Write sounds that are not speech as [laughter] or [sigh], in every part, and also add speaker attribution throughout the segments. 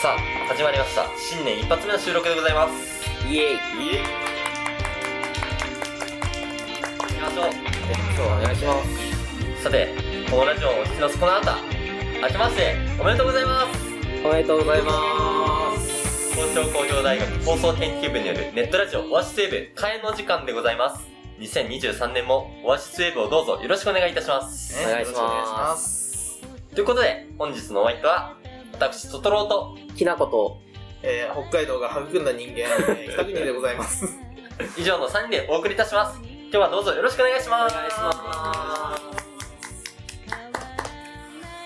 Speaker 1: さあ始まりました新年一発目の収録でございますい
Speaker 2: イエイ
Speaker 1: え行きましょうえ今日はお願いしますさてこのラジオをお聞きのそこのあなた明けましておめでとうございます
Speaker 2: おめでとうございます
Speaker 1: 東京工業大学放送研究部によるネットラジオオアシスウェブ開演の時間でございます2023年もオアシスウェブをどうぞよろしくお願いいたします
Speaker 2: お願いし
Speaker 3: よろくお願いし
Speaker 2: ま
Speaker 3: ます
Speaker 1: ということで本日のお相手は私トトローと
Speaker 2: きなこと
Speaker 3: えー、北海道が育んだ人間、えー北国でございます。
Speaker 1: 以上の3人でお送りいたします今日はどうぞよろしくお願いします
Speaker 2: お願いし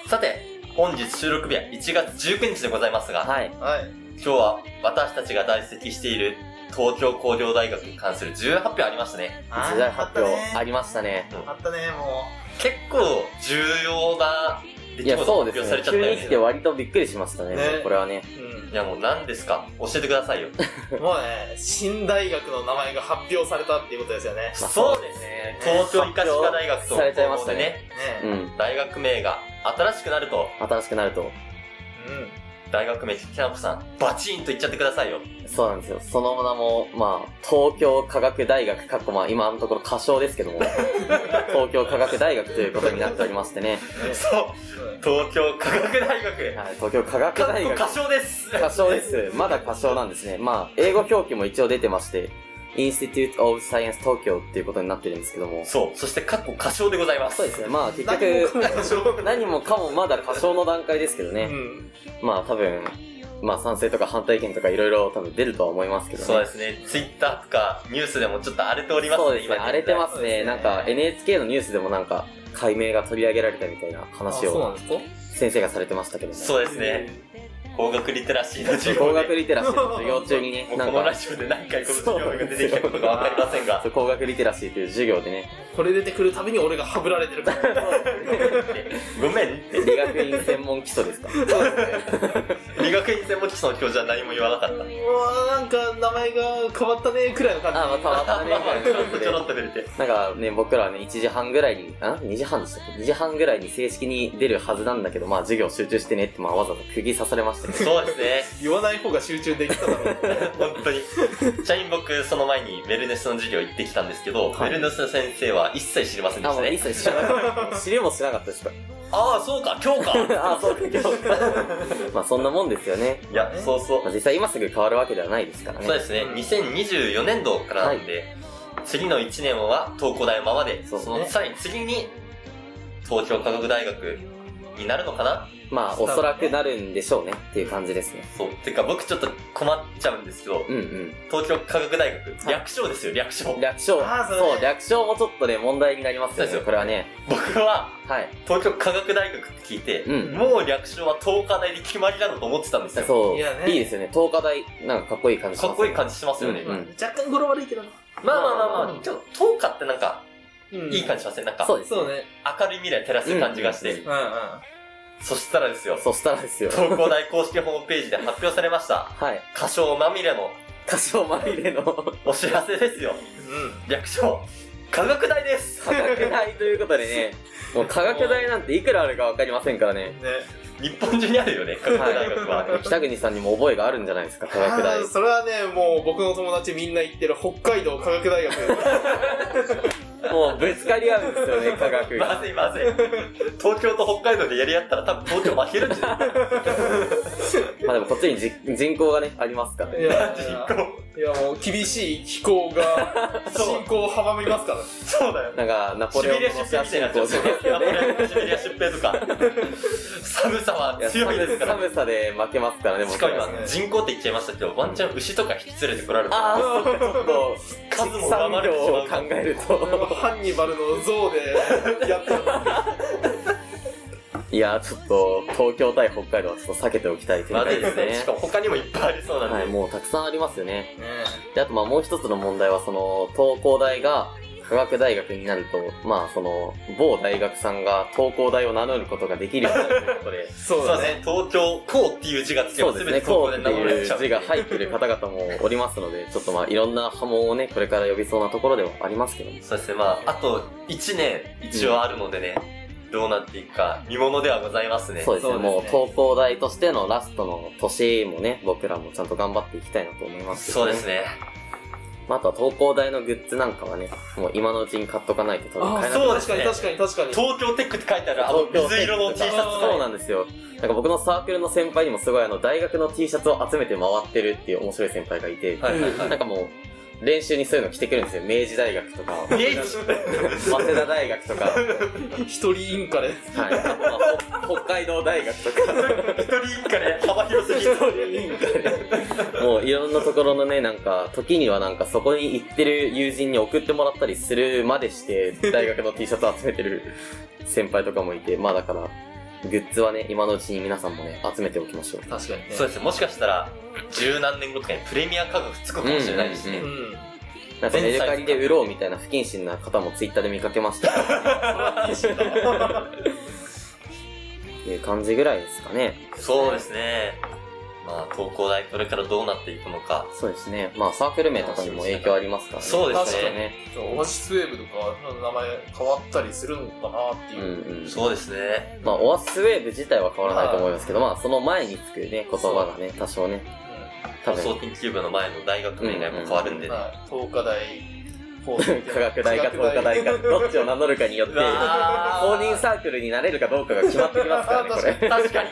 Speaker 1: さて本日収録日は1月19日でございますが、
Speaker 2: はい
Speaker 3: はい。
Speaker 1: 今日は私たちが在籍している東京工業大学に関する重大発表ありましたね
Speaker 2: 重大発表あ
Speaker 3: あったね。
Speaker 2: りましたね
Speaker 3: あったね、も
Speaker 1: 結構重要ない出来
Speaker 2: や
Speaker 1: 事
Speaker 2: そう
Speaker 1: 発
Speaker 2: です
Speaker 1: 表されちゃ
Speaker 2: ね
Speaker 1: った
Speaker 2: 急
Speaker 1: よ
Speaker 2: に
Speaker 1: ね
Speaker 2: 来て割とびっくりしましたね
Speaker 3: ね
Speaker 2: これはね
Speaker 3: う。うん
Speaker 1: いやもう何ですか教えてくだ
Speaker 2: [laughs]
Speaker 1: さいよ
Speaker 3: もうね、新大学の名前が発表されたっていうことですよね。
Speaker 2: まあ
Speaker 1: そうです
Speaker 2: ね
Speaker 1: 東京医科歯科大学と
Speaker 2: されちゃいましたね
Speaker 1: ね
Speaker 2: う
Speaker 3: ね
Speaker 2: ん
Speaker 1: 大学名が新しくなると
Speaker 2: 新しくなると
Speaker 3: うん。
Speaker 1: 大学名キャンプさんバチンと言っちゃってくださいよ
Speaker 2: そうなんですよその名もまあ東京科学大学かっこまあ今のところ仮称ですけ
Speaker 1: [laughs]
Speaker 2: ども東京科学大学ということになっておりましてね、
Speaker 1: そう
Speaker 3: うん
Speaker 1: 東京科学大学
Speaker 2: はい、東京科学
Speaker 1: か
Speaker 2: 大
Speaker 1: っこ
Speaker 2: 学
Speaker 1: 仮称です
Speaker 2: 仮称です。まだ仮称なんですね。まあ、英語表記も一応出てまして、Institute of Science Tokyo っていうことになってるんですけども。
Speaker 1: そうそしてかっこ仮称でございます
Speaker 2: そうですね。まあ、結
Speaker 3: 何も
Speaker 2: 局、
Speaker 3: かもでし
Speaker 2: [laughs]
Speaker 3: ょ
Speaker 2: 何もかもまだ仮称の段階ですけど
Speaker 3: う
Speaker 2: ね。
Speaker 3: ん。
Speaker 2: まあ、多分、まあ、賛成とか反対意見とかいろいろ多分出るとは思いますけどね。
Speaker 1: そうですねツイッターとかニュースでもちょっと荒れております
Speaker 2: そうですね。荒れてます
Speaker 3: そうです
Speaker 2: ね。
Speaker 3: ね
Speaker 2: なんか、NHK のニュースでもなんか、解明が取り上げられたみたいな話
Speaker 3: あそうな
Speaker 2: を
Speaker 3: んですか
Speaker 2: 先生がされてましたけども。
Speaker 1: そうですね。高学リテラシーの授
Speaker 2: 工
Speaker 1: 業
Speaker 2: 学
Speaker 1: で
Speaker 2: リテラシーの授業中にね
Speaker 1: も、う
Speaker 2: な
Speaker 1: こ
Speaker 2: ん
Speaker 1: のラ
Speaker 2: か、
Speaker 1: ジオで何回この授業が出てきたことかわかりませんが
Speaker 2: そう工学リテラシーという授業でね、
Speaker 3: これ出てくるたびに俺がハブられてるから。
Speaker 1: ごめんって
Speaker 2: 理学院専門基礎ですか
Speaker 1: 理学院専門基礎の教授は何も言わなかった
Speaker 3: うわーなんか名前が変わったね、くらいの感じ。
Speaker 2: あまあ変わったね
Speaker 1: まあまあちょろっとちょろっと出れて
Speaker 2: なんかね僕らはね1時半ぐらいにあ2時半でしたっけ2時半ぐらいに正式に出るはずなんだけどまあ授業集中してねって、まあ、わざと釘刺されましたね
Speaker 1: そうですね
Speaker 3: 言わない方が集中できただろう。
Speaker 1: [laughs] 本当にちなみに僕その前にベルネスの授業行ってきたんですけど、
Speaker 2: はい
Speaker 1: ベルネスの先生は一切知りませんで
Speaker 2: あ
Speaker 1: し
Speaker 2: も
Speaker 1: た
Speaker 2: う一
Speaker 1: ね
Speaker 2: 切知らなか [laughs] った知りもしなかった
Speaker 1: [laughs]
Speaker 2: でした
Speaker 1: ああそうか今日
Speaker 2: [laughs]
Speaker 1: か
Speaker 2: ああそうか
Speaker 1: [laughs]
Speaker 2: 今日まあそんなもんですよね、
Speaker 1: いやそうそう
Speaker 2: まあ、実際今すぐ変わるわけではないですからね
Speaker 1: そうですね、2024年度からなんで、次の1年は東工大ままで、
Speaker 2: そ
Speaker 1: そう
Speaker 2: ね
Speaker 1: のさらに次に東京科学大学になるのかな
Speaker 2: まあおそらくなるんでしょうねっていう感じですね
Speaker 1: そう。てか僕ちょっと困っちゃうんですけど、
Speaker 2: うんうん
Speaker 1: 東京科学大学、
Speaker 2: はい
Speaker 1: 略称ですよ、略称。
Speaker 2: 略称
Speaker 3: あーそ
Speaker 2: そう
Speaker 3: れね
Speaker 2: う略称もちょっとね問題になります
Speaker 1: そう
Speaker 2: よ
Speaker 1: です
Speaker 2: ね
Speaker 1: よ
Speaker 2: これはね
Speaker 1: 僕は
Speaker 2: はい
Speaker 1: 東京科学大学って聞いて、
Speaker 2: うん
Speaker 1: もう略称は東科大で決まりなのと思ってたんですよ。
Speaker 2: そう
Speaker 3: いやね
Speaker 2: いいですよね東華大なんかかっこいい感じし
Speaker 1: か
Speaker 2: ま
Speaker 1: っ
Speaker 2: す
Speaker 1: こ
Speaker 2: よね
Speaker 1: いい感じしますよね。
Speaker 2: うん
Speaker 3: 若干語呂悪いけどな。
Speaker 1: まあまあまあまあ、ちょっと東科ってなんか、いい感
Speaker 3: じ。
Speaker 1: じしません、なんか、
Speaker 2: そうです
Speaker 3: そうね。
Speaker 1: 明るい未来照らす感じがして。
Speaker 2: うんうん
Speaker 3: うんうん。
Speaker 1: そしたらですよ、
Speaker 2: そしたらですよ。
Speaker 1: 東工大公式ホームページで発表されました。
Speaker 2: はい。
Speaker 1: 歌唱まみれの
Speaker 2: 歌唱まみれの科
Speaker 1: お知らせですよ。
Speaker 3: うん。
Speaker 1: 略称、科学大
Speaker 2: [laughs]
Speaker 1: です
Speaker 2: 学大ということでね、もう科学大なんていくらあるかわかりませんからね。
Speaker 3: ね、
Speaker 1: 日本中にあるよね、科学大学は。
Speaker 3: は
Speaker 2: 北国さんにも覚えがあるんじゃないですか、科学
Speaker 3: あ
Speaker 2: 大
Speaker 3: ー。 [laughs] それはねもう僕の友達みんな行ってる北海道科学大学
Speaker 2: もうぶつかり合うんですよね、科学が。
Speaker 1: まずいまずい。東京と北海道でやり合ったら多分東京負けるんじゃない
Speaker 2: まあでもこっちにじ人口がね、ありますから [laughs]
Speaker 3: い
Speaker 2: ね。
Speaker 3: や
Speaker 1: 人口。
Speaker 3: いやもう厳しい気候
Speaker 2: [laughs]
Speaker 3: が進行を阻みますから
Speaker 1: そうだよ。
Speaker 2: なんか、ナポ
Speaker 1: シ
Speaker 2: レオ
Speaker 1: ベ
Speaker 2: ン
Speaker 1: リ
Speaker 2: の
Speaker 1: ア出
Speaker 2: 写
Speaker 1: 兵みたいにな
Speaker 2: 真
Speaker 1: っちゃ
Speaker 2: と
Speaker 1: う。シ
Speaker 2: かね。
Speaker 1: ベリア出兵とか。
Speaker 2: [laughs]
Speaker 1: 寒さはい
Speaker 2: や
Speaker 1: 強いですから。
Speaker 2: 寒さで負けますからね、
Speaker 1: しかも
Speaker 2: 僕ら
Speaker 1: 今、人口って言っちゃいましたけど、ワンチャン牛とか引き連れてこられたら、
Speaker 2: ああ、そうか、ちょっと、
Speaker 1: 数も上
Speaker 2: 産
Speaker 1: 回れてし
Speaker 2: 業
Speaker 1: ま
Speaker 2: を
Speaker 1: う
Speaker 2: 考
Speaker 1: から。
Speaker 2: える
Speaker 3: これは
Speaker 2: と。
Speaker 3: ハンニバルの像で [laughs] やってる
Speaker 2: いや、ちょっと、東京対北海道はちょっと避けておきたい展
Speaker 1: まず
Speaker 2: 開
Speaker 1: いですね。しかも他にもいっぱいありそうなんで。
Speaker 2: はい、もうたくさんありますよね。
Speaker 3: ね、
Speaker 2: で、あとまあもう一つの問題は、その、東工大が科学大学になると、まあその、某大学さんが東工大を名乗ることができるようになるということで
Speaker 1: [laughs]
Speaker 3: そう
Speaker 1: そう
Speaker 3: だ
Speaker 1: で
Speaker 3: ね
Speaker 1: すね、東京、こうっていう字がつけ
Speaker 2: そ
Speaker 1: ば
Speaker 2: うで
Speaker 1: 全て東
Speaker 2: すね、こ
Speaker 1: 京
Speaker 2: う
Speaker 1: で
Speaker 2: って
Speaker 1: 名乗れ
Speaker 2: いう
Speaker 1: ちゃう。
Speaker 2: 字が入ってる方々もおりますので、ちょっとまあいろんな波紋をね、これから呼びそうなところではありますけども。
Speaker 1: そうですね、まあ、あと1年一応あるのでね、どうなっていくか見ものではございますね。
Speaker 2: そうですね。
Speaker 3: そうですね
Speaker 2: もう、東工大としてのラストの年もね、僕らもちゃんと頑張っていきたいなと思いますけ
Speaker 1: そ
Speaker 2: ど
Speaker 1: うです。ね。
Speaker 2: まあ、あとは東工大のグッズなんかはね、もう今のうちに買っとかないと多分買えなくなっちゃう
Speaker 1: そうです
Speaker 3: 確かに
Speaker 1: ね
Speaker 3: 確かに確かに。
Speaker 1: 東京テックって書いてあるあの
Speaker 2: 東京
Speaker 1: 水色の T シャツ
Speaker 3: あー
Speaker 2: そうなんですよ。なんか僕のサークルの先輩にもすごいあの大学の T シャツを集めて回ってるっていう面白い先輩がいて、
Speaker 1: はいはいはい。
Speaker 2: なんかもう練習にそういうの着てくるんですよ。明治大学
Speaker 1: [laughs]
Speaker 2: とか、
Speaker 1: え
Speaker 2: 早稲田大学とか、はい
Speaker 3: 一人インカレ。
Speaker 2: まあほ北海道大学とか、
Speaker 1: 一人以下で幅広すぎる。
Speaker 2: もういろんなところのね、なんか時にはなんかそこに行ってる友人に送ってもらったりするまでして、大学の T シャツを集めてる先輩とかもいて、まあだから、グッズはね、今のうちに皆さんもね、集めておきましょう。
Speaker 3: 確かにね。
Speaker 1: そうですね。もしかしたら、十何年後とかにプレミア価格つくかもしれないですね。
Speaker 2: うん
Speaker 3: うん。
Speaker 2: なんかメルカリで売ろうみたいな不謹慎な方もツイッターで見かけましたよ。っていう感じぐらいですかね。
Speaker 1: そうですね。まあ、東工大これからどうなっていくのか。
Speaker 2: そうですね。まあサークル名とかにも影響ありますからね。
Speaker 1: そうです
Speaker 3: 確か
Speaker 1: ね。
Speaker 3: オアシスウェーブとかの名前変わったりするのかなって
Speaker 2: う
Speaker 3: いう。
Speaker 2: んうん。
Speaker 1: そうですね。
Speaker 2: まあオアシスウェーブ自体は変わらないと思いますけど、まあその前につくね、言葉がね、多少ね、多
Speaker 1: 放
Speaker 2: 分
Speaker 1: 送、研究部の前の大学名がやっぱ変わるん
Speaker 3: う
Speaker 1: で
Speaker 3: ん
Speaker 1: ね。
Speaker 3: はい。東華大法
Speaker 2: [laughs]
Speaker 3: 政
Speaker 2: 科学大か
Speaker 3: 科
Speaker 2: 法科大か、どっちを名乗るかによ [laughs] って、
Speaker 1: うわ
Speaker 2: 公
Speaker 1: ー
Speaker 2: 認サークルになれるかどうかが決まってきますからね、これ。
Speaker 1: 確かに。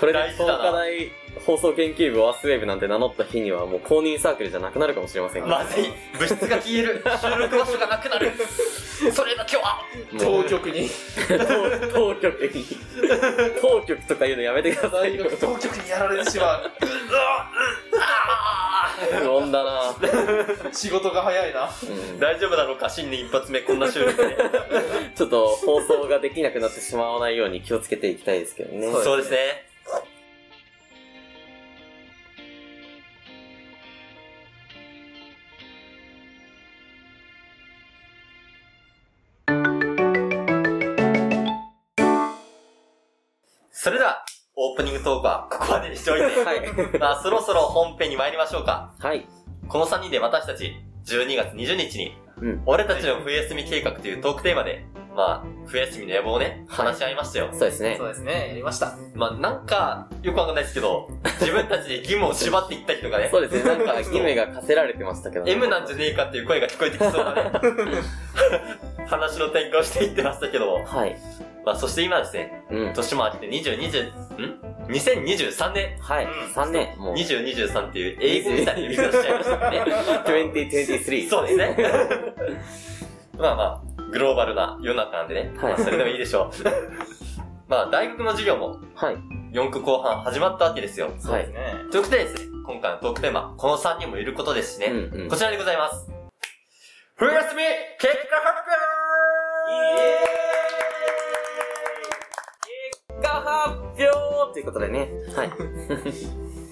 Speaker 2: これで
Speaker 1: 大事
Speaker 2: 創
Speaker 1: だな
Speaker 2: 価大放送研究部ワースウェーブなんて名乗った日にはもう公認サークルじゃなくなるかもしれません
Speaker 1: ま
Speaker 2: が、
Speaker 1: ずい。物質が消える。収録場所がなくなる。それだけは。
Speaker 2: もう
Speaker 3: 当局に、
Speaker 2: 当局に当局とか言うのやめてください [laughs]
Speaker 3: 大
Speaker 2: よ
Speaker 3: 学当局にやられてし
Speaker 2: [laughs]
Speaker 3: まう。
Speaker 2: 飲んだな、
Speaker 3: 仕事が早いな。
Speaker 2: うん
Speaker 1: 大丈夫だろうか新年一発目こんな収録で。
Speaker 2: ちょっと放送ができなくなってしまわないように気をつけていきたいですけどね
Speaker 1: そうですね。それでは、オープニングトークはここまでにしておい
Speaker 2: [laughs]
Speaker 1: て、
Speaker 2: はい、
Speaker 1: まあ、そろそろ本編に参りましょうか。
Speaker 2: はい、
Speaker 1: この3人で私たち、12月20日に、
Speaker 2: うん
Speaker 1: 俺たちの冬休み計画というトークテーマで、まあ、冬休みの野望をね、
Speaker 2: はい
Speaker 1: 話し合いましたよ。
Speaker 2: そうですね
Speaker 3: そうですね、やりました。
Speaker 1: まあなんか、よくわかんないですけど、自分たちで義務を縛っていったりとかね
Speaker 2: そ、うですねなんか義務が課せられてましたけど、
Speaker 1: M なんじゃねえかっていう声が聞こえてきそうなね、 [laughs] 話の転換をしていってましたけども、
Speaker 2: はい
Speaker 1: まあそして今ですね、
Speaker 2: うん
Speaker 1: 年も明けて20、20、ん ?2023 年
Speaker 2: はい、
Speaker 3: うん
Speaker 2: 3年もう
Speaker 1: !2023 っていう英語みたいに呼び方しちゃいまし
Speaker 2: [laughs]
Speaker 1: たね。
Speaker 2: 2023
Speaker 1: そうですね。 [laughs] まあまあ、グローバルな世の中なんでね、
Speaker 2: は
Speaker 1: ま
Speaker 2: い
Speaker 1: あそれでもいいでしょう。 [laughs] まあ大学の授業も
Speaker 2: はい
Speaker 1: 4区後半始まったわけですよ。
Speaker 3: そうですね。
Speaker 1: ということでですね、今回のトークテーマ、この3人もいることですしね、
Speaker 2: うんうん
Speaker 1: こちらでございます。冬休み結果発表
Speaker 2: 結果発表ということでね。はい。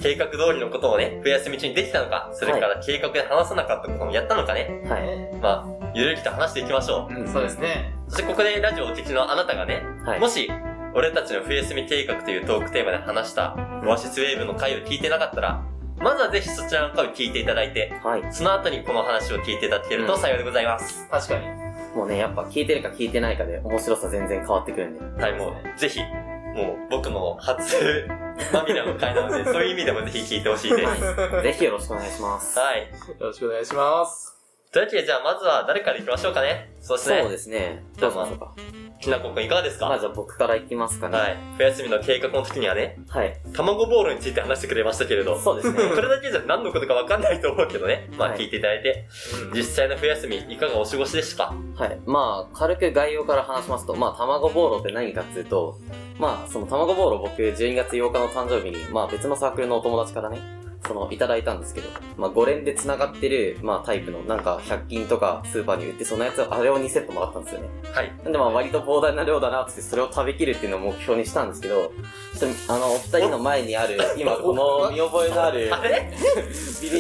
Speaker 1: 計画通りのことをね、冬休み中にできたのか、それから計画で話さなかったこともやったのかね、
Speaker 2: はい。
Speaker 1: まあ、ゆるりと話していきましょう。
Speaker 3: そうですね。
Speaker 1: そしてここでラジオお聞きのあなたがね、
Speaker 2: はい
Speaker 1: もし、俺たちの冬休み計画というトークテーマで話した、オアシスウェーブの回を聞いてなかったら、まずはぜひそちらの回を聞いていただいて、
Speaker 2: はい。
Speaker 1: その後にこの話を聞いていただけると幸いでございます。
Speaker 3: 確かに。
Speaker 2: もうね、やっぱ聞いてるか聞いてないかで面白さ全然変わってくるんで。
Speaker 1: はい、もう、ぜひ、もう、僕の初涙の回な
Speaker 2: [laughs]
Speaker 1: ので、そういう意味でもぜひ聞いてほしいです。
Speaker 2: ぜひよろしくお願いします。
Speaker 1: はい。
Speaker 3: よろしくお願いします。
Speaker 1: というわけで、じゃあ、まずは誰から行きましょうかね。そうです
Speaker 2: そう
Speaker 1: ね。
Speaker 2: ですね。どうしましょうか。
Speaker 1: きなこくんいかがですか
Speaker 2: まあ
Speaker 1: は
Speaker 2: じゃあ僕から行きますかね。
Speaker 1: い。冬休みの計画の時にはね、
Speaker 2: はい。
Speaker 1: 卵ボールについて話してくれましたけれど、
Speaker 2: そうです
Speaker 1: [laughs]
Speaker 2: ね。
Speaker 1: これだけじゃ何のことかわかんないと思うけどね。
Speaker 2: [laughs]
Speaker 1: ま
Speaker 2: は
Speaker 1: あ、
Speaker 2: い
Speaker 1: 聞いていただいて、実際の冬休み、いかがお過ごしでしたか
Speaker 2: はい。まあ、軽く概要から話しますと、まあ、卵ボーロって何かっていうと、まあ、その卵ボーロ僕、12月8日の誕生日に、まあ、別のサークルのお友達からね、その、いただいたんですけど、まあ、5連で繋がってる、まあ、タイプの、なんか、100均とかスーパーに売って、そのやつを、あれを2セットもらったんですよね。
Speaker 1: はい。
Speaker 2: なんで、まあ、割と膨大な量だなってって、それを食べきるっていうのを目標にしたんですけど、ちょっと、あの、お二人の前にある、今、この見覚えのある
Speaker 1: あ、れ
Speaker 2: ビニ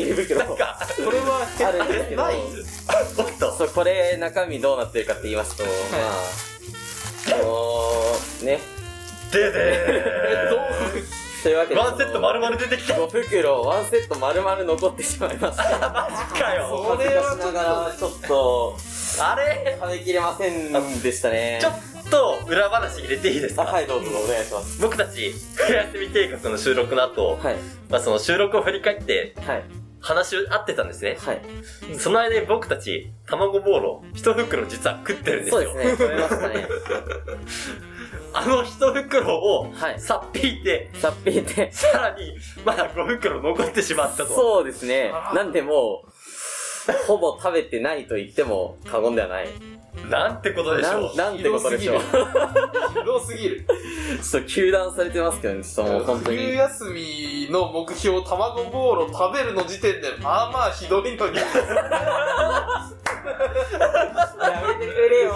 Speaker 2: ール袋、
Speaker 1: なんか、
Speaker 3: これは、
Speaker 2: あるんですけど、
Speaker 1: おっと。
Speaker 2: そうこれ中身どうなってるかって言いますと、まあ、あのー、ね、
Speaker 1: でで
Speaker 2: というわけ [laughs]
Speaker 1: ー
Speaker 2: で、
Speaker 1: ワンセット丸々出てきた。
Speaker 2: 5袋、ワンセット丸々残ってしまいました。
Speaker 1: マジかよ。
Speaker 2: それはながら、ちょっと、
Speaker 1: あれ
Speaker 2: 食べきれませんでしたね
Speaker 1: ちょ。っと裏話入れていいです
Speaker 2: あ
Speaker 1: か、
Speaker 2: はいどうぞお願いします
Speaker 1: 僕たち冬休み計画の収録の後、
Speaker 2: はい
Speaker 1: まあ、その収録を振り返って
Speaker 2: はい
Speaker 1: 話し合ってたんですね
Speaker 2: はい
Speaker 1: その間に僕たち卵ボーロ一袋実は食ってるんです
Speaker 2: そう
Speaker 1: よ
Speaker 2: ですね食べました
Speaker 1: [laughs]
Speaker 2: ね
Speaker 1: あの一袋を
Speaker 2: はい
Speaker 1: さっぴいて
Speaker 2: さっぴいて
Speaker 1: さらにまだ5袋残ってしまったと
Speaker 2: そうですね
Speaker 3: あ。ー
Speaker 2: なんでもう、ほぼ食べてないと言っても過言ではない。
Speaker 1: なんてことでし
Speaker 2: な
Speaker 1: ょうん
Speaker 2: なんてことでしょう
Speaker 3: ひ。ひどすぎる。
Speaker 2: ちょっと糾弾されてますけどね、ちょっともう本当
Speaker 3: 冬
Speaker 2: に。
Speaker 3: 休みの目標、卵ボーロ食べるの時点で、まあまあひどいのに、食
Speaker 2: めてくれよ。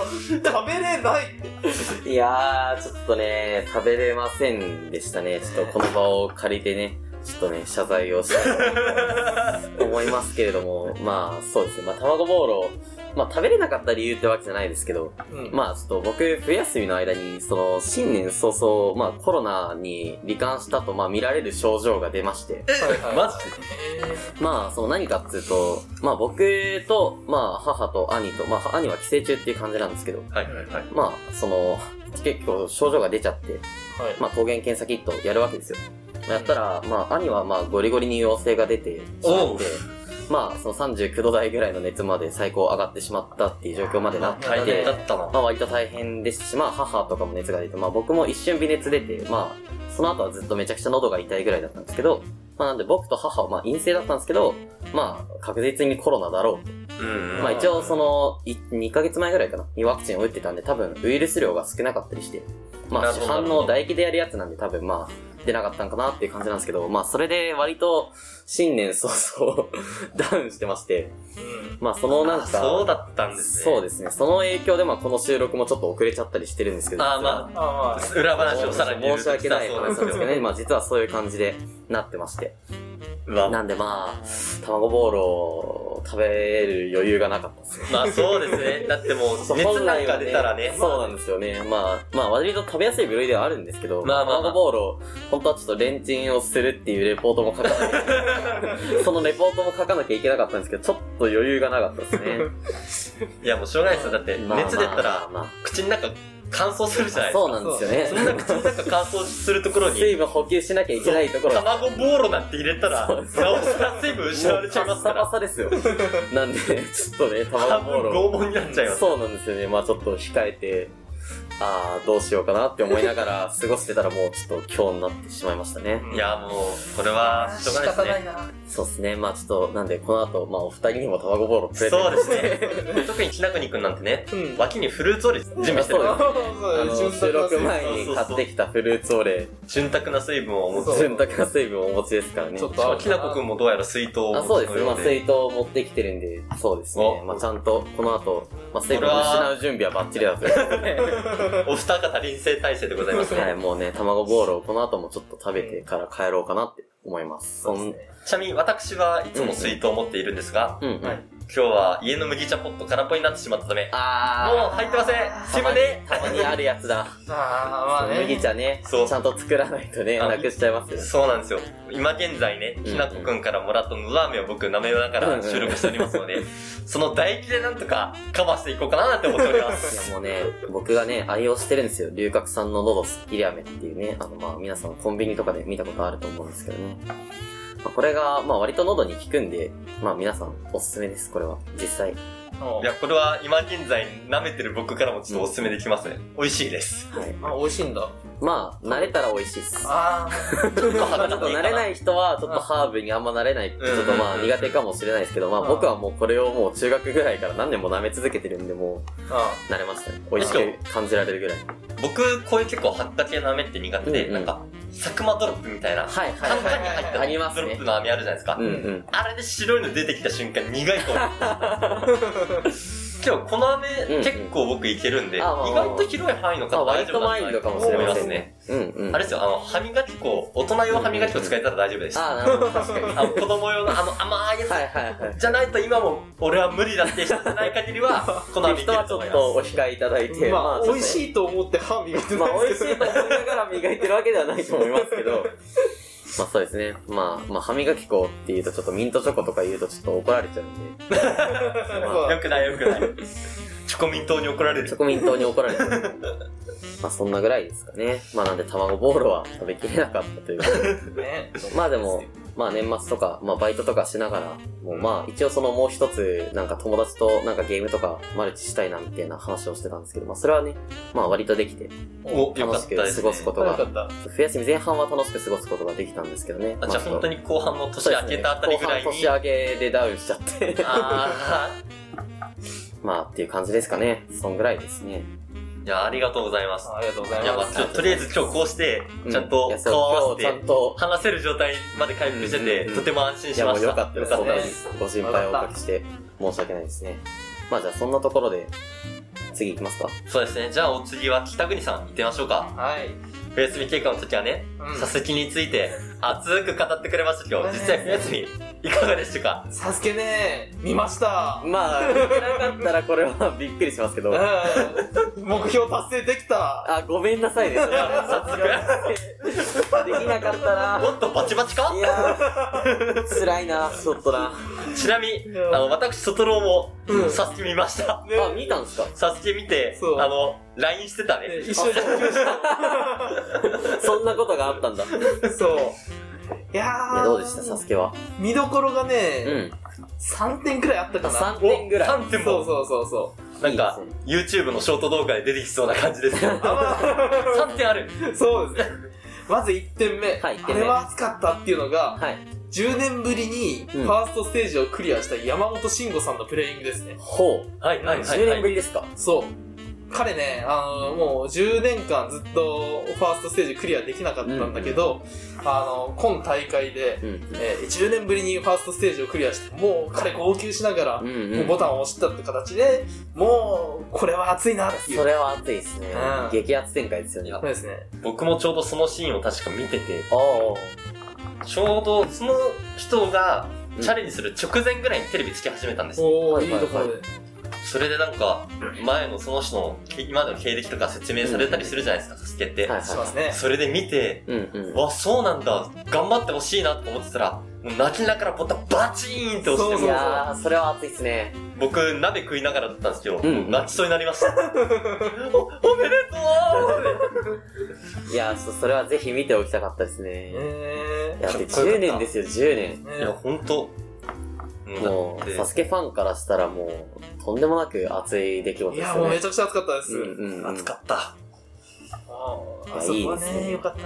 Speaker 3: べれないって。
Speaker 2: いやー、ちょっとね、食べれませんでしたね。ちょっとこの場を借りてね、ちょっとね、謝罪をしたいと思いますけれども、 [laughs] まあそうですね、まあ卵ボーロ、まあ食べれなかった理由ってわけじゃないですけど、
Speaker 3: うん
Speaker 2: まあちょっと僕、冬休みの間に、その、新年早々、まあコロナに罹患したと、まあ見られる症状が出まして、
Speaker 3: はいはい
Speaker 1: マジで
Speaker 2: まあその何かっつうと、まあ僕と、まあ母と兄と、まあ兄は帰省中っていう感じなんですけど、
Speaker 1: はいはいはい
Speaker 2: まあその、結構症状が出ちゃって、
Speaker 3: はい
Speaker 2: まあ抗原検査キットやるわけですよ。やったら、まあ兄はまあゴリゴリに陽性が出てしま
Speaker 1: お
Speaker 2: っ
Speaker 1: う
Speaker 2: て、まあその39度台ぐらいの熱まで最高上がってしまったっていう状況までなって、
Speaker 1: 大変だったな
Speaker 2: まあ割と大変でしたし、まあ母とかも熱が出て、まあ僕も一瞬微熱出て、まあその後はずっとめちゃくちゃ喉が痛いぐらいだったんですけど、まあなんで僕と母はまあ陰性だったんですけど、まあ確実にコロナだろうと。
Speaker 1: うん
Speaker 2: まあ一応その、い2ヶ月前ぐらいかな、にワクチンを打ってたんで多分ウイルス量が少なかったりして、ま
Speaker 1: な
Speaker 2: あ
Speaker 1: る
Speaker 2: 市
Speaker 1: ほど
Speaker 2: 販の唾液でやるやつなんで多分まあ出なかったんかなっていう感じなんですけど、まあそれで割と新年早々 [laughs] ダウンしてまして、
Speaker 3: うん
Speaker 2: まあそのなんか、
Speaker 1: あそうだったんですね
Speaker 2: そうですね。その影響で、まあ、この収録もちょっと遅れちゃったりしてるんですけど。
Speaker 1: あーま
Speaker 3: あまあ
Speaker 1: あ裏話をさらに言う
Speaker 2: 申
Speaker 1: と
Speaker 2: し訳ない
Speaker 1: そ
Speaker 2: 話
Speaker 1: う
Speaker 2: なんです
Speaker 1: よ
Speaker 2: けどね。まあ、実はそういう感じでなってまして。
Speaker 1: うわ
Speaker 2: なんでまあ、卵ボーロを食べる余裕がなかったですね。
Speaker 1: まあそうですね。だってもう、熱なんか出たらね。
Speaker 2: そうなんですよね。まあ、まあ、割と食べやすい部類ではあるんですけど、
Speaker 1: まあまあまあ
Speaker 2: 卵ボーロ、本当はちょっとレンチンをするっていうレポートも書かなきゃいけないそのレポートも書かなきゃいけなかったんですけど、ちょっと余裕がなかったですね。
Speaker 1: いやもうしょうがないですよ。だって、
Speaker 2: まあまあ
Speaker 1: 熱出たら、
Speaker 2: まあまあ
Speaker 1: 口の中乾燥するじゃないです
Speaker 2: そ
Speaker 1: か。
Speaker 2: うなんですよね。
Speaker 1: そんな口の中乾燥するところに、
Speaker 2: 水分補給しなきゃいけないところ
Speaker 1: 卵ボーロなんて入れたら、な
Speaker 2: そ
Speaker 1: お
Speaker 2: う
Speaker 1: さら水分失われちゃいますか
Speaker 2: もうパッサパ
Speaker 1: ら、
Speaker 2: サですよ。なんで、ちょっとね、
Speaker 1: 半
Speaker 2: 卵ボー
Speaker 1: 分
Speaker 2: ロ
Speaker 1: 拷問になっちゃいます。
Speaker 2: そうなんですよね。まあちょっと控えて、ああ、どうしようかなって思いながら過ごしてたらもうちょっと今日になってしまいましたね。
Speaker 1: いやもう、これは、しょうがない
Speaker 3: いな。
Speaker 2: そうですね。まあちょっと、なんでこの後、まあお二人にも卵ボーロプ
Speaker 1: ですね。
Speaker 2: レゼン
Speaker 1: そう
Speaker 2: ト
Speaker 1: ですね。特にひなくにくんなんてね、
Speaker 3: うん。
Speaker 1: 脇にフルーツオレ準備してる
Speaker 2: そう。あ
Speaker 3: あ
Speaker 2: の、収録前に買ってきたフルーツオレ、
Speaker 1: 潤沢な水分を持
Speaker 3: そう
Speaker 1: つ。
Speaker 2: 潤沢な水分をお持ちですからね
Speaker 3: ちょ。っと
Speaker 1: まあきなこくんもどうやら水筒を
Speaker 2: あ、
Speaker 1: 持
Speaker 2: そう
Speaker 1: つ
Speaker 2: です
Speaker 1: の
Speaker 2: ね。
Speaker 1: よ
Speaker 2: まあ
Speaker 1: う
Speaker 2: 水
Speaker 1: で。
Speaker 2: 筒を持ってきてるんで、そうですね
Speaker 1: お。
Speaker 2: まあちゃんと、この後、まあ水分を失う準備はバッチリだと思いますね。
Speaker 1: お二方臨戦態勢でございます
Speaker 2: は
Speaker 1: ね
Speaker 2: い、。もうね、卵ボールをこの後もちょっと食べてから帰ろうかなって思います。そん
Speaker 1: ちなみに私はいつも水筒を持っているんですが、
Speaker 2: うん、うん。
Speaker 3: はい
Speaker 1: 今日は家の麦茶ポット空っぽになってしまったため、
Speaker 2: あー。
Speaker 1: もう入ってませんすいません
Speaker 2: たまにあるやつだ。
Speaker 3: ああ、まあね。
Speaker 2: 麦茶ね、ち
Speaker 1: そう
Speaker 2: ゃんと作らないとね、
Speaker 1: あ
Speaker 2: なくしちゃいますよ。
Speaker 1: そうなんですよ。今現在ね、
Speaker 2: ん
Speaker 1: きなこくんからもらったのど飴を僕舐めながら収録しておりますので、 [laughs] その唾液でなんとかカバーしていこうかななんて思っておりま
Speaker 2: い
Speaker 1: す。
Speaker 2: やもうね、僕がね、愛用してるんですよ。龍角散の喉すっきり飴っていうね、あのまあ皆さんコンビニとかで見たことあると思うんですけどね。まあ、これが、まあ割と喉に効くんで、まあ皆さんおすすめです、これは。実際。
Speaker 3: うん
Speaker 1: いや、これは今現在舐めてる僕からもちょっとおすすめできますね。美味しいです。
Speaker 2: はい。
Speaker 3: あ、美味しいんだ。
Speaker 2: まあ、慣れたら美味しいっす。
Speaker 3: あ [laughs]
Speaker 1: ちょっと。
Speaker 2: まあ、ちょっと慣れないい人は、ちょっとハーブにあんま慣れないって、ちょっとまあ苦手かもしれないですけど、まあ
Speaker 3: うん
Speaker 2: 僕はもうこれをもう中学ぐらいから何年も舐め続けてるんで、も
Speaker 3: あ。
Speaker 2: う慣れましたね。美味しく感じられるぐらい。
Speaker 1: 僕、こういう結構ハッカ系の飴って苦手で、
Speaker 2: うんう
Speaker 1: なんんか、サクマドロップみたいな、
Speaker 2: はいはい
Speaker 1: カン
Speaker 2: は
Speaker 1: カンに入った
Speaker 2: ありますね
Speaker 1: ドロップの飴あるじゃないですか
Speaker 2: い。う。んうん。
Speaker 1: あれで白いの出てきた瞬間苦い
Speaker 2: [laughs]
Speaker 1: と思う。今日この飴、
Speaker 2: うん
Speaker 1: 結構僕いけるんで、意
Speaker 2: あまあ
Speaker 1: 外と広い範囲の
Speaker 2: まあ
Speaker 1: 方大
Speaker 2: 割
Speaker 1: 丈
Speaker 2: と
Speaker 1: 夫
Speaker 2: マ
Speaker 1: だ
Speaker 2: イル
Speaker 1: と
Speaker 2: ドかもしれ
Speaker 1: 思い
Speaker 2: ま
Speaker 1: ま
Speaker 2: せ
Speaker 1: す
Speaker 2: ん
Speaker 1: ね
Speaker 2: ね。。うんうん。
Speaker 1: あれですよ、あの、歯磨き粉、大人用歯磨き粉使えたら大丈夫です。
Speaker 2: ああ、なるほど、確かに。
Speaker 1: あの、子供用のあの甘いやつ、
Speaker 2: はいはいはい。
Speaker 1: じゃないと今も俺は無理だって人じゃない限り
Speaker 2: [laughs]
Speaker 1: は、この飴い
Speaker 2: 人
Speaker 1: け
Speaker 2: は
Speaker 1: る
Speaker 2: ち
Speaker 1: と
Speaker 2: ょ
Speaker 1: 思い
Speaker 2: っ
Speaker 1: ま
Speaker 2: とお控えいただいて、
Speaker 3: まあ、
Speaker 2: ちょっと
Speaker 3: 美味しいと思って歯磨いて
Speaker 2: ま
Speaker 3: な
Speaker 2: あ美
Speaker 3: いで
Speaker 2: 味し
Speaker 3: す
Speaker 2: い
Speaker 3: け
Speaker 2: と
Speaker 3: ど。
Speaker 2: 思いながら磨いてるわけではないと思いますけど。まあそうですね。まあ、まあ歯磨き粉っていうとちょっとミントチョコとか言うとちょっと怒られちゃうんで。
Speaker 1: す。よくないよくない。チョコミン党に怒られ
Speaker 2: チョ
Speaker 1: る。
Speaker 2: コミン党に怒られてまあそんなぐらいですかね。まあなんで卵ボーロは食べきれなかったということで。
Speaker 3: ね。
Speaker 2: まあでも、まあ年末とか、まあバイトとかしながら、もうまあ一応そのもう一つ、なんか友達となんかゲームとかマルチしたいなみたいな話をしてたんですけど、まあそれはね、まあ割とできて、
Speaker 1: お、よか
Speaker 2: 楽
Speaker 1: っ
Speaker 2: したく
Speaker 1: です、
Speaker 2: 過
Speaker 1: ね。
Speaker 2: ごすこと
Speaker 3: よ
Speaker 2: が、
Speaker 3: かった。
Speaker 2: 冬休み前半は楽しく過ごすことができたんですけどね。
Speaker 1: あ、じゃあ本当
Speaker 2: に
Speaker 1: に後半の年明けたあたりぐらいに。
Speaker 2: 年明けでダウンしちゃって。 [laughs]
Speaker 1: ああ。
Speaker 2: まあっていう感じですかね。そんぐらいですね。
Speaker 1: いや、ありがとうございます。
Speaker 3: ありがとうござ
Speaker 1: い
Speaker 3: い
Speaker 1: や、ま
Speaker 3: ま
Speaker 1: あ、
Speaker 3: す。
Speaker 1: ちょとりあえず今日こうして、ちゃん
Speaker 2: うい
Speaker 1: と
Speaker 2: やそう
Speaker 1: 顔合わせ
Speaker 2: 今日ち
Speaker 1: て
Speaker 2: ゃん、と、
Speaker 1: 話せる状態まで回復してて、
Speaker 2: うんうんうん
Speaker 1: とても安心
Speaker 2: い
Speaker 1: し
Speaker 2: や
Speaker 1: ま
Speaker 2: も
Speaker 1: し
Speaker 2: う
Speaker 1: た。
Speaker 2: よかったです。
Speaker 1: よ
Speaker 2: 本
Speaker 1: かった
Speaker 2: 当
Speaker 1: で
Speaker 2: に
Speaker 1: す。
Speaker 2: ご心配をおかけして申し訳ないですね。まあじゃあそんなところで、次行きますか。
Speaker 1: そうですね。じゃあお次は北国さん行ってみましょうか。
Speaker 3: はい。
Speaker 1: 冬休み経過の時はね、
Speaker 3: うん
Speaker 1: 佐々木について熱く語ってくれましたけど、
Speaker 3: うん
Speaker 1: 実際冬休みいかがでしたか
Speaker 3: サスケね、見ました。
Speaker 2: まあ、見てなかったらこれはびっくりしますけど。
Speaker 1: [laughs]
Speaker 2: あ、
Speaker 3: うん目標達成できた。
Speaker 2: ごめんなさいです。さす
Speaker 1: [laughs]
Speaker 2: がにできなかった
Speaker 1: も
Speaker 2: な。
Speaker 1: っとバチバチか
Speaker 2: いやー、辛いな、ちょっとな。
Speaker 1: ちなみに
Speaker 3: いや、
Speaker 1: あの、私、外郎も、
Speaker 3: うん
Speaker 1: サスケ見ました。
Speaker 3: ね
Speaker 2: あ、見たんすか
Speaker 1: サスケ見て
Speaker 3: そ、う
Speaker 1: あの、LINE してた
Speaker 3: ね
Speaker 1: ね。
Speaker 3: 一緒に目標
Speaker 2: そんなことがあったんだ。い
Speaker 3: した。そう。いやー
Speaker 2: や、どうでした、サスケは。
Speaker 3: 見どころが
Speaker 2: うん。
Speaker 3: ね、3点くらいあったかな。
Speaker 2: 3点ぐらい。
Speaker 1: 3点
Speaker 3: そう
Speaker 1: も、
Speaker 3: そうそうそ
Speaker 1: なんか
Speaker 2: いいで、
Speaker 1: YouTube のショート動画で出てきそうな感じ
Speaker 2: [laughs]
Speaker 1: ですけど。
Speaker 3: う。あ
Speaker 1: 3点ある。
Speaker 3: まあ、そうですね。まず1点目。
Speaker 2: はい一
Speaker 3: あ
Speaker 2: 点目
Speaker 3: れは熱かったっていうのが、
Speaker 2: はい。
Speaker 3: 10年ぶりにフ
Speaker 2: うん
Speaker 3: ァーストステージをクリアした山本慎吾さんのプレイングですね。
Speaker 2: ほう。
Speaker 1: はい、はい、はい。
Speaker 2: 10
Speaker 1: は
Speaker 2: 年ぶ
Speaker 1: い
Speaker 2: りですか
Speaker 3: そう。彼ね、あの、もう10年間ずっとファーストステージクリアできなかったんだけど、あの、今大会で、
Speaker 2: うん。うん
Speaker 3: えー10年ぶりにファーストステージをクリアして、もう彼号泣しながら、
Speaker 2: うんうん
Speaker 3: ボタンを押したって形で、もう、これは熱いなっていう。
Speaker 2: それは熱いですね
Speaker 3: うん。
Speaker 2: 激アツ展開ですよね。
Speaker 1: いや
Speaker 3: そうですね。
Speaker 1: 僕もちょうどそのシーンを確か見てて、
Speaker 2: おー
Speaker 1: ちょうどその人が
Speaker 2: うん
Speaker 1: チャレンジする直前ぐらいにテレビつけ始めたんですよ。
Speaker 3: お
Speaker 2: はい
Speaker 3: ー、いいところで。
Speaker 1: それでなんか、前のその人の今までの経歴とか説明されたりするじゃないですか、サスケって。
Speaker 2: はいはい
Speaker 3: しますね。
Speaker 1: それで見て、
Speaker 2: うんうん。
Speaker 1: わ、そうなんだ。頑張ってほしいなと思ってたら、もう泣きながらボタンバチーンって押して、
Speaker 3: そう
Speaker 2: いやー、それは熱いっすね。
Speaker 1: 僕、鍋食いながらだったんですけど、
Speaker 2: うん
Speaker 1: もう泣きそうになりま
Speaker 2: [laughs]
Speaker 1: した。お、おめでと
Speaker 2: いやー、ちょっとそれはぜひ見ておきたかったですね。
Speaker 3: え
Speaker 2: いや、だって
Speaker 1: かっこよか
Speaker 2: 10
Speaker 1: った
Speaker 2: 年ですよ、10年。
Speaker 3: ー
Speaker 1: ういや、
Speaker 3: ね
Speaker 1: ほんと。うん
Speaker 2: も
Speaker 1: だっ
Speaker 2: う、
Speaker 1: て
Speaker 2: サスケファンからしたらもう、とんでもなく熱い出来事
Speaker 3: い
Speaker 2: です
Speaker 3: や、も
Speaker 2: よ
Speaker 3: うめ
Speaker 2: ね。
Speaker 3: ちゃくちゃ熱かったです。
Speaker 2: うんうんうん
Speaker 1: 熱かった。
Speaker 3: あーあ
Speaker 2: いや
Speaker 3: そこはい
Speaker 2: いです
Speaker 3: ね、
Speaker 2: ね
Speaker 3: よかったね。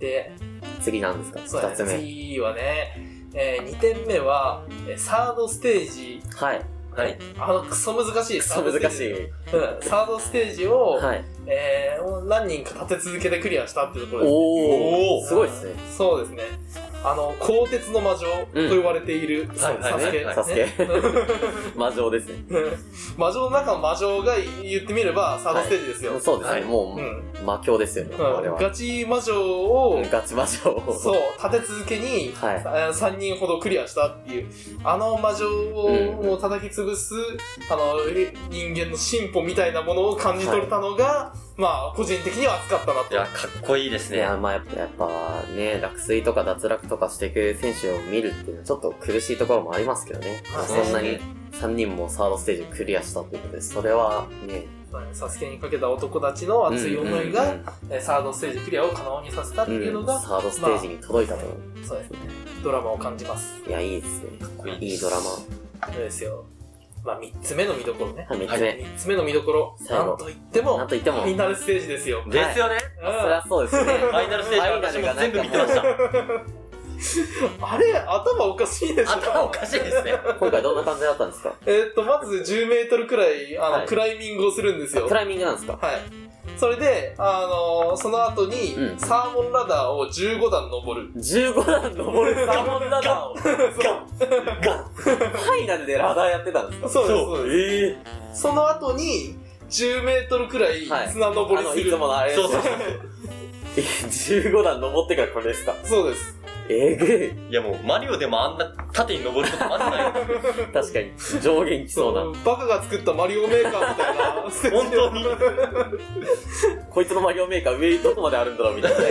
Speaker 3: で、
Speaker 2: 次なんですか
Speaker 3: そうだ
Speaker 2: ?2
Speaker 3: ね
Speaker 2: つ目。
Speaker 3: 次はね、え2点目は、えーサードステージ、
Speaker 2: はい。
Speaker 1: はい。
Speaker 3: あの、クソ難しい。
Speaker 2: くそ難しい。
Speaker 3: サードステージ。うん、サードステージを、
Speaker 2: はい。
Speaker 3: えーもう何人か立て続けてクリアしたっていうところです。
Speaker 2: お
Speaker 1: おー
Speaker 2: ー、すごいっすね。
Speaker 3: そうですね。あの、鋼鉄の魔女と言われている、サ
Speaker 1: はいはい
Speaker 3: スケ。
Speaker 1: はい
Speaker 2: サ
Speaker 1: [laughs]
Speaker 2: スケ
Speaker 3: ね。
Speaker 2: 魔女ですね。
Speaker 3: 魔女の中の魔女が言ってみればサードステージですよ。
Speaker 2: そうです
Speaker 1: は
Speaker 2: ね。
Speaker 1: い
Speaker 2: も
Speaker 3: うん
Speaker 2: う、魔境ですよね。あれ
Speaker 3: うん。
Speaker 2: は。
Speaker 3: ガチ魔女を、
Speaker 2: ガチ魔女を。
Speaker 3: そう、立て続けに、
Speaker 2: はい
Speaker 3: 3人ほどクリアしたっていう、あの魔女を
Speaker 2: うん
Speaker 3: もう叩き潰す、あの、え人間の進歩みたいなものを感じ取れたのが、まあ、個人的には熱かったないと。
Speaker 1: や、かっこいいです
Speaker 2: い
Speaker 1: ね。
Speaker 2: や、まあやっぱ、やっぱね、落水とか脱落とかしていく選手を見るっていうのはちょっと苦しいところもありますけどね。
Speaker 3: まあ
Speaker 2: そんな
Speaker 1: そう
Speaker 2: に
Speaker 1: で
Speaker 2: 3人もサードステージをクリアしたということで、それはね、
Speaker 3: サスケにかけた男たちの熱い思いが、
Speaker 2: うんうんうん
Speaker 3: えサードステージクリアを可能にさせたっていうのが、
Speaker 2: うんサードステージに届いたと。
Speaker 3: そうですね、ドラマを感じます。
Speaker 2: いや、いいですね。
Speaker 1: こいい
Speaker 2: いいドラマ。
Speaker 3: そうですよ。まあ、3つ目の見どころね。
Speaker 2: はい、3つ目。
Speaker 3: 3つ目の見どころ、
Speaker 2: 最
Speaker 3: な
Speaker 2: 後
Speaker 3: んといって
Speaker 2: なん
Speaker 3: も、
Speaker 2: といっても、
Speaker 3: フ
Speaker 2: そ
Speaker 3: ィ
Speaker 2: り
Speaker 3: ナルステージですよ。
Speaker 1: ですよね。
Speaker 2: ゃそうですね。
Speaker 1: ファイナルステージは私も全部見てました。
Speaker 3: あれ、頭おかしいでしょ
Speaker 1: 頭おかしいですね。
Speaker 2: 今回どんな感じだったんですか
Speaker 3: えーっと、まず10メートルくらい、あの、
Speaker 2: はい
Speaker 3: クライミングをするんですよ。
Speaker 2: ク
Speaker 3: はい。
Speaker 2: ライミングなんですか
Speaker 3: それで、あのーその後に、
Speaker 2: うん
Speaker 3: サーモンラダーを15段登る。
Speaker 2: ?15 段登 [laughs] るサーモンラダーを。フ
Speaker 1: ガンガン
Speaker 2: ァイナルでラダーやってたんですか
Speaker 3: そうです、そうで
Speaker 1: ええ
Speaker 3: す。その後に、10メートルくらい
Speaker 2: はい
Speaker 3: 砂登
Speaker 2: あ
Speaker 3: り
Speaker 2: の、
Speaker 3: す
Speaker 2: い
Speaker 3: る。
Speaker 2: つものあれです
Speaker 1: そう
Speaker 2: よ
Speaker 1: そうそ
Speaker 2: 15段登ってからこれですか
Speaker 3: そうです。
Speaker 2: えぐい。
Speaker 1: う。いやもう、マリオでもあんな縦に登ることまずない。
Speaker 2: 確かに上限きそうな
Speaker 3: バカが作ったマリオメーカーみた
Speaker 2: [laughs]
Speaker 3: いなステージ
Speaker 1: 本
Speaker 3: で。
Speaker 1: 当に。
Speaker 2: こいつのマリオメーカー上どこまであるんだろうみたいなね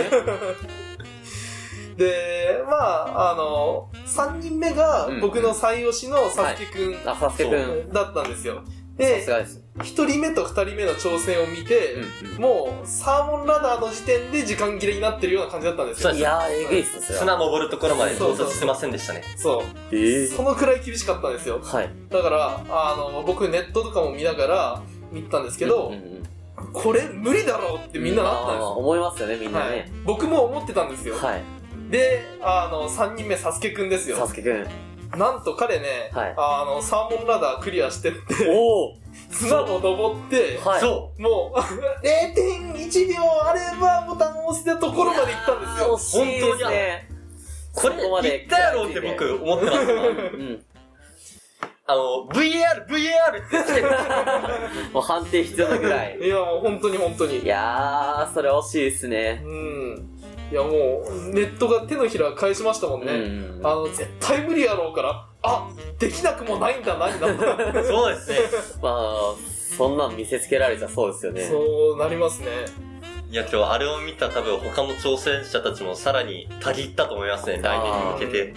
Speaker 2: [laughs]
Speaker 3: で、まあ、あの、3人目が
Speaker 2: うん
Speaker 3: 僕の最推しのサスケくん
Speaker 2: あサスケくん
Speaker 3: だったんですよ。
Speaker 2: さす
Speaker 3: で、
Speaker 2: がです。
Speaker 3: 一人目と二人目の挑戦を見て、
Speaker 2: う
Speaker 3: もう、サーモンラダーの時点で時間切れになってるような感じだったんですよ。
Speaker 1: ん
Speaker 2: いやー、えぐいっすね、それ
Speaker 1: 砂
Speaker 2: は。
Speaker 1: 登るところまで到達してませんでしたね。
Speaker 3: そう。
Speaker 2: え
Speaker 3: そのくらい厳しかったんですよ。
Speaker 2: はい。
Speaker 3: だから、あの、僕ネットとかも見ながら見てたんですけ
Speaker 2: うんう
Speaker 3: ど、
Speaker 2: んうん
Speaker 3: これ無理だろうってみんななったんです
Speaker 2: あー
Speaker 3: よ。
Speaker 2: 思いますよね、みんな
Speaker 3: はい
Speaker 2: ね。、
Speaker 3: 僕も思ってたんですよ。
Speaker 2: はい。
Speaker 3: で、あの、3人目、サスケくんです
Speaker 2: サ
Speaker 3: よ
Speaker 2: ス。ケく [laughs] ん。
Speaker 3: なんと彼ね、
Speaker 2: はい
Speaker 3: あの、サーモンラダークリアしてって、
Speaker 2: おお
Speaker 3: 砂を登って、
Speaker 2: はい。
Speaker 1: そ
Speaker 3: もう、0.1秒あればボタンを押したところまで行ったんですよ。
Speaker 2: 惜しいですね。
Speaker 1: うこれ、
Speaker 2: そこまで
Speaker 1: いったやろうって僕思ってます。
Speaker 2: うん。
Speaker 1: あの、VAR、VAR って言って、
Speaker 2: もう判定必要なぐらい。
Speaker 3: いや、もう本当に本当に。
Speaker 2: いやー、それ惜しいですね。
Speaker 3: うん。いや、もう、ネットが手のひら返しましたもん
Speaker 2: うんう
Speaker 3: ね。
Speaker 2: んうん。
Speaker 3: あの、絶対無理やろうから、あ、できなくもないんだな、になった。
Speaker 1: そうですね。
Speaker 2: まあ、そんなん見せつけられちゃそうですよね。
Speaker 3: そうなりますね。
Speaker 1: いや、今日あれを見た多分他の挑戦者たちもさらにたぎったと思いますね、来年に向けて。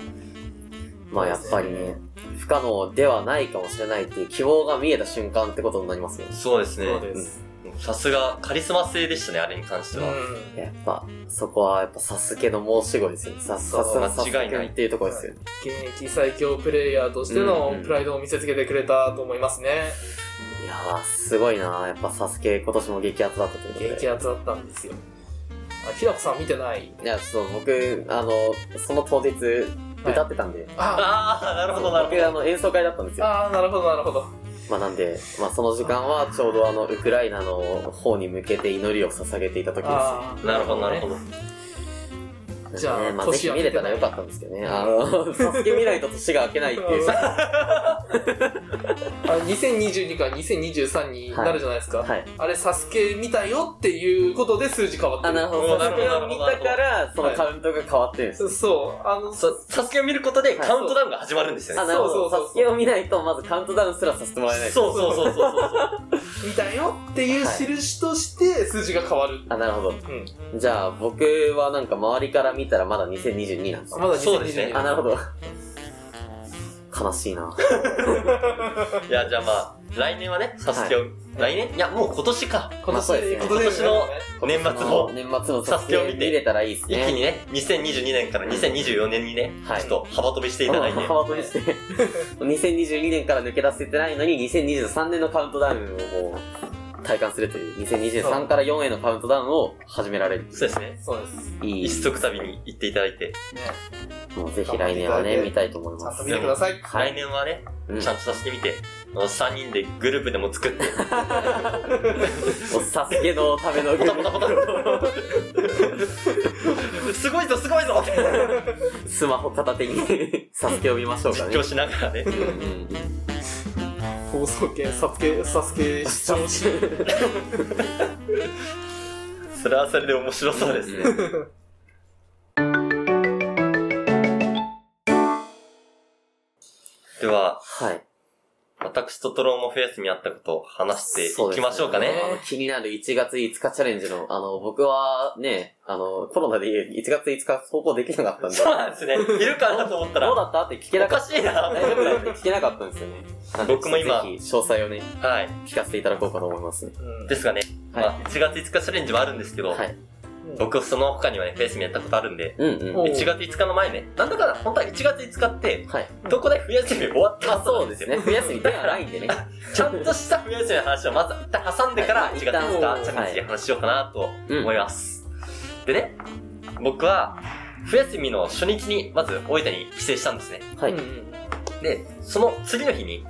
Speaker 2: まあやっぱりね、不可能ではないかもしれないっていう希望が見えた瞬間ってことになりますよね。
Speaker 1: そうですね。
Speaker 3: そうです。
Speaker 1: さすが、カリスマ性でしたね、あれに関して
Speaker 3: う
Speaker 1: は。
Speaker 3: ん。
Speaker 2: やっぱ、そこはやっぱサスケの申し子ですよね。さ
Speaker 3: そう
Speaker 2: さすがサス
Speaker 1: 間違い
Speaker 2: ケ
Speaker 1: ない
Speaker 2: 君っていうところですよね。
Speaker 3: 現役最強プレイヤーとして
Speaker 2: う
Speaker 3: の
Speaker 2: んうん
Speaker 3: プライドを見せつけてくれたと思いますね。
Speaker 2: いやー、すごいなー。やっぱサスケ今年も激アツだったということで。
Speaker 3: 激アツだったんですよ。あ、ひなこさん見てない
Speaker 2: いや、そう、僕、あの、その当日、歌ってたんで、
Speaker 3: あ
Speaker 1: ああ、なるほど、なるほ
Speaker 2: 僕、あの、演奏会だったんですよ。
Speaker 3: あー、なるほど、なるほど。
Speaker 2: まあ、なんで、まあ、その時間は、ちょうどあの、ウクライナの方に向けて祈りを捧げていた時です。
Speaker 3: あー
Speaker 1: ど。なるほど、なるほ
Speaker 3: ど。
Speaker 1: ど。
Speaker 2: なんでね
Speaker 3: じゃあ
Speaker 2: まあ、ぜひ
Speaker 3: 年明
Speaker 2: 見
Speaker 3: け
Speaker 2: れ
Speaker 3: て
Speaker 2: たらよかったんですけどね。あの、サスケ見ないと年が明けないっていう。は
Speaker 3: [laughs] あ2022から2023になるじゃないですか。
Speaker 2: い。
Speaker 3: あれ、サスケ見たよっていうことで数字変わって
Speaker 2: あ、
Speaker 3: る。
Speaker 2: なるほ
Speaker 1: お
Speaker 2: ど。
Speaker 1: ーな
Speaker 2: サ
Speaker 1: る
Speaker 2: ス
Speaker 1: ほど
Speaker 2: ケを見たから、そのカウントが変わってるんですよ。
Speaker 3: そう、あの、
Speaker 1: そうサスケを見ることで
Speaker 2: はい
Speaker 1: カウントダウンが始まるんですよ
Speaker 2: あ、
Speaker 1: ね。
Speaker 2: なるほ
Speaker 3: そう
Speaker 2: ど。
Speaker 3: そうそう
Speaker 2: サスケを見ないと、まずカウントダウンすらさせてもらえない。
Speaker 1: そうそうそうそうそう。
Speaker 3: 見たよっていう印として数字が変わる。
Speaker 2: あ、なるほど。
Speaker 3: うん。
Speaker 2: じゃあ、僕はなんか周りから見たらまだ2022なんですよ。
Speaker 3: まだ
Speaker 1: そうですね
Speaker 3: 2022
Speaker 2: あ、なるほど。悲しいな。
Speaker 1: いや、じゃあまあ、来年はね、サスケを、来年いや、もう今年か。
Speaker 2: ま
Speaker 3: 今
Speaker 2: あ
Speaker 3: 年、
Speaker 2: そうですね
Speaker 3: 今年ですね
Speaker 1: 今年の
Speaker 2: あの年末のサスケを見れたらいいです
Speaker 1: 一気に
Speaker 2: ね。
Speaker 1: ね、2022年から2024年にね、
Speaker 2: はい
Speaker 1: ちょっと幅跳びしてい
Speaker 2: あ
Speaker 1: た
Speaker 2: の
Speaker 1: だいて。
Speaker 2: 幅跳びして。2022年から抜け出せてないのに、2023年のカウントダウンをもう体感するという、2023から4へのカウントダウンを始められる。
Speaker 1: そうですね。
Speaker 3: そうです。
Speaker 2: いい
Speaker 1: 一。足旅に行っていただいて、
Speaker 3: ね。
Speaker 2: もうぜひ来年はね、見たいと思い
Speaker 3: ちゃ
Speaker 2: ま
Speaker 3: んと
Speaker 2: す。
Speaker 3: 見てください。
Speaker 2: は
Speaker 1: 来
Speaker 2: い。
Speaker 1: 年はね、
Speaker 2: うん
Speaker 1: ちゃんとさせてみて、3人でグループでも作
Speaker 2: [laughs]
Speaker 1: って、
Speaker 2: もうサスケのための
Speaker 1: ポタポタポタ。すごいぞ、すごいぞって
Speaker 2: スマホ片手に [laughs] サスケを見ましょうかね
Speaker 1: 実。況しながらね。
Speaker 2: うんうんうん
Speaker 3: 放送権、サスケ、サスケ視聴者。
Speaker 1: それはそれで面白そうですね。では、
Speaker 2: はい。
Speaker 1: 私とトローモフェイスにあったことを話して
Speaker 2: そう
Speaker 1: い
Speaker 2: で
Speaker 1: き
Speaker 2: す
Speaker 1: ましょうかね。
Speaker 2: あの気になる1月5日チャレンジの、あの、僕はね、あの、コロナで1月5日投稿できなかったんで、
Speaker 1: そう
Speaker 2: どう
Speaker 1: なんですね。いるかなと思ったら、
Speaker 2: だ
Speaker 1: お
Speaker 2: ったって聞けなかっ
Speaker 1: か
Speaker 2: た。
Speaker 1: しいな。
Speaker 2: 大丈夫だって聞けなかったんですよね。なんで
Speaker 1: 僕も今
Speaker 2: ぜひ詳細をね、
Speaker 1: はい。
Speaker 2: 聞かせていただこうかと思います。
Speaker 3: うん
Speaker 1: ですがね、
Speaker 2: はい
Speaker 1: まあ、1月5日チャレンジもあるんですけど、
Speaker 2: はい。
Speaker 1: 僕その他にはね、フェイスにやったことあるんで、
Speaker 2: うんうん。
Speaker 3: お
Speaker 1: 1月5日の前ね、なんだかな、本当は1月5日って、
Speaker 2: はい。
Speaker 1: どこで冬休み終わった
Speaker 2: あ、
Speaker 1: 後なん
Speaker 2: そ
Speaker 1: で
Speaker 2: うですす
Speaker 1: よ。
Speaker 2: ね。冬休みではないんでね。
Speaker 1: ちゃんとした冬休みの話をまず一旦挟んでから
Speaker 2: はい
Speaker 1: 1月5日チャレンジで話しようかなと思います。でね、僕は冬休みの初日にまず大分に帰省したんですね。
Speaker 2: はい。
Speaker 3: うん
Speaker 1: で、その次の日に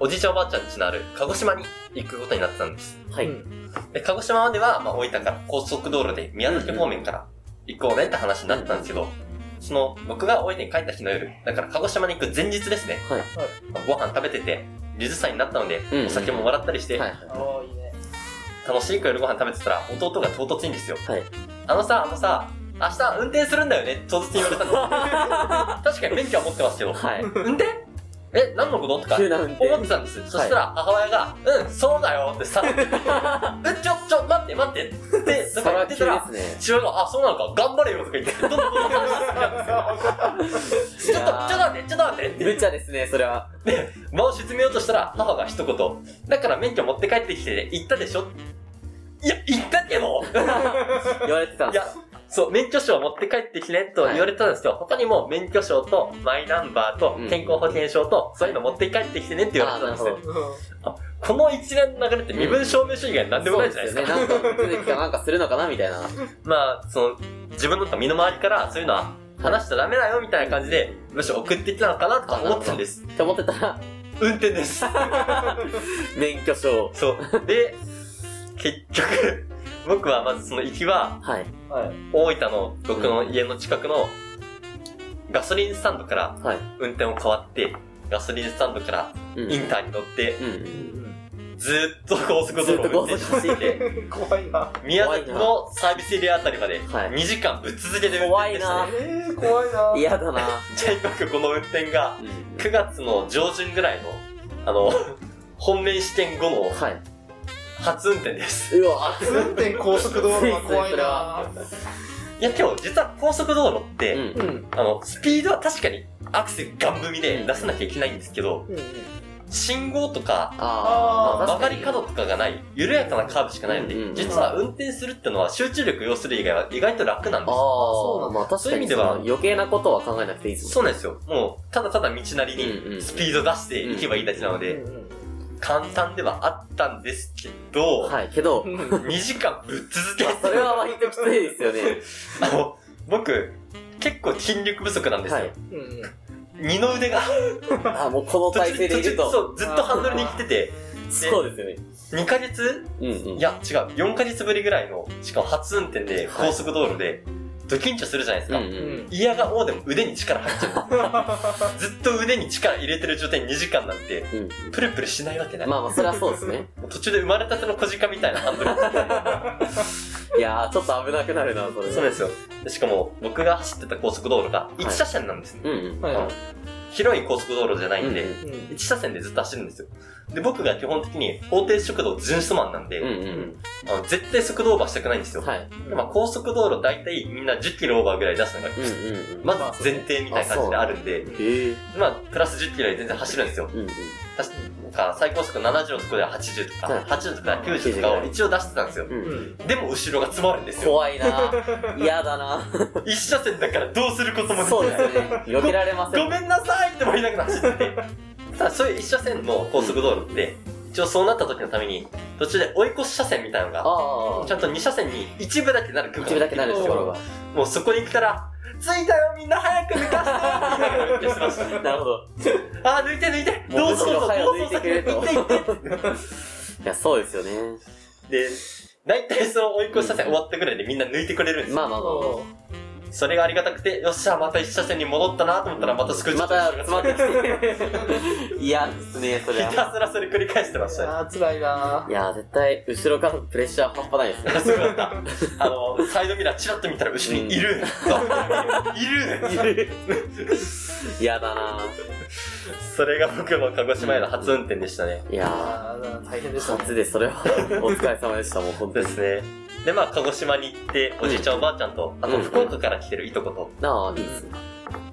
Speaker 1: おじいちゃんおばあちゃん家のある鹿児島に行くことになってたんです。
Speaker 2: はい。
Speaker 3: うん
Speaker 1: で、鹿児島までは、まあ、大分から高速道路で宮崎方面から行こうねって話になってたんですけど、その僕が大分に帰った日の夜、だから鹿児島に行く前日ですね。
Speaker 2: はい
Speaker 1: まあご飯食べてて、20歳になったので
Speaker 2: うんう、ん
Speaker 1: お酒ももらったりして、
Speaker 2: はい。
Speaker 3: ああ、いいね。
Speaker 1: 楽しい夜ご飯食べてたら、弟が唐突にですよ。
Speaker 2: はい
Speaker 1: あのさ、あのさ、明日
Speaker 2: [laughs]
Speaker 1: 運転するんだよね、唐突に言われたの。確かに免許は持ってますけど。
Speaker 2: はい。
Speaker 1: 運転え、何のこととか
Speaker 2: 急な運転。
Speaker 1: 思ってたんです。そしたら母親が、うん、そうだよ
Speaker 2: [laughs]
Speaker 1: ってさ、え、ちょ、ちょ、待って待ってって、と
Speaker 2: そ
Speaker 1: か言っ
Speaker 2: れは
Speaker 1: て
Speaker 2: 急
Speaker 1: たら、
Speaker 2: ですね。
Speaker 1: 父親が、あ、そうなのか、頑張れよとか言って、どんどんどんどん話してたんですよ。ちょっと、ちょっと待って、ちょっと待ってって
Speaker 2: 無茶ですね、そ
Speaker 1: [laughs]
Speaker 2: れは。
Speaker 1: 間を沈めようとしたら母が一言、だから免許持って帰ってきて、行ったでしょいや、行ったけど
Speaker 2: 言われてたん
Speaker 1: い
Speaker 2: で
Speaker 1: や、そう、免許証持って帰ってきてねと言われたんですけど、他にも免許証とマイナンバーと
Speaker 2: うん
Speaker 1: 健康保険証と、そういうの持って帰ってきてねって言われたんです
Speaker 2: あな
Speaker 1: よ
Speaker 2: る。
Speaker 1: この一連の流れって身分証明書以外何でもないじゃないですか。
Speaker 2: そうよね。なんか、手続きかなんかするのかなみたいな。
Speaker 1: まあ、その、自分の身の回りからそういうのは話しちゃダメだよみたいな感じで、むしろ送ってきたのかなとか思ったんです。
Speaker 2: って思ってたら、
Speaker 1: 運転です。 [laughs]
Speaker 2: 免許証。
Speaker 1: そう。で、結局、僕はまずその行きは、
Speaker 2: はい。
Speaker 3: はい。
Speaker 1: 大分の僕の家の近くのガソリンスタンドから
Speaker 2: はい。
Speaker 1: 運転を変わって、ガソリンスタンドから
Speaker 2: うん。
Speaker 1: インターに乗って、
Speaker 2: うんうん。
Speaker 1: ずーっと高速道路を運転し続けて、
Speaker 3: 怖いな。
Speaker 1: 宮崎のサービスエリアあたりまで
Speaker 2: はい
Speaker 1: 2時間ぶっ続けて運転でした、ね。 [laughs]
Speaker 2: 怖いな
Speaker 3: えー、怖いな。
Speaker 2: 嫌だな。
Speaker 1: じゃあ僕この運転が
Speaker 2: うん
Speaker 1: 9月の上旬ぐらいの、あの、 [laughs] 本面試験後の
Speaker 2: はい。
Speaker 1: 初運転です。
Speaker 2: うわ、
Speaker 3: 運転高速道路は怖いな。
Speaker 1: いや今日実は高速道路って、
Speaker 2: うん。
Speaker 3: うん。
Speaker 1: あの、スピードは確かにアクセルガン踏みで出さなきゃいけないんですけど、
Speaker 3: うん。
Speaker 1: 信号とか、
Speaker 2: あ
Speaker 3: あ
Speaker 2: あ、
Speaker 1: 曲がり角とかがない、緩やかなカーブしかないの
Speaker 2: うんうんう
Speaker 1: で、
Speaker 2: ん
Speaker 1: 実は運転するってのは集中力要する以外は意外と楽なんで
Speaker 2: あ
Speaker 3: そうな
Speaker 2: あ、
Speaker 3: ん
Speaker 2: まあ確
Speaker 1: そういう意
Speaker 2: かに
Speaker 1: 味
Speaker 2: そ
Speaker 1: で
Speaker 2: の
Speaker 1: は。
Speaker 2: 余計なことは考えなくていいですす
Speaker 1: そうなんですよ。もう、ただただ道なり
Speaker 2: うんうんう
Speaker 1: に
Speaker 2: ん
Speaker 1: スピード出していけばいいだけなので、簡単ではあったんですけど、
Speaker 2: もん。はい、けど、
Speaker 3: うん。
Speaker 1: 2時間ぶっ続け
Speaker 2: まあそれは割ときついですよね。
Speaker 1: [laughs] あの、僕、結構筋力不足なんですよ。
Speaker 2: はい
Speaker 3: うん。
Speaker 1: 二の腕が、
Speaker 2: あーもうこの
Speaker 1: 途
Speaker 2: 体
Speaker 1: 中
Speaker 2: 勢でいる
Speaker 1: 途中
Speaker 2: と。
Speaker 1: そうずっとハンドルに来てて、
Speaker 2: そうですよね。
Speaker 1: 2ヶ月
Speaker 2: うんうん。
Speaker 1: い、や、違う。4ヶ月ぶりぐらいの、しかも初運転で、
Speaker 2: はい
Speaker 1: 高速道路で、ドキンチョするじゃないです
Speaker 2: うん
Speaker 1: か。
Speaker 2: うん。
Speaker 1: 嫌がおうでも腕に力入っちゃう。ずっと腕に力入れてる状態に2時間なんて、
Speaker 2: うん。
Speaker 1: プルプルしないわけない。
Speaker 2: まあまあ、それはそうです
Speaker 1: [laughs]
Speaker 2: ね。
Speaker 1: 途中で生まれたての小鹿みたいなハンドル。
Speaker 2: いやー、ちょっと危なくなるな、それ。 [laughs]
Speaker 1: そうですよ。でしかも、僕が走ってた高速道路が、1車線なんですね。
Speaker 2: うんうん。
Speaker 3: はい
Speaker 1: あの広い高速道路じゃないんで、
Speaker 2: うん
Speaker 3: うん。
Speaker 1: 1車線でずっと走るんですよ。で、僕が基本的に法定速度準速マンなんで、
Speaker 2: うんうん
Speaker 1: あの絶対速度オーバーしたくないんです
Speaker 2: う
Speaker 1: よ。
Speaker 2: ん。はい。
Speaker 1: でまあ高速道路大体みんな10キロオーバーぐらい出すのが、
Speaker 2: うんうんうん。
Speaker 1: まず前提みたいな感じであるんで、
Speaker 2: へえ。
Speaker 1: まあプラス10キロで全然走るんですよ。
Speaker 2: うんうん。
Speaker 1: 確か最高速70のとこでは80とか、
Speaker 2: はい
Speaker 1: 80とか90とかを一応出してたんですよ。
Speaker 2: うん
Speaker 3: うん。
Speaker 1: でも後ろが詰まるんですよ。
Speaker 2: 怖いなー嫌
Speaker 1: [laughs]
Speaker 2: だな
Speaker 1: 一車線だからどうすることもでき
Speaker 2: そう
Speaker 1: な
Speaker 2: で
Speaker 1: い
Speaker 2: す。よね。避けられませ
Speaker 1: ご
Speaker 2: ん。
Speaker 1: めんなさいってもいなくなっちゃって。ただそういう一車線の高速道路って、一応そうなった時のために、途中で追い越し車線みたいなのが、
Speaker 2: ああ
Speaker 1: ちゃ。んと二車線に一部だけなる区間
Speaker 2: 一部だけなると
Speaker 1: [laughs]
Speaker 2: ころが。
Speaker 1: もうそこに来たら、着いたよみんな早く抜かしてって言ってました。
Speaker 2: [laughs] なるほど。
Speaker 1: あー、抜いて抜いて
Speaker 2: も
Speaker 1: ど
Speaker 2: う
Speaker 1: うぞ
Speaker 2: むし
Speaker 1: どう
Speaker 2: ろ
Speaker 1: ぞ
Speaker 2: 早く
Speaker 1: ど
Speaker 2: 抜
Speaker 1: う
Speaker 2: い
Speaker 1: ぞ
Speaker 2: て
Speaker 1: 行
Speaker 2: くれ
Speaker 1: って
Speaker 2: と
Speaker 1: 行って
Speaker 2: いや、そうですよね。
Speaker 1: で、大体その追い越し車線終わったぐらいでみんな抜いてくれるんですよ。
Speaker 2: まあまあまあまあ。
Speaker 1: それがありがたくて、よっしゃ、また一車線に戻ったなと思ったら、また少し
Speaker 2: また詰まっ
Speaker 1: [laughs]
Speaker 2: てきて。いや、ですね、そ
Speaker 1: ひ
Speaker 2: れは。
Speaker 1: たすらそれ繰り返してま
Speaker 3: い
Speaker 1: したね。
Speaker 3: やー、辛いない
Speaker 2: や、絶対、後ろからのプレッシャー半端ないですね。
Speaker 1: すごか [laughs] った。あの、サイドミラーチラッと見たら後ろにい [laughs] る。いる。 [laughs]
Speaker 2: 嫌だなぁ。
Speaker 1: それが僕の鹿児島への初運転でしたね。
Speaker 2: いや
Speaker 3: あー大変で
Speaker 2: ぁ、
Speaker 3: したね。
Speaker 2: 初でそれは、お疲れ様でした、もう本当
Speaker 1: で
Speaker 2: に。
Speaker 1: すね。で、まあ、鹿児島に行って、おじいちゃんおばあちゃんと、あと
Speaker 2: うん
Speaker 1: 福岡から来てるいとこと
Speaker 2: なあ、いいですね。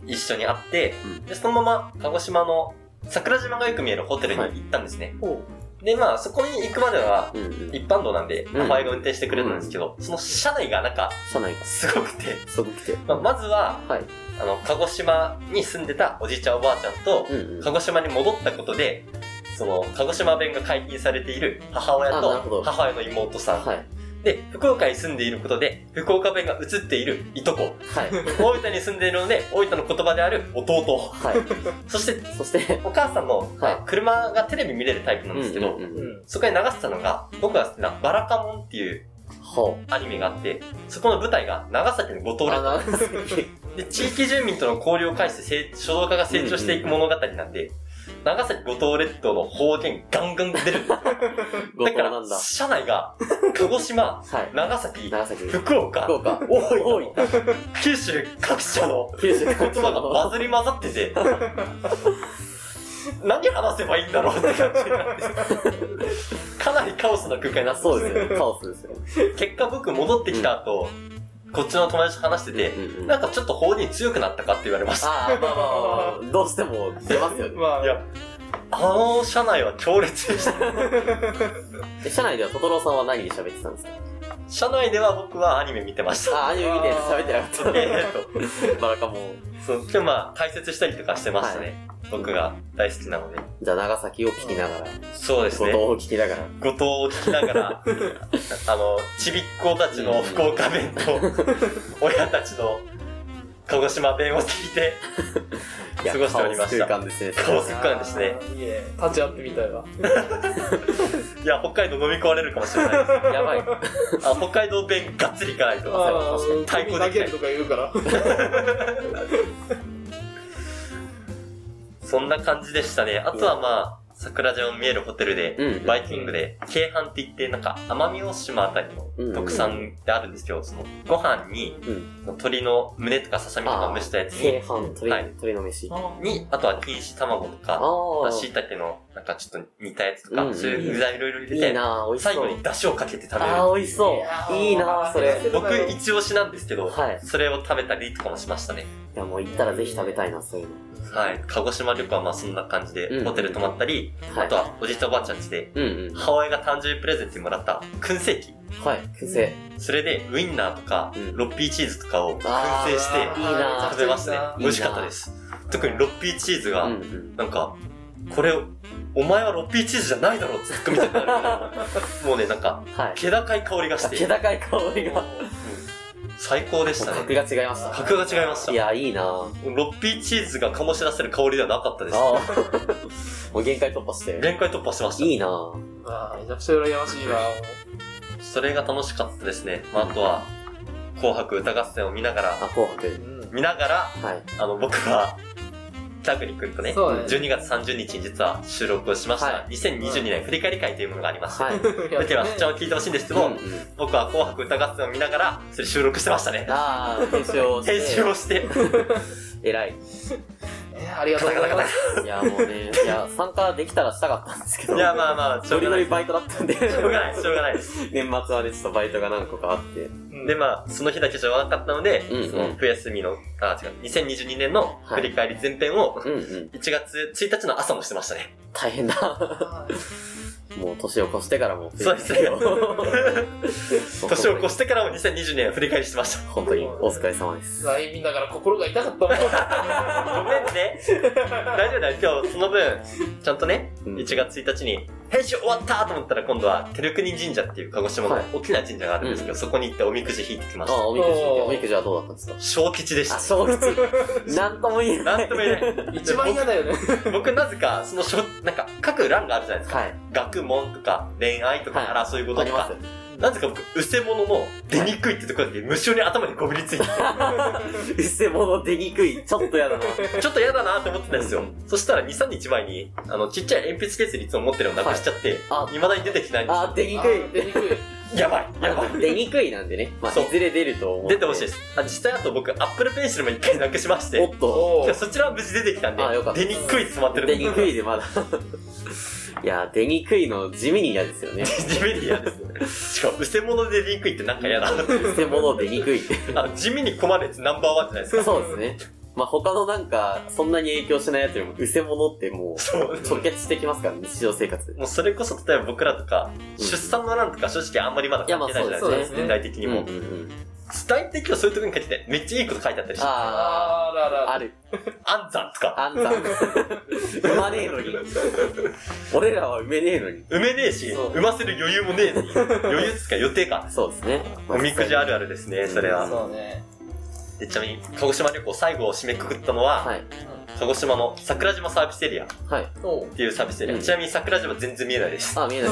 Speaker 1: 一緒に会って
Speaker 2: う、ん
Speaker 1: で、そのまま鹿児島の桜島がよく見えるホテルに行ったんですね。
Speaker 3: おう
Speaker 1: で、まあ、そこに行くまでは、
Speaker 2: うんうん。
Speaker 1: 一般道なんで、
Speaker 2: ん
Speaker 1: 母親が運転してくれたんですけど、その車内がなんか、
Speaker 2: 車内が、
Speaker 1: すごくて、
Speaker 2: すごくて。
Speaker 1: まあ、まずは、
Speaker 2: はい。
Speaker 1: あの、鹿児島に住んでたおじいちゃんおばあちゃんと、
Speaker 2: うんうん。
Speaker 1: 鹿児島に戻ったことで、その、鹿児島弁が解禁されている母親
Speaker 2: あなるほ
Speaker 1: と
Speaker 2: ど
Speaker 1: 母親の妹さん。
Speaker 2: はい。
Speaker 1: で、福岡に住んでいることで、福岡弁が映っているいとこ。
Speaker 2: はい。
Speaker 1: 大分に住んでいるので、大分の言葉である弟。 [laughs]
Speaker 2: はい。
Speaker 1: そして、
Speaker 2: そして、
Speaker 1: お母さんの、まあ車がテレビ見れるタイプなんですけど、
Speaker 2: うんうんうん
Speaker 1: そこに流してたのが、僕が好きなバラカモンっていう
Speaker 2: ほう。
Speaker 1: アニメがあって、そこの舞台が長崎の五島
Speaker 2: あ、
Speaker 1: 列
Speaker 2: 長崎。
Speaker 1: 島で、地域住民との交流を介して成書道家が成長していく物語なんで、長崎五島列島の方言ガンガン出るんですよ
Speaker 2: 五
Speaker 1: だか
Speaker 2: 島なんだ
Speaker 1: ら、。社内が、鹿児島、
Speaker 2: はい。
Speaker 1: 長崎、
Speaker 2: 長崎。
Speaker 1: 福岡
Speaker 2: 福、岡。
Speaker 1: 大分、九州各社の
Speaker 2: 九州言
Speaker 1: 言葉が混ざり混ざってて、何話せばいいんだろうって感じになって。かなりカオスな空間にな
Speaker 2: あ
Speaker 1: ってま
Speaker 2: そ
Speaker 1: す
Speaker 2: うですよね。カオスですよね。
Speaker 1: 結果僕戻ってきた後、こっちの友達と話してて、
Speaker 2: うんうん
Speaker 1: なんかちょっと法に強くなったかって言われました。
Speaker 2: ああ、まあまあまあ、どうしても出ますよね。
Speaker 3: まあ、
Speaker 1: いや、あの社内は強烈でした。
Speaker 2: で社内ではトトローさんは何で喋ってたんですか
Speaker 1: 社内では僕はアニメ見てまし
Speaker 2: あ
Speaker 1: た。
Speaker 2: あ、アニメ見て喋ってなかっ
Speaker 1: えーっと、
Speaker 2: た。バラカも。
Speaker 1: そう、でもまあ解説したりとかしてましたね。僕が大好きなので。
Speaker 2: じゃあ長崎を聞きながら、
Speaker 1: そうです
Speaker 2: 後藤
Speaker 1: ね。
Speaker 2: を聞きながら。
Speaker 1: 後藤を聞きなが
Speaker 2: [laughs]
Speaker 1: ら、あの、ちびっ子たちの福岡弁
Speaker 2: [laughs]
Speaker 1: と、親たちの鹿児島弁を聞いて、
Speaker 2: いや
Speaker 1: 過ごしておりました
Speaker 2: カオス空間ですね。
Speaker 1: カオス空間ですね。
Speaker 3: いえ、立ち会ってみたいわ。
Speaker 1: いや、北海道飲み込まれるかもしれないです。
Speaker 2: やばい。 [laughs]
Speaker 1: あ、北海道弁がっつりいかないと
Speaker 3: ああ、
Speaker 1: 確かに
Speaker 3: ゴミ投げるとか言うから。
Speaker 1: そんな感じでしたね。あとはまあ、桜島見えるホテルで、
Speaker 2: うん。
Speaker 1: バイキングで、京阪って言って、なんか、奄美大島あたりの
Speaker 2: うん
Speaker 1: 特産であるんですけど、その、ご飯に、
Speaker 2: うん。
Speaker 1: 鶏の胸とかささみとか蒸したやつ
Speaker 2: 京
Speaker 1: に、
Speaker 2: 阪、鳥、
Speaker 1: はい
Speaker 2: 鳥の飯。あ
Speaker 1: に、あとは錦糸卵とか、
Speaker 2: あ
Speaker 1: しいたけの、なんかちょっと煮たやつと
Speaker 2: う
Speaker 1: か、
Speaker 2: ん
Speaker 1: そういう具材いろいろ入
Speaker 2: い
Speaker 1: れ
Speaker 2: い
Speaker 1: て、
Speaker 2: なぁ、美味し
Speaker 1: 最
Speaker 2: そ
Speaker 1: 後
Speaker 2: う。
Speaker 1: に出汁をかけて食べる。
Speaker 2: ああ、美味しそう。いいなぁ、それ。い
Speaker 1: 僕一押しなんですけど、
Speaker 2: はい
Speaker 1: それを食べたりとかもしましたね。
Speaker 2: や、もう行ったらぜひ食べたいな、そういうの。
Speaker 1: はい。鹿児島旅行はまあそんな感じで、
Speaker 2: うん
Speaker 1: ホテル泊まったり、
Speaker 2: はい。
Speaker 1: あとはおじいちゃんおばあちゃんちで、
Speaker 2: うんうん。
Speaker 1: 母親が誕生日プレゼントにもらった燻製機。
Speaker 2: はい。燻製。
Speaker 1: それでウインナーとか、
Speaker 2: うん
Speaker 1: ロッピーチーズとかを燻
Speaker 2: あー
Speaker 1: 製して
Speaker 2: いいな
Speaker 1: 食べましたね。
Speaker 2: いいな
Speaker 1: 美味しかったです。特にロッピーチーズが、
Speaker 2: うんうん。
Speaker 1: なんか、これ、お前はロッピーチーズじゃないだろうって突っ込みたくなるぐら
Speaker 2: [laughs]
Speaker 1: いのもうね、なんか、
Speaker 2: はい。
Speaker 1: 気高い香りがして。
Speaker 2: 気高い香りが。
Speaker 1: 最高でした
Speaker 2: 格
Speaker 1: ね。
Speaker 2: が違いまし。
Speaker 1: 格が違いましたた
Speaker 2: い。や、いいなぁ。
Speaker 1: ロッピーチーズが醸し出せる香りではなかったです。
Speaker 2: ああ。 [laughs] もう限界突破して。
Speaker 1: 限界突破しました。
Speaker 2: いいなぁ。
Speaker 3: ああ、めちゃくちゃ羨ましいな。
Speaker 1: それが楽しかったですね。まあ、あとは、紅白歌合戦を見なが
Speaker 2: あ、
Speaker 1: ら、
Speaker 2: 紅白。
Speaker 3: うん
Speaker 1: 見ながら、
Speaker 2: はい。
Speaker 1: あの、僕は、北国くんとね、
Speaker 3: そうね
Speaker 1: 12月30日に実は収録をしました、
Speaker 2: は
Speaker 1: 2022年振り返り会というものがありまして、
Speaker 2: はい。
Speaker 1: だけはそちらも聞いてほしいんですけど、
Speaker 2: うんうん
Speaker 1: 僕は紅白歌合戦を見ながら、それ収録してましたね。
Speaker 2: ああ、編集をして。
Speaker 1: 編集をして、
Speaker 2: 偉い。
Speaker 3: えーありがとうございます。
Speaker 2: いや、もうね、いや、参加できたらしたかったんですけど。
Speaker 1: いや、まあまあ、しょ
Speaker 2: ノ
Speaker 1: う
Speaker 2: リ
Speaker 1: が
Speaker 2: ノ
Speaker 1: ない
Speaker 2: リ。バイトだったんで。
Speaker 1: しょうがない、しょうがないです。
Speaker 2: 年末はね、ちょっとバイトが何個かあって。
Speaker 1: で、まあ、その日だけじゃなかったので、
Speaker 2: うんうん
Speaker 1: その冬休みの、あ、違う、2022年の振り返り前編を、
Speaker 2: うんうん。
Speaker 1: 1月1日の朝もしてましたね。
Speaker 2: 大変 [laughs] だ。もう年を越してからもう。
Speaker 1: そうですね [laughs]
Speaker 2: [laughs]
Speaker 1: 年を越
Speaker 2: し
Speaker 1: してからも2020年を振り返りしてました。
Speaker 2: 本当にお疲れ様です。
Speaker 3: ライン見ながら心が痛かったもん。
Speaker 1: ごめんね。大丈夫だよ。今日その分、ちゃんとね、
Speaker 2: うん
Speaker 1: 1月1日に、編集終わったと思ったら今度は、照国神社っていう鹿児島の
Speaker 2: はい
Speaker 1: 大きな神社があるんですけど、そこに行っておみくじ引いてきま
Speaker 2: あ
Speaker 1: し
Speaker 2: あ、
Speaker 1: た。
Speaker 2: おみくじ見て、
Speaker 3: おー
Speaker 2: おみくじはどうだったんですか
Speaker 1: 小吉でし
Speaker 2: あ、
Speaker 1: た。
Speaker 2: 正直。 [laughs] なんとも言えない。
Speaker 1: なんとも言え
Speaker 2: [laughs]
Speaker 1: ない。
Speaker 3: 一番嫌だよね。
Speaker 1: 僕、僕なぜか、その小、なんか、書く欄があるじゃないですか。
Speaker 2: はい。
Speaker 1: 学問とか、恋愛とか、
Speaker 2: は
Speaker 1: 争い事
Speaker 2: あ
Speaker 1: と
Speaker 2: り
Speaker 1: か、
Speaker 2: ます。
Speaker 1: なぜか僕、うせ者の出にくいってところで無性に頭にこびりついて、
Speaker 2: うせ者出にくい。ちょっとやだな。
Speaker 1: ちょっと嫌だなって思ってたんですよ。そしたら2、3日前に、あの、ちっちゃい鉛筆ケースにいつも持ってるのなくしちゃって、
Speaker 2: あ
Speaker 1: 未だに出てきないんです
Speaker 2: [laughs] あ、出にくい。
Speaker 3: 出にくい。
Speaker 1: やばい、やばい。
Speaker 2: 出にくいなんで [laughs] ね。まあ、
Speaker 1: そう
Speaker 2: いずれ出ると思う。
Speaker 1: 出てほしいです。あ、実際あと僕、アップルペンシルも一回なくしまして、
Speaker 2: おっと。
Speaker 1: いやそちらは無事出てきたんで
Speaker 2: あよかっ、た
Speaker 1: 出にくい詰まってる
Speaker 2: 出にくいで [laughs] まだ。いや、出にくいの地味に嫌ですよ [laughs] ね。
Speaker 1: 地味に嫌です。しかも、うせ者で出にくいってなんか嫌だ。
Speaker 2: うせ者出にくいって。
Speaker 1: あ、地味に困るやつナンバーワンじゃないですか。
Speaker 2: そうですね。まあ、他のなんか、そんなに影響しないやつよりも、うせ者ってもう、
Speaker 1: そう。
Speaker 2: 直結してきますから、日常生活で。
Speaker 1: もうそれこそ、例えば僕らとか、
Speaker 2: うん
Speaker 1: 出産の欄とか正直あんまりまだ書いてないじゃないです
Speaker 3: い
Speaker 1: か
Speaker 3: やまあそうで、すね
Speaker 1: 年代的に
Speaker 2: うんう
Speaker 1: も。
Speaker 2: んうん。
Speaker 1: 時代的にはそういうとこに書いてて、めっちゃいいこと書いてあったりして、
Speaker 2: あ
Speaker 3: あら
Speaker 2: ー、あ
Speaker 3: ら。
Speaker 2: る。
Speaker 1: 安産とか、
Speaker 2: あんた。 [laughs] 産まねえのに。俺らは埋めねえのに。
Speaker 1: 埋めねえし、
Speaker 3: そう
Speaker 1: 産ませる余裕もねえのに、余裕っつうか予定か。
Speaker 2: そうですね。
Speaker 1: おみくじあるあるですね、それは。
Speaker 3: そうね。
Speaker 1: でちなみに、鹿児島旅行最後を締めくくったのは、
Speaker 2: はい。
Speaker 1: 鹿児島の桜島サービスエリアっ
Speaker 2: はい。
Speaker 3: おう。
Speaker 1: ていうサービスエリア。
Speaker 2: うん
Speaker 1: ちなみに桜島全然見えないです。
Speaker 2: あ、見えない。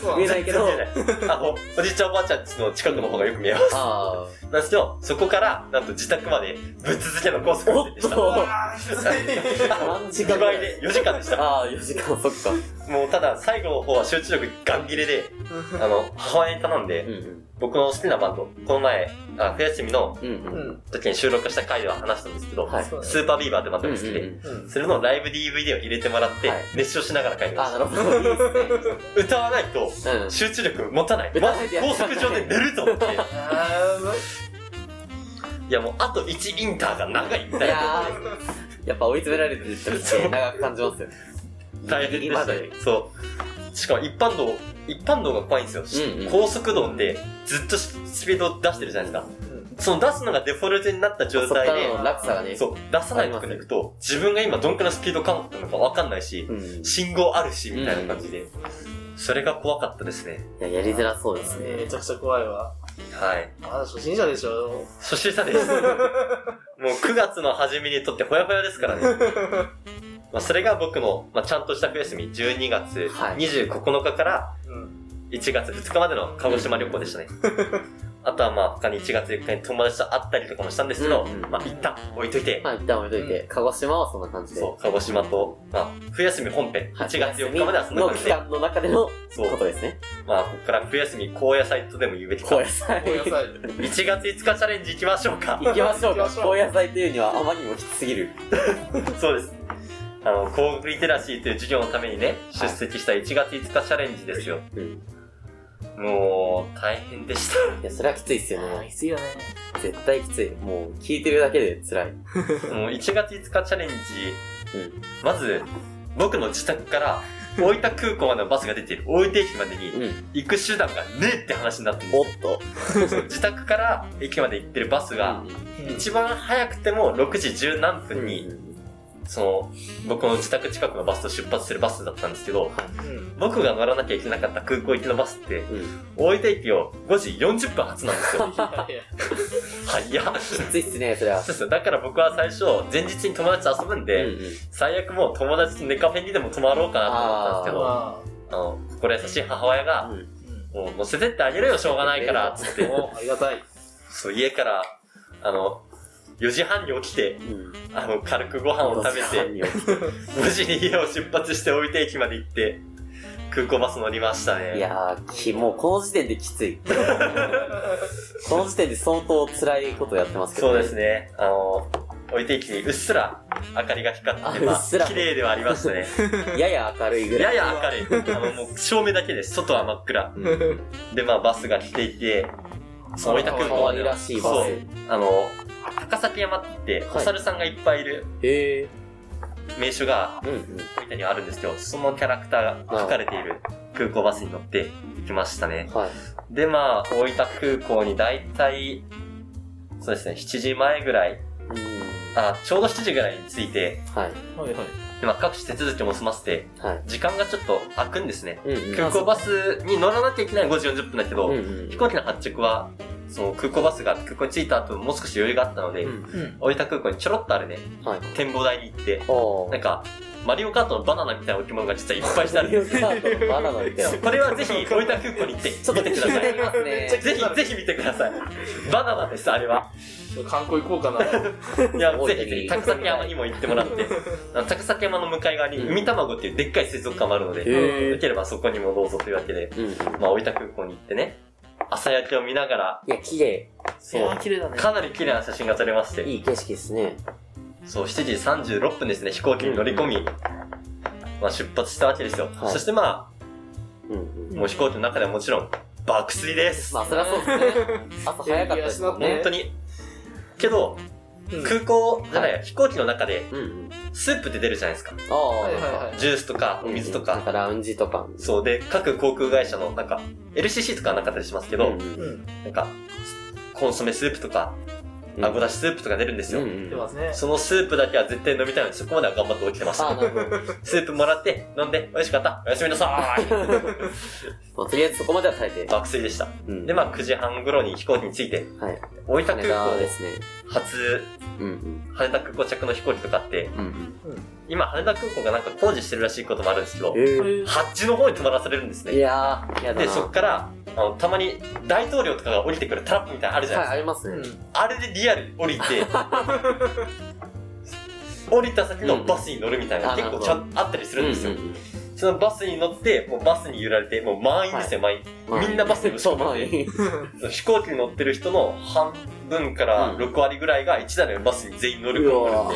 Speaker 3: そう
Speaker 2: 見えないけ [laughs] ど。
Speaker 1: 全然見えない。あの、おじいちゃんおばあちゃんちの近くの方がよく見えます。
Speaker 2: あ
Speaker 1: なんですけど、そこから、なんと自宅までぶっ続けの高速運転でした。
Speaker 2: おっ
Speaker 1: [laughs]
Speaker 3: あーきつい
Speaker 2: あ。何時間
Speaker 1: 2
Speaker 2: ぐら
Speaker 1: 倍
Speaker 2: い
Speaker 1: で4時間でした。
Speaker 2: ああ、4時間、そっか。
Speaker 1: もうただ最後の方は集中力ガン切れで、あの、母親に頼ん
Speaker 2: うん
Speaker 1: で、
Speaker 2: うん。
Speaker 1: 僕の好きなバンド、この前、あ冬休みの
Speaker 2: うん
Speaker 3: う
Speaker 2: うん。
Speaker 3: ん。
Speaker 1: 時に収録した回では話したんですけど、
Speaker 2: はい。
Speaker 3: そうだね
Speaker 1: スーパービーバーってバンドが好きで、
Speaker 2: うんうんうん
Speaker 3: うん
Speaker 1: それのライブ DVD を入れてもらって
Speaker 2: はい、
Speaker 1: 熱唱しながら帰りま
Speaker 2: あ、
Speaker 1: し
Speaker 2: なるほど。いいですね。
Speaker 1: た。歌わないと、
Speaker 2: うん。
Speaker 1: 集中力持たない。
Speaker 2: 歌わ
Speaker 1: ま
Speaker 2: ない
Speaker 1: ず
Speaker 2: とやっ
Speaker 1: 高速上で寝ると思って、
Speaker 3: あーま
Speaker 1: いやもうあと1インターが長いみた
Speaker 2: い
Speaker 1: い
Speaker 2: や
Speaker 1: な。
Speaker 2: ー、やっぱ追い詰められてるって
Speaker 1: そう
Speaker 2: 長く感じますよね。
Speaker 1: 大変でし
Speaker 2: ま
Speaker 1: た
Speaker 2: だ
Speaker 1: ね。そう。しかも一般道、一般道が怖いんですよ。
Speaker 2: うんうん
Speaker 1: 高速道ってずっとスピードを出してるじゃないですか。その出すのがデフォルトになった状
Speaker 2: そっ
Speaker 1: 態
Speaker 2: か
Speaker 1: で
Speaker 2: ら、の落差がね。
Speaker 1: そう、出さないとこに行くと、自分が今どんくらいスピード感覚なのかわかんないし、
Speaker 2: うん。い
Speaker 1: 信号あるし、みたいな感じで。それが怖かったですね。
Speaker 2: や、やりづらそうです
Speaker 3: えーめ
Speaker 2: ね。
Speaker 3: ちゃくちゃ怖いわ。
Speaker 1: はい。
Speaker 3: あ初心者でしょ。
Speaker 1: 初心者
Speaker 2: [laughs]
Speaker 1: です。もう9月の初めにとってほやほやですから
Speaker 2: [laughs]
Speaker 1: ね。まあそれが僕の、まあ、ちゃんとした冬休み、12月
Speaker 2: はい
Speaker 1: 29日から
Speaker 3: うん。
Speaker 1: 1月2日までの鹿児島旅行でしたね。あとはまあ他に1月4日に友達と会ったりとかもしたんですけど、
Speaker 2: うんうん
Speaker 1: まあ一旦置いといて、
Speaker 2: まあ、一旦置いといて、鹿児島はそんな感じで。
Speaker 1: そう、鹿児島と、まあ冬休み本編、
Speaker 2: はい
Speaker 1: 1月4日まではそんな
Speaker 2: の
Speaker 1: 感じ
Speaker 2: 期
Speaker 1: で、
Speaker 2: 間の中でのこ
Speaker 1: そう、
Speaker 2: とですね。
Speaker 1: まあここから冬休み高野菜とでも言うべきか
Speaker 2: 高。野菜。
Speaker 3: ごめんなさい。
Speaker 1: 1月5日チャレンジ行きましょうか。
Speaker 2: 行きましょう
Speaker 3: 行き
Speaker 2: か
Speaker 3: ましょ。う
Speaker 2: 高野菜というにはあまりにもきつすぎる。
Speaker 1: そうです。あの、高学リテラシーという授業のためにね、出席した1月5日チャレンジですよ。
Speaker 2: うん。
Speaker 1: もう、大変でした。
Speaker 2: いや、それはきついっすよね。
Speaker 3: ついよね。
Speaker 2: 絶対きつい。もう、聞いてるだけで辛い。 [laughs]
Speaker 1: もう1月5日チャレンジ、
Speaker 2: うん
Speaker 1: まず、僕の自宅から、大分空港までのバスが出ている大分駅までに
Speaker 2: うん。
Speaker 1: 行く手段がねえって話になって
Speaker 2: お
Speaker 1: る
Speaker 2: っと。
Speaker 1: んですよ。自宅から駅まで行ってるバスが、一番早くても6時10何分に、その、僕の自宅近くのバスと出発するバスだったんですけど、
Speaker 3: うん。
Speaker 1: 僕が乗らなきゃいけなかった空港行きのバスって、
Speaker 2: うん。
Speaker 1: 大分駅を5時40分発なんです
Speaker 2: [laughs]
Speaker 1: よ。はい、や。
Speaker 2: きついっすね、それは
Speaker 1: そう。ですよだから僕は最初、前日に友達と遊ぶん
Speaker 2: うん
Speaker 1: で、最悪もう友達とネカフェにでも泊まろうかなと思っ
Speaker 3: ま
Speaker 1: たんですけど、あの、心優しい母親が、
Speaker 2: うん。うん。
Speaker 3: あ、
Speaker 1: もう乗せてってあげるよ、しょうがない
Speaker 2: [laughs]
Speaker 1: から、つって。
Speaker 3: お、ありがたい。
Speaker 1: そう、家から、あの、4時半に起きて、
Speaker 2: うん。
Speaker 1: あの、軽くご飯を食べて、
Speaker 2: て。
Speaker 1: 無事に家を出発して大分駅まで行って、空港バス乗りましたね。
Speaker 2: いやー、き、もうこの時点できつい。この時点で相当辛いことやってますけど、
Speaker 1: そうです。ね。あの、置いていきにうっすら明かりが光ってて、
Speaker 2: あ
Speaker 1: ま
Speaker 2: うっすら
Speaker 1: あ、綺麗ではありましたね。
Speaker 2: やや明るいぐ
Speaker 1: や
Speaker 2: らい。
Speaker 1: や明るい。あの、もう、照明だけです。外は真っ暗。で、まあ、バスが来ていて、そう、置いた空
Speaker 2: 可
Speaker 1: 港ま
Speaker 2: 愛
Speaker 1: で
Speaker 2: らしいバス
Speaker 1: そう。。あの、高崎山って、お猿さんがいっぱいいる
Speaker 2: へえ。
Speaker 1: 名所が、
Speaker 2: うんうん。
Speaker 1: 大分にはあるんですけど、そのキャラクターが書かれている空港バスに乗って行きましたね。
Speaker 2: はい。
Speaker 1: で、まあ、大分空港に大体、そうですね、7時前ぐらい、
Speaker 2: うん。
Speaker 1: あ、ちょうど7時ぐらいに着いて、
Speaker 2: はい。
Speaker 3: はいはい。
Speaker 1: でまあ、各種手続きも済ませて、
Speaker 2: はい。
Speaker 1: 時間がちょっと空くんですね。
Speaker 2: うんうん。
Speaker 1: 空港バスに乗らなきゃいけない5時40分だけど、
Speaker 2: うんうん
Speaker 1: 飛。行機の発着は、その空港バスが空港に着いた後、もう少し余裕があったので、
Speaker 2: うん。
Speaker 3: うん。
Speaker 1: 大分空港にちょろっとあるね、
Speaker 2: はい。
Speaker 1: 展望台に行って、
Speaker 2: お
Speaker 1: なん
Speaker 2: ー。
Speaker 1: か、マリオカートのバナナみたいな置物が実はいっぱいしてあるん
Speaker 2: リ
Speaker 1: で
Speaker 2: オカートのバナナみたい
Speaker 1: [laughs]
Speaker 2: な。
Speaker 1: す。これはぜひ大分空港に行って
Speaker 2: ちょっ
Speaker 1: 見
Speaker 2: と
Speaker 1: てくだ
Speaker 2: 気に
Speaker 1: さ。
Speaker 2: ないりますね。
Speaker 1: [laughs] ぜひ、ぜひ見てください。バナナです、あれは。
Speaker 3: 観光行こうかな。
Speaker 1: いや、
Speaker 2: 大分
Speaker 1: ぜ
Speaker 2: に
Speaker 1: ひぜひ、高崎山にも行ってもらって、あの高崎山の向かい側に海卵っていうでっかい水族館もあるので、
Speaker 2: へー
Speaker 1: よければそこにもどうぞというわけで、
Speaker 2: うんうん。い
Speaker 1: まあ、大分空港に行ってね、朝焼けを見ながら、
Speaker 2: や、綺麗。
Speaker 1: そう、
Speaker 3: 綺麗だね
Speaker 1: かなり綺麗な写真が撮れまして、
Speaker 2: いい景色ですね。
Speaker 1: そう、7時36分ですね、飛行機に乗り込み、まあ、出発したわけですよ。
Speaker 2: はい
Speaker 1: そしてま
Speaker 2: うんうん
Speaker 1: あ、。もう飛行機の中ではもちろん、爆睡です。
Speaker 2: まあ、そりゃそ
Speaker 1: [laughs]
Speaker 2: うですね。朝早かったですもん
Speaker 1: 本
Speaker 2: ね
Speaker 1: 当。に。けど、
Speaker 3: うん
Speaker 1: 空港じゃない、飛行機の中で、
Speaker 2: うんうん。
Speaker 1: スープって出るじゃないですか。
Speaker 2: ああ。
Speaker 3: はいはいはい
Speaker 1: ジュースとか、お水と
Speaker 2: なん
Speaker 1: か。
Speaker 2: かラウンジとか。
Speaker 1: そうで、各航空会社の、なんか、LCC とかはなかったりしますけど、
Speaker 2: んん
Speaker 3: うん。
Speaker 1: なんか、コンソメスープとか、
Speaker 2: うん
Speaker 1: あごだしスープとか出るんですよ。
Speaker 2: うんうん
Speaker 3: 出ますね。
Speaker 1: そのスープだけは絶対飲みたいので、そこまでは頑張って起きてまし
Speaker 2: ああ、
Speaker 1: た。
Speaker 2: なるほど。
Speaker 1: スープもらって、飲んで、美味しかった、おやすみなさーい
Speaker 2: まあ、とりあえずそこまでは耐え [laughs] て。
Speaker 1: 爆睡でした。
Speaker 2: うん
Speaker 1: で、まあ、9時半頃に飛行機に着いて、
Speaker 2: はい。
Speaker 1: 大分空
Speaker 2: 羽田
Speaker 1: 港
Speaker 2: で
Speaker 1: です
Speaker 2: ね。
Speaker 1: 初、
Speaker 2: うんうん。
Speaker 1: 羽田空港着の飛行機とかあって、
Speaker 2: うんうん。
Speaker 1: 今、羽田空港がなんか工事してるらしいこともあるんですけど、
Speaker 2: え
Speaker 1: ハッチの方に泊まらされるんです
Speaker 2: え。い
Speaker 1: ね。
Speaker 2: やー、やだな。
Speaker 1: で、そっから、あの、たまに大統領とかが降りてくるトラップみたいなのあるじゃない
Speaker 2: は
Speaker 1: で
Speaker 2: い、
Speaker 1: すか
Speaker 2: あります
Speaker 3: う
Speaker 2: ね。
Speaker 3: ん。
Speaker 1: あれでリアルに降り
Speaker 2: [laughs]
Speaker 1: て、降りた先のバスに乗るみたいな、
Speaker 2: うん
Speaker 1: 結構ちゃんあったりするんですよ。
Speaker 2: うんうん
Speaker 1: そそのバスに乗って、もうバスに揺られて、もう満員ですよ、満員。
Speaker 2: まあ
Speaker 1: みんなバスに乗
Speaker 2: そう、
Speaker 1: って
Speaker 2: まあいい。
Speaker 1: その飛行機に乗ってる人の半分から
Speaker 2: うん
Speaker 1: 6割ぐらいが1台のバスに全員乗り込んでるんで
Speaker 2: うわ。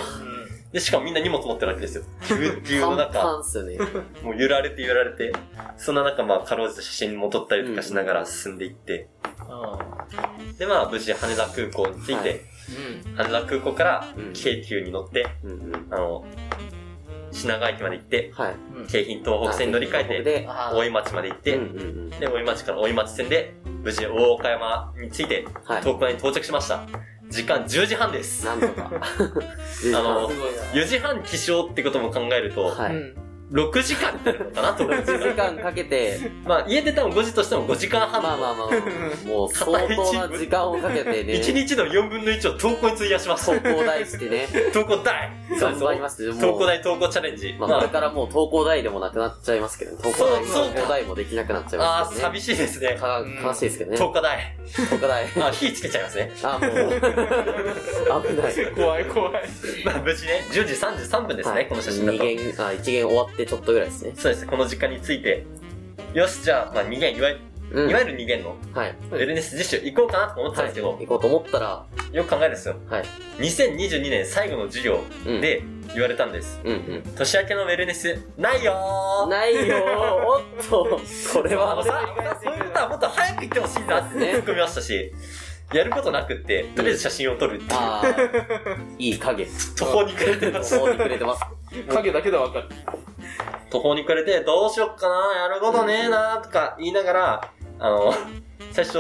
Speaker 1: で、しかもみんな荷物持ってるわけですよ。ぎゅうぎゅうの
Speaker 2: パンパ
Speaker 1: 中、
Speaker 2: ンっすよね。
Speaker 1: もう揺られて揺られて、そんな中、まあ、かろうじて写真も撮ったりとかしながら進んでいって、で、まあ、無事羽田空港に着い
Speaker 2: は
Speaker 1: て
Speaker 2: い、
Speaker 1: 羽田空港から
Speaker 2: うん
Speaker 1: 京急に乗って、
Speaker 2: うんうん。
Speaker 1: あの、品川駅まで行って、
Speaker 2: はい。
Speaker 3: うんうん
Speaker 1: 京浜東北線に乗り換えて、
Speaker 2: で、
Speaker 3: あー
Speaker 1: 大井町まで行っ
Speaker 2: で、
Speaker 1: て
Speaker 2: うん、うんうん。
Speaker 1: で、大井町から大井町線で、無事大岡山に着いて、
Speaker 2: はい。
Speaker 1: 東京に到着しました。時間10時半です。
Speaker 2: なんとか。
Speaker 1: [laughs] あの
Speaker 3: すごいな
Speaker 1: 4時半起床ってことも考えると、
Speaker 2: [laughs] は
Speaker 3: う
Speaker 2: い。
Speaker 3: ん
Speaker 1: 6時間になるのか
Speaker 2: [laughs]
Speaker 1: なと思うんです
Speaker 2: 1時
Speaker 1: が、
Speaker 2: 間かけて、
Speaker 1: まあ家出たの5時としても5時間
Speaker 2: まあ
Speaker 1: 半
Speaker 2: まあまあ、もう相当な時間をかけてね、
Speaker 1: 1日の4分の1を投稿に費やしました。
Speaker 2: 投稿題して
Speaker 1: [laughs]
Speaker 2: ね、
Speaker 1: 投稿大そう
Speaker 2: 頑張り
Speaker 1: そう。
Speaker 2: ますもう
Speaker 1: 投稿大投稿チャレンジ。ま
Speaker 2: まあ、これ
Speaker 1: あ、
Speaker 2: からもう投稿代でもなくなっちゃいますけどね。投稿代、
Speaker 1: そうそう
Speaker 2: 投稿代もできなくなっちゃいま
Speaker 1: あー
Speaker 2: すけどね。
Speaker 1: 寂しいですね。
Speaker 2: か
Speaker 3: うん
Speaker 2: 悲しいですけどね。
Speaker 1: 投稿大。
Speaker 2: 投稿代。
Speaker 1: あ、火つけちゃいます
Speaker 2: [laughs]
Speaker 1: ね。
Speaker 2: あ、もう、危ない。
Speaker 3: 怖い怖い
Speaker 1: まあ無事ね、10時33分です
Speaker 2: は
Speaker 1: ね、
Speaker 2: い
Speaker 1: この写真だ
Speaker 2: 二
Speaker 1: と。
Speaker 2: 限、あ、1限終わってちょっとぐらいですね。
Speaker 1: そうです、この時間について。よし、じゃあ、まあ2限、いわゆる
Speaker 2: うん。
Speaker 1: いわゆる2限の
Speaker 2: はい。
Speaker 1: ウェルネス実習行こうかなと思ってたんですけど、
Speaker 2: 行こうと思ったら、
Speaker 1: よく考えるんですよ。
Speaker 2: はい。
Speaker 1: 2022年最後の授業
Speaker 2: うん。、
Speaker 1: で言われたんです。
Speaker 2: うん
Speaker 1: 年明けのウェルネス、ないよ
Speaker 2: うん。
Speaker 1: ー
Speaker 2: ないよーおっと、これ
Speaker 1: あの [laughs]
Speaker 2: は、
Speaker 1: さ、そういうことはもっと早く言ってほしいなって
Speaker 2: ね
Speaker 1: 突っ込みましたし、やることなくって、とりあえず写真を撮るっていう、
Speaker 2: あー、い
Speaker 1: [laughs]
Speaker 2: い影。
Speaker 1: 途方に暮れてました。
Speaker 2: 途方に暮れてます。
Speaker 3: 影だけでわかる
Speaker 1: 途方に暮れて、どうしよっかな、やることねえな、とか言いながら、あの、最初、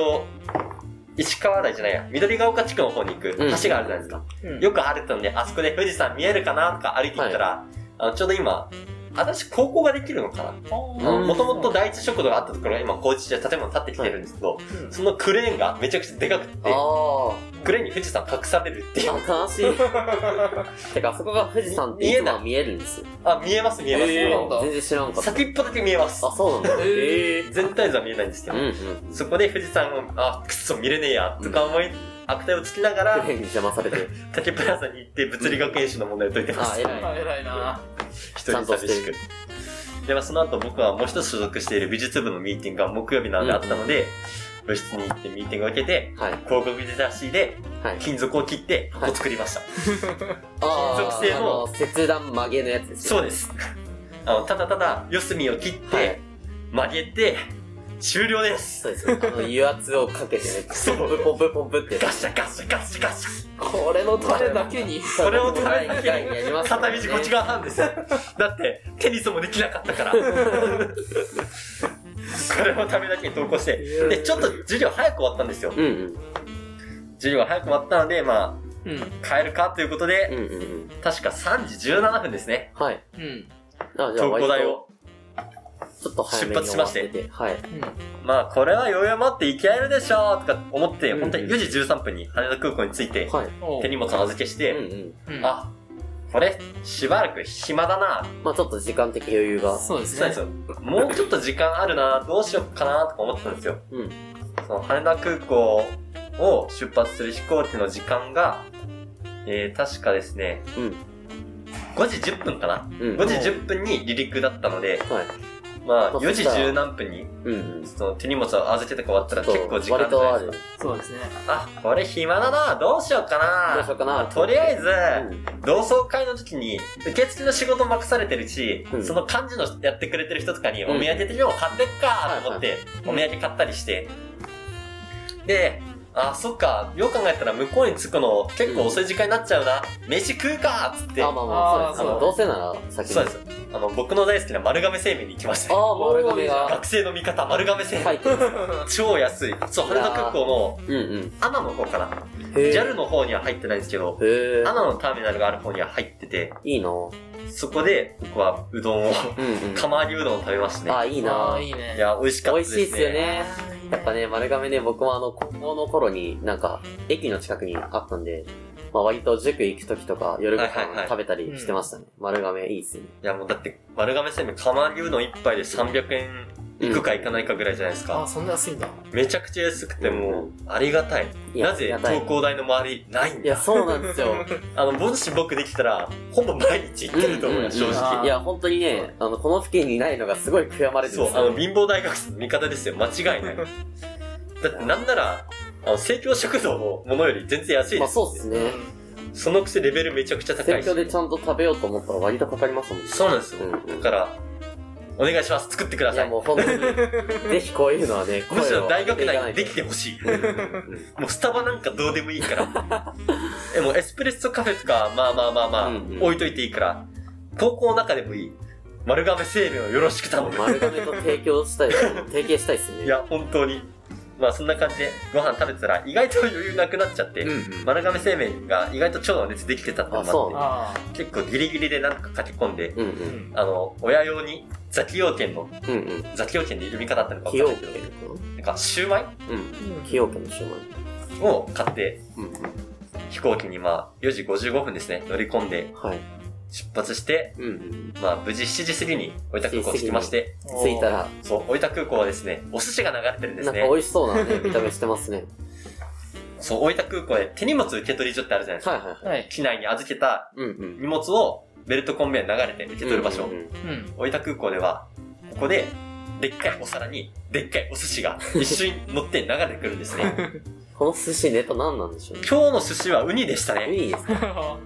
Speaker 1: 石川台じゃないや、緑ヶ丘地区の方に行く
Speaker 2: うん
Speaker 1: 橋があるじゃないですか。よく晴れてたんで、あそこで富士山見えるかなとか歩いていったら、あのちょうど今、私、高校ができるのかな
Speaker 2: うん
Speaker 1: もともと第一食堂があったところが今、工事中で建物建ってきてるんですけど、
Speaker 3: うん
Speaker 1: そのクレーンがめちゃくちゃでかくって、
Speaker 2: あ
Speaker 1: クレーンに富士山隠される
Speaker 2: [laughs]
Speaker 1: っていう。
Speaker 2: ー、あ、悲しい。てか、あそこが富士山っていつもは見えるんですよ。
Speaker 1: あ、見えます見えます。
Speaker 3: えー
Speaker 2: 全然知らんかった。
Speaker 1: 先っぽだけ見えます。
Speaker 2: あ、そうなんだ。
Speaker 3: え
Speaker 2: ー
Speaker 1: 全体図は見えないんですけ
Speaker 2: う
Speaker 1: ど、
Speaker 2: んうん。
Speaker 1: そこで富士山を、あ、くっそ見れねえや、とか思い、悪態をつきながら
Speaker 2: ク、レーンに邪魔されて、
Speaker 1: 竹プラザに行って物理学演習の問題を解いてま
Speaker 2: あ
Speaker 1: す。
Speaker 2: ー、偉い。
Speaker 3: あ偉いな
Speaker 1: 一人寂しく。で、まあ、その後僕はもう一つ所属している美術部のミーティングが木曜日なのであったので、部室に行ってミーティングを受けて、
Speaker 2: はい。
Speaker 1: 広告出だしで
Speaker 2: はい。
Speaker 1: 金属を切って箱を作りました。金
Speaker 2: あ
Speaker 1: 属
Speaker 2: ー
Speaker 1: 製の
Speaker 2: あの、切断曲げのやつです
Speaker 1: そ
Speaker 2: よ
Speaker 1: うです。あの、ただただ四隅を切って、
Speaker 2: はい
Speaker 1: 曲げて、終了です。
Speaker 2: そうです。あの、油圧をかけてね、
Speaker 1: そう
Speaker 2: ポンプポンプポンプって。
Speaker 1: ガシャガシャガシャガシャ。
Speaker 3: これのタレだけに
Speaker 1: それを取られなきゃいけない。
Speaker 2: やりますから
Speaker 1: 片
Speaker 2: ね
Speaker 1: 道こっち側なん
Speaker 2: [laughs]
Speaker 1: ですよ。だって、テニスもできなかったから。これをためだけに投稿して。で、ちょっと授業早く終わったんですよ。
Speaker 2: うんうん。
Speaker 1: 授業が早く終わったので、ま
Speaker 3: うん
Speaker 1: あ、帰るかということで、
Speaker 2: うんうんうん。
Speaker 1: 確か3時17分ですね。
Speaker 2: はい。
Speaker 3: うん
Speaker 2: あ、じゃあ、
Speaker 1: 東
Speaker 2: 割
Speaker 1: 工大
Speaker 2: と
Speaker 1: を。
Speaker 2: ちょっと早めに終わってて。はい。
Speaker 1: まあ、これは余裕を持って行けるでしょうとか思って、
Speaker 2: うん
Speaker 1: 本当に4時13分に羽田空港に着いて、
Speaker 2: はい。
Speaker 3: おう
Speaker 1: 手荷物を預けし
Speaker 2: うん
Speaker 1: て、
Speaker 2: うん。
Speaker 3: うん
Speaker 1: あ、これ、しばらく暇だな。
Speaker 2: まあちょっと時間的余裕が。
Speaker 3: そうで
Speaker 1: そ
Speaker 3: す
Speaker 1: うなん
Speaker 3: ね
Speaker 1: ですよ。もうちょっと時間あるな、どうしようかな、とか思ってたんですよ。
Speaker 2: うん。
Speaker 1: その羽田空港を出発する飛行機の時間が、えー、確かですね、
Speaker 2: うん
Speaker 1: 5時10分かな。
Speaker 2: うん。
Speaker 1: 5時10分に離陸だったので、
Speaker 2: はい。
Speaker 1: まあ、
Speaker 2: まあ
Speaker 1: 4時
Speaker 2: そしたら
Speaker 1: 10何分に、
Speaker 2: うんうん。
Speaker 1: その手荷物を預けてか終わったら
Speaker 2: そう
Speaker 1: 結構時間
Speaker 2: 割
Speaker 1: じゃ
Speaker 2: と
Speaker 1: な
Speaker 2: あ
Speaker 1: い
Speaker 2: る
Speaker 1: です。
Speaker 3: そうですね
Speaker 1: か。あ、これ暇だな、どうしようかな。
Speaker 2: どうしようかな
Speaker 1: まあとりあえず、
Speaker 2: うん
Speaker 1: 同窓会の時に、受付の仕事任されてるし、
Speaker 2: うん
Speaker 1: その幹事のやってくれてる人とかに、
Speaker 2: うん
Speaker 1: お土産的にも買ってっかと思って、
Speaker 3: うん
Speaker 1: お土産買ったりして。で、あ、そっか、よく考えたら向こうに着くの結構遅い時間になっちゃうな、飯食うかっつって
Speaker 2: あ、、まあま
Speaker 3: あ
Speaker 2: あ、
Speaker 3: ー
Speaker 2: そうです。あ
Speaker 3: そう
Speaker 2: の、どうせなら先に。
Speaker 1: そうです。あの、僕の大好きな丸亀製麺に行きました。
Speaker 2: ああ、丸
Speaker 3: 丸
Speaker 2: 亀
Speaker 3: 亀
Speaker 2: が
Speaker 1: 学生の味方、丸亀製
Speaker 2: 入
Speaker 1: 麺。
Speaker 2: ってる。
Speaker 1: 超安い。そう、羽田空港の、
Speaker 2: うんうん。
Speaker 1: アナの方かな。
Speaker 2: へ
Speaker 1: JAL の方には入ってないんですけど、
Speaker 2: へえ
Speaker 1: ア。ナのターミナルがある方には入ってて、
Speaker 2: いいなうん
Speaker 1: そこで僕はうどんを、 [laughs]
Speaker 2: うん。
Speaker 1: 釜揚げうどんを食べましたね。
Speaker 2: あ、いい
Speaker 3: あ
Speaker 2: な
Speaker 3: ーいいね
Speaker 1: いや、美味しかった
Speaker 2: 美
Speaker 1: で
Speaker 2: 味
Speaker 1: すね。
Speaker 2: しいっすよね。やっぱね、丸亀ね、僕もあの、高校の頃に、なんか、駅の近くにあったんで、まあ割と塾行く時とか、夜ご
Speaker 1: はいはいは
Speaker 2: 飯
Speaker 1: い
Speaker 2: 食べたりしてましたね。丸亀いいっすよね。
Speaker 1: いや、もうだって、丸亀製麺釜揚げうどん一杯で300円行くか行かないかぐらいじゃないです
Speaker 3: あ、
Speaker 1: か。
Speaker 3: そんな安いんだ。
Speaker 1: めちゃくちゃ安くてもう、ありがたい。
Speaker 2: いや
Speaker 1: なぜ
Speaker 2: やばい
Speaker 1: 東工大の周りないん
Speaker 2: いや、
Speaker 1: だ
Speaker 2: そうな
Speaker 1: [laughs]
Speaker 2: んですよ。
Speaker 1: あの、もし僕できたら、ほぼ毎日行ってると思います、
Speaker 2: うんうん
Speaker 1: 正
Speaker 2: うん
Speaker 1: 直。
Speaker 2: いや、本当にね、あの、この付近にないのがすごい悔やまれてるん
Speaker 1: そう、
Speaker 2: です
Speaker 1: あ
Speaker 2: よ
Speaker 1: の、貧乏大学生の味方ですよ。間違いない。だってなんなら、あの、生協食堂のものより全然安いで
Speaker 2: まあ
Speaker 1: す。
Speaker 2: そうっすね。
Speaker 1: そのくせレベルめちゃくちゃ高
Speaker 2: 選
Speaker 1: いし
Speaker 2: 挙。でちゃんと食べようと思ったら割とかかりますもんね。
Speaker 1: そうなんですよ。
Speaker 2: うんうん
Speaker 1: だから、お願いします。作ってくだ
Speaker 2: い
Speaker 1: さ
Speaker 2: や、
Speaker 1: い。
Speaker 2: もう本当に、 [laughs] ぜひこういうのはね、
Speaker 1: むしろ大学内にできて
Speaker 2: も。
Speaker 1: ほしい。
Speaker 2: うんうんうん
Speaker 1: もうスタバなんかどうでもいいから。 [laughs] え、もうエスプレッソカフェとか、まあまあまあまあ、
Speaker 2: うんうん
Speaker 1: 置いといていいから、高校の中でもいい。丸亀製麺をよろしく頼む。
Speaker 2: 丸亀と提供したい、提携したいっすね。
Speaker 1: いや、本当に。まあそんな感じで、ご飯食べてたら意外と余裕なくなっちゃって、
Speaker 2: うんうん、
Speaker 1: 丸亀製麺が意外と腸の熱できてたっての
Speaker 2: あそう
Speaker 1: もあっ
Speaker 3: あ
Speaker 1: て、結構ギリギリでなんか駆け込んで、
Speaker 2: うんう。
Speaker 3: あ。うんん。
Speaker 1: あの、親用に、ザキ用券の、
Speaker 2: うんうん。
Speaker 1: ザキ用券で読み方だったのか
Speaker 2: 崎
Speaker 1: 分か
Speaker 2: 陽
Speaker 1: んない
Speaker 2: 軒
Speaker 1: けど、なんかシューマイ
Speaker 2: うん。崎陽軒のシューマイ。
Speaker 1: を買って、
Speaker 2: うんうん。
Speaker 1: 飛行機にまあ4時55分ですね、乗り込んで
Speaker 2: はい。
Speaker 1: 出発して、
Speaker 2: うんうん。
Speaker 1: まあ無事7時過ぎに大分空港着きまして、
Speaker 2: 着いたら、
Speaker 1: そう、大分空港はですね、お寿司が流れてるんです
Speaker 2: なんか
Speaker 1: ね
Speaker 2: 美。味しそうなね、見た目してますね。 [laughs]
Speaker 1: そう、大分空港で手荷物受け取り所ってあるじゃないです
Speaker 2: はい
Speaker 1: か。
Speaker 2: はいはい。
Speaker 3: おー。はい。
Speaker 1: 機内に預けた
Speaker 2: うんうん。
Speaker 1: 荷物をベルトコンベヤーに流れて受け取る場所。
Speaker 2: うんうんうん
Speaker 3: うん。
Speaker 1: 大分空港では、ここで、でっかいお皿に、でっかいお寿司が一緒に乗って流れてくるんですね。
Speaker 2: この寿司ネタ何なんでしょうね。
Speaker 1: 今日の寿司はウニでしたね。
Speaker 2: いいですか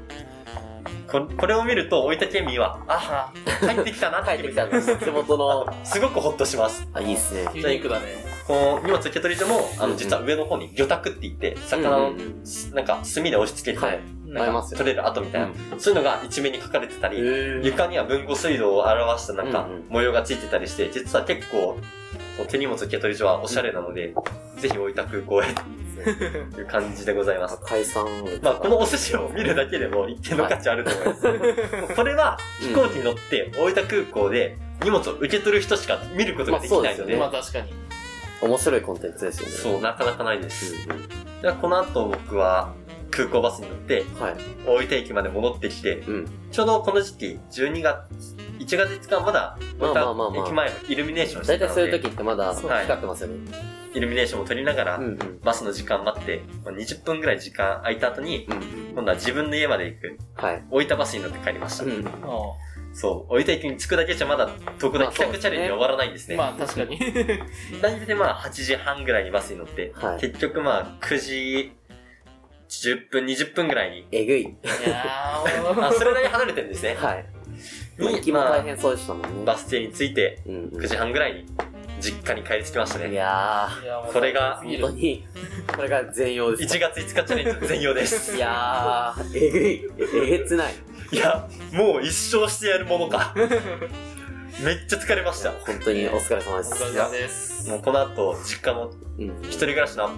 Speaker 1: ここれを見ると、大分県民は、あ、
Speaker 3: あ
Speaker 1: 帰ってきたなって
Speaker 2: 帰っ
Speaker 1: 気分
Speaker 2: てきたんです。地元の。
Speaker 1: すごくホッとします。
Speaker 2: あ、いいっすね。
Speaker 3: ユニークだね。
Speaker 1: この荷物受け取り所も、あ
Speaker 2: うん
Speaker 1: の、
Speaker 2: うん
Speaker 1: 実は上の方に魚拓って言って、魚の
Speaker 2: うんうんうん、
Speaker 1: なんか、炭で押し付けて、
Speaker 2: はい
Speaker 1: なん
Speaker 2: 映え
Speaker 1: か
Speaker 2: ますよ
Speaker 1: 取れる跡みたいな、そういうのが一面に書かれてたり、
Speaker 2: 床
Speaker 1: 床には文庫水道を表したなんか
Speaker 2: うんうん
Speaker 1: 模様がついてたりして、実は結構、その手荷物受け取り所はおしゃれなので、ぜひ置いた空港へという感じでございます。
Speaker 2: 解散
Speaker 1: まあ、このお寿司を見るだけでも一定の価値あると思います。
Speaker 2: [laughs]
Speaker 1: これは飛行機に乗って大分空港で荷物を受け取る人しか見ることができないので、
Speaker 3: まあ確かに。
Speaker 2: 面白いコンテンツですよね。
Speaker 1: そうなかなかないです。
Speaker 2: うんうん。
Speaker 1: ではこの後僕は空港バスに乗って
Speaker 2: はい。
Speaker 1: 大分駅まで戻ってきて、
Speaker 2: うん。
Speaker 1: ちょうどこの時期、12月、1月5日はまだ、
Speaker 2: まあまあまあまあ
Speaker 1: 駅前のイルミネーションし
Speaker 2: 大
Speaker 1: てた
Speaker 2: 体
Speaker 1: の
Speaker 2: そういう
Speaker 1: で
Speaker 2: 時、ってまだ
Speaker 1: そう
Speaker 2: 光ってますよね。
Speaker 1: イルミネーションを撮りながら
Speaker 2: うん、うん。
Speaker 1: バスの時間待って、まあ20分ぐらい時間空いた後に、
Speaker 2: うんうん。
Speaker 1: 今度は自分の家まで行く、
Speaker 2: はい。
Speaker 1: 置いたバスに乗って帰りました。
Speaker 2: うん。
Speaker 3: ああ
Speaker 1: そう、置いた駅に着くだけじゃまだ、特段帰宅チャレンジは終わらないんですね。
Speaker 3: まあ確かに。
Speaker 1: 大体まあ8時半ぐらいにバスに乗って、
Speaker 2: はい
Speaker 1: 結局まあ9時10分、20分ぐらい
Speaker 2: [laughs]
Speaker 1: に、
Speaker 2: えぐい。
Speaker 3: いや
Speaker 1: あ、
Speaker 3: ー、
Speaker 1: それなりに離れてるんですね。
Speaker 2: はい。行
Speaker 1: に、
Speaker 2: きも大
Speaker 1: ま
Speaker 2: 変そうでしたもん
Speaker 1: あ、
Speaker 2: ね。
Speaker 1: バス停に着いて、
Speaker 2: うんうん。
Speaker 1: 9時半ぐらいに実家に帰り着きました
Speaker 2: い
Speaker 1: ね。
Speaker 2: や
Speaker 3: いやも [laughs] う
Speaker 1: これが
Speaker 2: ー、本当に、これが全容です
Speaker 1: 1。月5日チャレンジの全容です。
Speaker 2: いやー、えぐい。えげつない。
Speaker 1: いや、もう一生してやるもの
Speaker 3: [laughs]
Speaker 1: か。めっちゃ疲れました。
Speaker 2: 本当にお疲れ様で
Speaker 3: お疲れ
Speaker 2: す。
Speaker 3: 様です。
Speaker 1: もうこの後、実家の
Speaker 2: うん。
Speaker 1: 一人暮らしの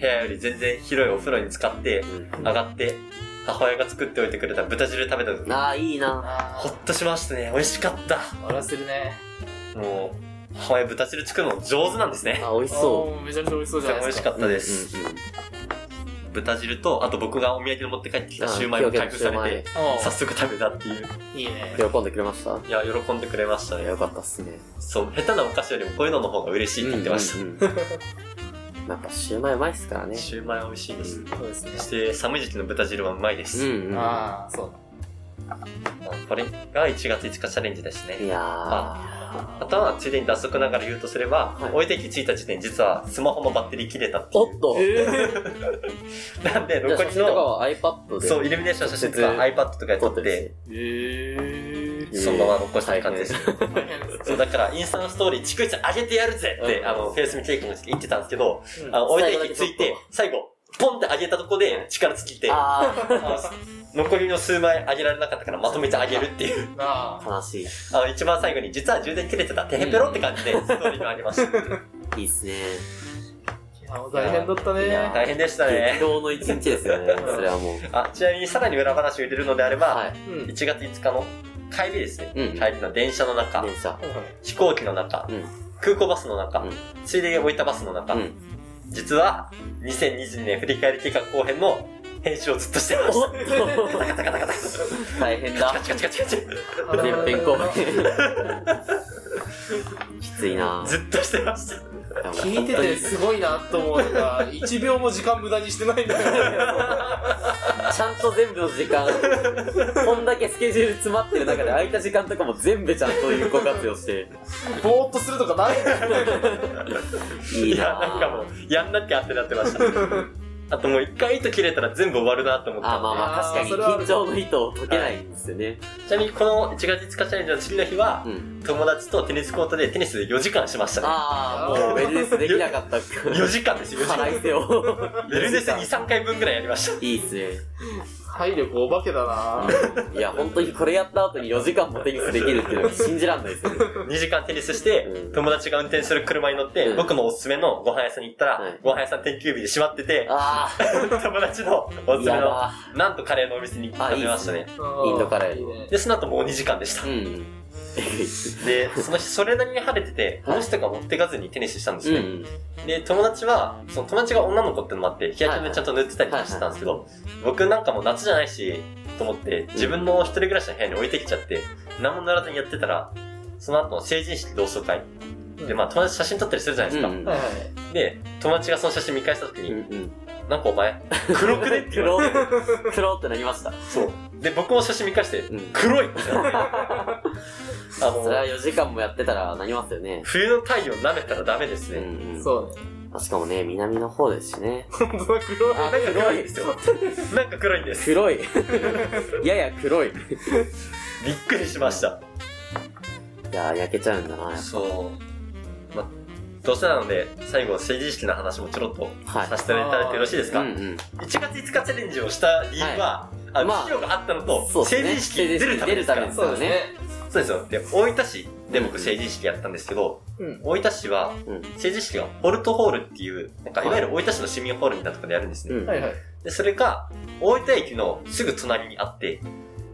Speaker 1: 部屋より全然広いお風呂に使って、
Speaker 2: うん
Speaker 1: 上がって、母親が作っておいてくれた豚汁食べた時、
Speaker 2: ああ、いいな。
Speaker 3: あ
Speaker 1: ほっとしましたね。美味しかった。
Speaker 3: あ、笑わせるね。
Speaker 1: もう、母親豚汁作るの上手なんですね。
Speaker 2: あ、美味しそう。
Speaker 3: う。めちゃめちゃ美味しそうじゃない
Speaker 1: 美
Speaker 3: で
Speaker 1: 味
Speaker 3: す
Speaker 1: し
Speaker 3: か。
Speaker 1: かったです。
Speaker 2: うんうんうん。
Speaker 1: 豚汁と、あと僕がお土産で持って帰ってきたシューマイも開封されて、早速食べたっていう。
Speaker 3: おういいね。
Speaker 2: 喜んでくれました
Speaker 1: いや、喜んでくれましたね
Speaker 2: よ。かったっすね。
Speaker 1: そう、下手なお菓子よりもこういうのの方が嬉しいって言ってました。
Speaker 2: うんうん [laughs] うんやっぱシューマイうまいっすからね。
Speaker 1: シューマイ美味しいです。
Speaker 3: そうですね
Speaker 1: そ。して、寒い時期の豚汁はうまいで
Speaker 2: う
Speaker 1: す。
Speaker 2: んうん。
Speaker 3: ああ、そう
Speaker 1: これが1月5日チャレンジです
Speaker 2: い
Speaker 1: ね。
Speaker 2: やー。
Speaker 1: あとは、ついでに脱足ながら言うとすれば、
Speaker 2: はい
Speaker 1: 置いてき着いた時点で実はスマホのバッテリー切れたってい
Speaker 2: おっと
Speaker 3: だ。えー
Speaker 1: う。なんで、
Speaker 2: じゃ
Speaker 1: 残
Speaker 2: あ写
Speaker 1: り
Speaker 2: 真とか
Speaker 1: の、
Speaker 2: は iPad で
Speaker 1: そう、イルミネーションの写真とか iPad とかで撮って、
Speaker 3: えー。
Speaker 1: そのまま残したい感じです。
Speaker 3: 大変で
Speaker 1: [laughs]
Speaker 3: す
Speaker 1: そう、だから、インスタのストーリー、逐一上げてやるぜって、
Speaker 2: うん
Speaker 1: あの、フェイスミケーキの時言ってたんですけど、
Speaker 3: うん
Speaker 1: あの、置い
Speaker 2: 最後
Speaker 1: て
Speaker 2: だ
Speaker 1: き
Speaker 2: け
Speaker 1: 着い
Speaker 2: ちょ
Speaker 1: て
Speaker 2: っと、
Speaker 1: 最後、ポンって上げたとこで力尽きて、
Speaker 2: あ
Speaker 1: 残りの数枚あげられなかったからまとめてあげるっていう。
Speaker 3: あ
Speaker 2: あ、悲し
Speaker 1: あの、一番最後に、実は充電切れてた、てへぺろって感じで、ストーリーがありました。
Speaker 2: い。いいっすね。
Speaker 3: ーいやもう大変だった
Speaker 2: いや
Speaker 3: ね。
Speaker 1: 大変でした
Speaker 2: 激
Speaker 1: ね。
Speaker 2: 動の一日ですよ
Speaker 1: [laughs]
Speaker 2: ね。それはもう。
Speaker 1: あ、ちなみにさらに裏話を入れるのであれば、
Speaker 2: はい。
Speaker 3: うん
Speaker 1: 1月5日の帰りですね。
Speaker 2: うん
Speaker 1: 帰りの電車の中、
Speaker 2: 電車。
Speaker 1: 飛行機の中、
Speaker 2: うん
Speaker 1: 空港バスの中、
Speaker 2: うん
Speaker 1: ついでに置いたバスの中、
Speaker 2: うん。
Speaker 1: 実は、2022年振り返り計画後編の編集をずっとしてま
Speaker 2: お
Speaker 1: し。
Speaker 2: っ
Speaker 1: カ
Speaker 2: た
Speaker 1: タカタカタカタ。
Speaker 2: と大
Speaker 1: [laughs]
Speaker 2: 変
Speaker 1: カ [laughs]
Speaker 2: だ。
Speaker 1: チカチカチカチカチ。
Speaker 2: 全編公開。きついな
Speaker 1: ずっとしてました。
Speaker 3: 聞いててすごいなと思うのが、1秒も時間無駄にしてないんだよ。
Speaker 2: [laughs] ちゃんと全部の時間、こんだけスケジュール詰まってる中で空いた時間とかも全部ちゃんと有効活用して、
Speaker 3: ぼーっとするとかないんだよ。
Speaker 2: いいな
Speaker 1: や、
Speaker 2: ぁ
Speaker 1: なんかもう、やんなきゃってなってま
Speaker 2: [laughs]
Speaker 1: した。あともう一回糸切れたら全部終わるなと思ったん
Speaker 2: あ、
Speaker 1: で
Speaker 2: まあまあ
Speaker 3: あー
Speaker 2: 確
Speaker 3: それ
Speaker 2: か
Speaker 3: はあ
Speaker 2: に
Speaker 3: る
Speaker 2: 緊張の糸を解けないんですよね。
Speaker 1: ちなみにこの1月5日チャレンジの次の日は、
Speaker 2: うん。
Speaker 1: 友達とテニスコートでテニス4時間しましたね。
Speaker 2: ああ、もうウェルネスできなかった。
Speaker 1: 4時間ですよ、4時
Speaker 2: 腹
Speaker 1: 間。
Speaker 2: いせを。
Speaker 1: ウェルネス2、3回分ぐらいやりまし
Speaker 2: いいっすね。
Speaker 3: 体力お化けだなぁ。
Speaker 2: いや、本当にこれやった後に4時間もテニスできるっていうのは信じらんないですよね。
Speaker 1: た。2時間テニスして
Speaker 2: うん、
Speaker 1: 友達が運転する車に乗って
Speaker 2: う、ん
Speaker 1: 僕のおすすめのご飯屋さんに行った
Speaker 2: は
Speaker 1: ら
Speaker 2: い、
Speaker 1: ご飯屋さん定休日で閉まってて、
Speaker 2: あ
Speaker 1: 友達の
Speaker 2: あ、
Speaker 1: おす
Speaker 2: い
Speaker 1: すめ
Speaker 2: や
Speaker 1: の、
Speaker 2: だ。
Speaker 1: なんとカレーのお店に食べましたね。
Speaker 2: インドカレー
Speaker 3: いいね
Speaker 1: で、その後もう2時間でした
Speaker 2: う。ん。
Speaker 1: で、その日、それなりに晴れてて、帽子とか持ってかずにテニスしたんです
Speaker 2: うんう
Speaker 1: ね。で、
Speaker 2: ん。
Speaker 1: 友達は、その友達が女の子ってのもあって、日焼け止めちゃんと塗ってたりとかしてたんですけど、僕なんかもう夏じゃないし、と思って、自分の一人暮らしの部屋に置いてきちゃって、何も塗らずにやってたら、その後の成人式同窓会。で、まあ友達写真撮ったりするじゃないですか。
Speaker 2: うん
Speaker 3: はいは
Speaker 1: で、友達がその写真見返した時に、
Speaker 2: うん。
Speaker 1: なんかお前、黒くねって言われ
Speaker 2: 黒、黒ってなりました。
Speaker 1: て。そう。で、僕も写真見返して、
Speaker 2: うん。
Speaker 1: 黒い
Speaker 2: [laughs]
Speaker 1: ってなって。あ
Speaker 2: それは
Speaker 1: の、
Speaker 2: 4時間もやってたらなりますよね。
Speaker 1: 冬の太陽舐めたらダメです
Speaker 2: う
Speaker 1: ね。
Speaker 2: ん
Speaker 3: い。
Speaker 2: うん。
Speaker 3: そうね。
Speaker 2: あしかもね、南の方ですしね。
Speaker 3: 本当だ、黒い。
Speaker 1: な
Speaker 2: あ
Speaker 1: んか黒いんですよ。なんか黒いんです。
Speaker 2: 黒い。やや黒い。い
Speaker 1: びっくりしました。
Speaker 2: やー、焼けちゃうんだな。
Speaker 1: そう。ま、どうせなので、最後、成人式の話もちょろっと
Speaker 2: はい
Speaker 1: させていただいてよろしいです
Speaker 2: う
Speaker 1: か、
Speaker 2: んうん。
Speaker 1: ?1 月5日チャレンジをした理由は、あの
Speaker 2: まあ
Speaker 1: 費用があったのと、
Speaker 2: そうです
Speaker 1: 成
Speaker 2: ね
Speaker 1: 人式に出るためですから。
Speaker 2: 成人式に出るため
Speaker 3: そうですね。
Speaker 1: そうですよ。で、大分市で僕成人式やったんですけど、
Speaker 3: うん。
Speaker 1: 大分市は
Speaker 2: うん、
Speaker 1: 成人式がホルトホールっていう、なんか
Speaker 2: はい
Speaker 1: いわゆる大分市の市民ホールみたいなところでやるんですね。
Speaker 2: うん。
Speaker 3: はいはい。
Speaker 1: で、それが、大分駅のすぐ隣にあって、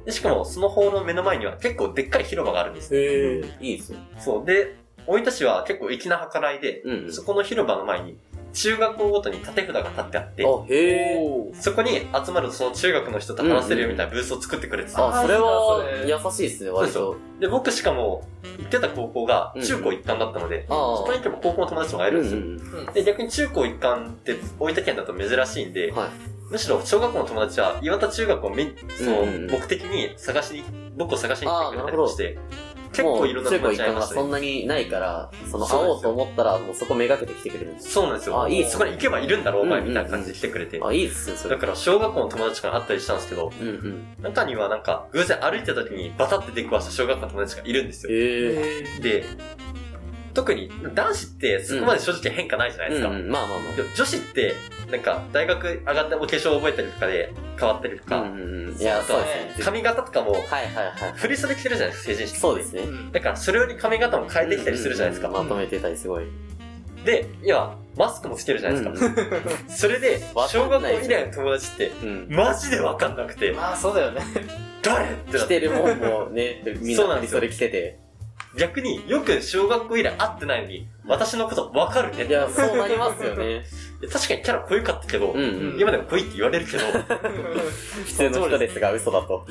Speaker 1: で、しかもそのホールの目の前には結構でっかい広場があるんです。
Speaker 2: へえ。いいですよ。
Speaker 1: そう。で、大分市は結構粋な計らいで、
Speaker 2: うんうん。
Speaker 1: そこの広場の前に、中学校ごとに縦札が立ってあって、
Speaker 2: あ、へえ。
Speaker 3: おー
Speaker 1: そこに集まるその中学の人と話せるよみたいなブースを作ってくれてた。
Speaker 2: あ、それは
Speaker 3: あいいな
Speaker 2: 優しいですね、割
Speaker 1: そ
Speaker 2: と。
Speaker 1: で、僕しかも、行ってた高校が
Speaker 2: うん
Speaker 1: 中高一貫だったので、
Speaker 2: ああ
Speaker 1: そこに行っても高校の友達も会える
Speaker 2: うんうん
Speaker 1: ですよ。
Speaker 2: ん。
Speaker 1: で、逆に中高一貫って大分県だと珍しいんで、
Speaker 2: はい。
Speaker 1: むしろ小学校の友達は岩田中学をめその
Speaker 2: うんうんうん
Speaker 1: 目的に探しに、僕を探しに来てくれたりもして、結
Speaker 2: も
Speaker 1: 構
Speaker 2: う
Speaker 1: いろんな友達会いま
Speaker 2: が
Speaker 1: した
Speaker 2: そん
Speaker 1: ね。
Speaker 2: なにないから、その、会
Speaker 1: そうなん
Speaker 2: お
Speaker 1: で
Speaker 2: う
Speaker 1: すよ
Speaker 2: と思ったら、もうそこめがけて来てくれるんです。
Speaker 1: そうなんですよ。
Speaker 2: あいい
Speaker 1: そこに行けばいるんだろう、お前、
Speaker 2: うんうん
Speaker 1: みたいな感じで来てくれて。
Speaker 2: あ、いいっすね、そ
Speaker 1: だ
Speaker 2: れ。
Speaker 1: から小学校の友達から会ったりしたんですけど、
Speaker 2: うんうん。
Speaker 1: 中にはなんか偶然歩いてた時にバタって出くわした小学校の友達がいるんですよ。
Speaker 2: へえ。
Speaker 1: で、特に男子ってそこまで正直変化ないじゃないで
Speaker 2: う
Speaker 1: す
Speaker 2: ん
Speaker 1: か。
Speaker 2: うん。まあまあ
Speaker 1: でも女子って、なんか大学上がってお化粧を覚えたりとかで変わったりと
Speaker 2: まあ。
Speaker 1: か、
Speaker 2: うんうんうん。いや、
Speaker 1: あと
Speaker 2: そう
Speaker 1: は
Speaker 2: ですね。
Speaker 1: 髪型とかも
Speaker 2: はいはいはい。
Speaker 1: 振り袖着てるじゃないですか、成人式。
Speaker 2: そうですね
Speaker 3: う。ん
Speaker 1: だからそれより髪型も変えてきたりするじゃないですか。
Speaker 2: うんうんうんまとめてたりすごい。
Speaker 1: で、今、マスクもつけるじゃないですか。
Speaker 2: か。
Speaker 1: それで、
Speaker 2: わか
Speaker 1: 小
Speaker 2: んな
Speaker 1: 学
Speaker 2: い
Speaker 1: 校以来の友達って、
Speaker 2: うん。
Speaker 1: マジでわかんなくて、
Speaker 3: まあそうだよね。
Speaker 1: 誰ってな
Speaker 2: 着
Speaker 1: って、
Speaker 2: てるもんもね、みん
Speaker 1: そうな
Speaker 2: なん振
Speaker 1: で
Speaker 2: り
Speaker 1: すよ
Speaker 2: 袖着てて。
Speaker 1: 逆によく小学校以来会ってないのに、私のことわかるねっ
Speaker 2: いや、そうなりますよね。
Speaker 1: て。確かにキャラ濃いかったけど、
Speaker 2: うんうん。
Speaker 1: 今でも濃いって言われ
Speaker 2: [laughs]
Speaker 1: るけど、
Speaker 2: 普通の人ですが嘘だと。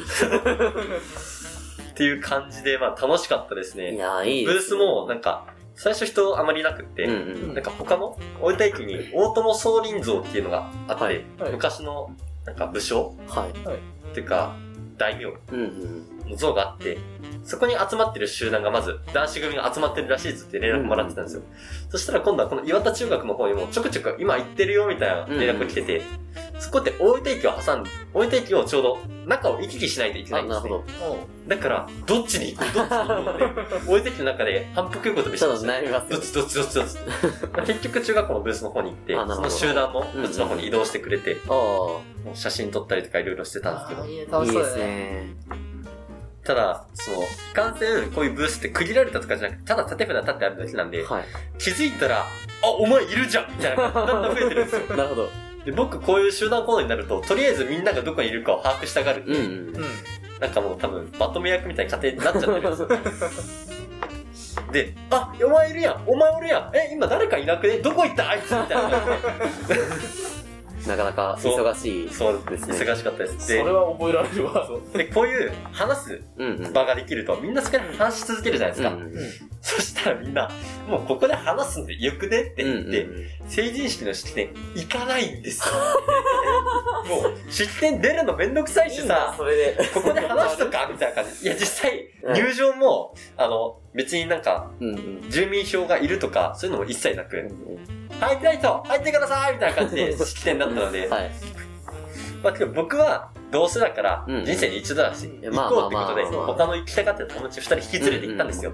Speaker 1: っていう感じで、まあ楽しかったです
Speaker 2: い
Speaker 1: ね。
Speaker 2: や、いい
Speaker 1: ブ
Speaker 2: ですね。
Speaker 1: ースも、なんか、最初人あまりいなくっ
Speaker 2: うん
Speaker 1: て、
Speaker 2: うん。
Speaker 1: なんか他の大分駅に大友宗林像っていうのがあって、
Speaker 2: はい
Speaker 3: はい
Speaker 1: 昔のなんか武将
Speaker 2: はい。
Speaker 1: っていうか、大名
Speaker 2: うんうん。
Speaker 1: の像があって、そこに集まってる集団がまず、男子組が集まってるらしいぞって連絡もらってたんですよ。そしたら今度はこの岩田中学の方にもちょくちょく今行ってるよみたいな連絡が来てて、そこって大分駅を挟んで、大分駅をちょうど中を行き来しないといけな
Speaker 2: あ、
Speaker 1: いんで
Speaker 2: な
Speaker 1: す
Speaker 2: るほ
Speaker 1: ね。
Speaker 2: ど。
Speaker 1: だから、どっちに行こう、どっちに行こう
Speaker 2: [laughs]
Speaker 1: って、大分駅の中で反復横跳びし
Speaker 2: ち
Speaker 1: て
Speaker 2: ょ
Speaker 1: ま
Speaker 2: っ
Speaker 1: し
Speaker 2: と
Speaker 1: た。
Speaker 2: 悩みます
Speaker 1: ど
Speaker 2: よ
Speaker 1: っ。ちどっちどっちどっち。結局中学校のブースの方に行って、
Speaker 2: あなる
Speaker 1: そ
Speaker 2: ほ
Speaker 1: の
Speaker 2: ど
Speaker 1: 集団もこっちの方に移動してくれて、
Speaker 2: あ
Speaker 1: もう写真撮ったりとかいろいろしてたんですけ
Speaker 3: あ
Speaker 1: ど
Speaker 3: ー、いいね
Speaker 2: あ、
Speaker 3: 楽
Speaker 2: い
Speaker 3: し
Speaker 2: い
Speaker 3: そう
Speaker 2: で
Speaker 3: だ
Speaker 2: す
Speaker 3: ね。
Speaker 2: ね。
Speaker 1: ただ、その、完全、こういうブースって区切られたとかじゃなくて、ただ縦札立ってあるだけなんで、
Speaker 2: はい。
Speaker 1: 気づいたら、あ、お前いるじゃんみた
Speaker 2: [laughs]
Speaker 1: いな、だんだん増えてるんですよ。
Speaker 2: なるほど。
Speaker 1: で、僕、こういう集団行動になると、とりあえずみんながどこにいるかを把握したがるん
Speaker 2: う
Speaker 1: で、
Speaker 2: んうん。
Speaker 1: なんかもう多分、まとめ役みたいな家庭になっちゃってるんですよ。で、あ、お前い
Speaker 2: [laughs]
Speaker 1: るやんお前おるやんえ、今誰かいなくねどこ行ったあいつみたいな感じで。
Speaker 2: なかなか忙しい。
Speaker 1: そう
Speaker 2: ですね
Speaker 1: 忙しかったです。
Speaker 3: そ
Speaker 1: で
Speaker 3: れ、は覚えられるわ。
Speaker 1: でこういう話す
Speaker 2: うんうん。
Speaker 1: 場ができると、みんなそこで話し続けるじゃないですか。
Speaker 2: うんうん
Speaker 1: そしたらみんな、もうここで話すんでよくねって言って、
Speaker 2: うんうんうん
Speaker 1: 成人式の式典行かないんですよ。もう、式典出るのめんどくさい
Speaker 2: いい
Speaker 1: し
Speaker 2: んだ
Speaker 1: さ、
Speaker 2: それで。
Speaker 1: ここで話すとかみたいな感じ。いや、実際、入場も、あの、別になんか、
Speaker 2: うんうん。
Speaker 1: 住民票がいるとか、そういうのも一切な
Speaker 2: うん
Speaker 1: く、入ってない人、入ってくださいみたいな感じ
Speaker 2: [laughs]
Speaker 1: で式典だったの
Speaker 2: う
Speaker 1: で
Speaker 2: ん、はい。
Speaker 1: まあ、けど僕は、どうせだから、
Speaker 2: うん
Speaker 1: 人生に一度だし、
Speaker 2: ん
Speaker 1: 行こうってことで、
Speaker 2: まあまあまあまあ
Speaker 1: 他の行きたがってた友達二人引き連れて行ったんですよ。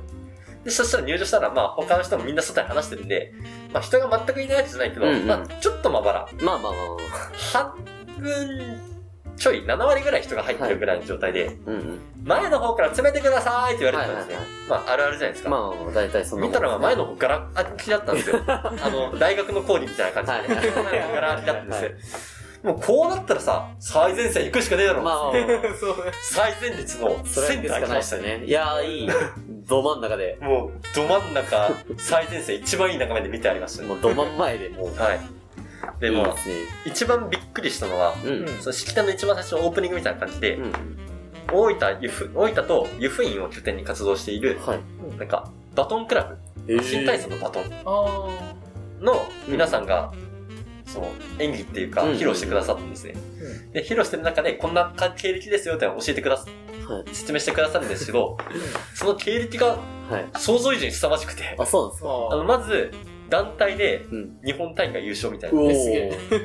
Speaker 1: で、そしたら入場したら、まあ、他の人もみんな外で話してるんで、まあ、人が全くいないわけじゃないけど、
Speaker 2: うんうん
Speaker 1: まあ、ちょっとまばら。
Speaker 2: まあまあまあま
Speaker 1: 半分ちょい、7割ぐらい人が入ってるぐらいの状態で、
Speaker 2: あ。うんうん。
Speaker 1: 前の方から詰めてくださいって言われてたんですよ。
Speaker 2: はい
Speaker 1: まあ、あるあるじゃないですか。
Speaker 2: まあまあまあ、大体そんな
Speaker 1: 見
Speaker 2: もん
Speaker 1: た
Speaker 2: ですね。
Speaker 1: ら前の方ガラ空きだったんですよ。あの、大学の講義みたいな感じで。
Speaker 2: はい
Speaker 1: 前の方ガラ空きだったんですよ。もうこうなったらさ、最前線行くしかねえだろ。
Speaker 2: まあまあまあ。
Speaker 3: [laughs] そうね。
Speaker 1: 最前列の
Speaker 2: それは
Speaker 1: セ
Speaker 2: 行
Speaker 1: ン
Speaker 2: くし
Speaker 1: ター行き
Speaker 2: かない
Speaker 1: ま
Speaker 2: で
Speaker 1: し
Speaker 2: す
Speaker 1: た
Speaker 2: よ
Speaker 1: ね。
Speaker 2: ね。いやー、いい。ど真ん中で。
Speaker 1: もう、ど真ん中、最前線一番いい眺めで見てありましたね
Speaker 2: も。うど真ん前でもう。
Speaker 1: はい。 [laughs] で
Speaker 2: いい
Speaker 1: も
Speaker 2: で、すね。
Speaker 1: 一番びっくりしたのは、
Speaker 2: うん。
Speaker 1: その式典の一番最初のオープニングみたいな感じで、
Speaker 2: うん。
Speaker 1: 大分湯布、大分と湯布院を拠点に活動している、
Speaker 2: はい。
Speaker 1: なんか、バトンクラブ、
Speaker 2: えー
Speaker 1: 新体操のバトン
Speaker 3: あ
Speaker 1: の皆さんが、その演技っていうか、
Speaker 2: うん
Speaker 1: 披露してくださったんですね。で、披露してる中で、こんな経歴ですよって教えてくださ、
Speaker 2: はい
Speaker 1: 説明してくださるんですけど、その経歴が
Speaker 2: はい。
Speaker 1: 想像以上に凄まじくて、
Speaker 2: あ、そうなんです
Speaker 3: ー
Speaker 2: か
Speaker 1: あ
Speaker 3: あ
Speaker 1: の、まず、団体で
Speaker 2: うん。
Speaker 1: 日本大会優勝みたいな。
Speaker 2: う
Speaker 1: も
Speaker 2: おー。
Speaker 3: すげえ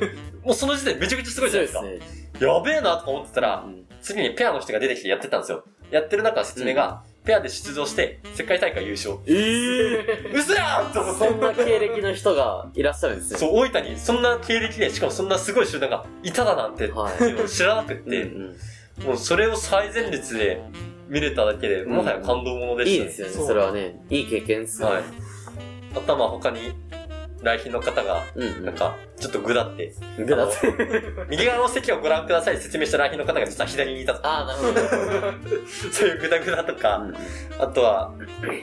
Speaker 1: うその時点でめちゃくちゃすごいじゃないですか。
Speaker 2: そうですね。
Speaker 1: やべえなとか思ってたら、
Speaker 2: うん
Speaker 1: 次にペアの人が出てきてやってたんですよ。やってる中の説明が、ペアで出場して、世界大会優勝。
Speaker 2: えー。
Speaker 1: 嘘やんと思っ
Speaker 2: そん
Speaker 1: て。
Speaker 2: な経歴の人がいらっしゃるんですね。
Speaker 1: そう、大分に、そんな経歴で、しかもそんなすごい集団がいただなんて、
Speaker 2: はい。
Speaker 1: 知らなくって、
Speaker 2: うんうん
Speaker 1: もうそれを最前列で見れただけで、もはや感動もので
Speaker 2: い
Speaker 1: し
Speaker 2: い
Speaker 1: た、
Speaker 2: ですよね、
Speaker 3: そう
Speaker 2: それはね。いい経験っすね。
Speaker 1: はい。あとはまあ他に、来賓の方が、
Speaker 2: うんうん。
Speaker 1: なんか、ちょっとぐだって、
Speaker 2: グラス。
Speaker 1: 右側の席をご覧くださいって説明した来賓の方が実は左にいたとか、
Speaker 2: ああ、なるほど。
Speaker 1: そういうぐだぐだとか、あとは、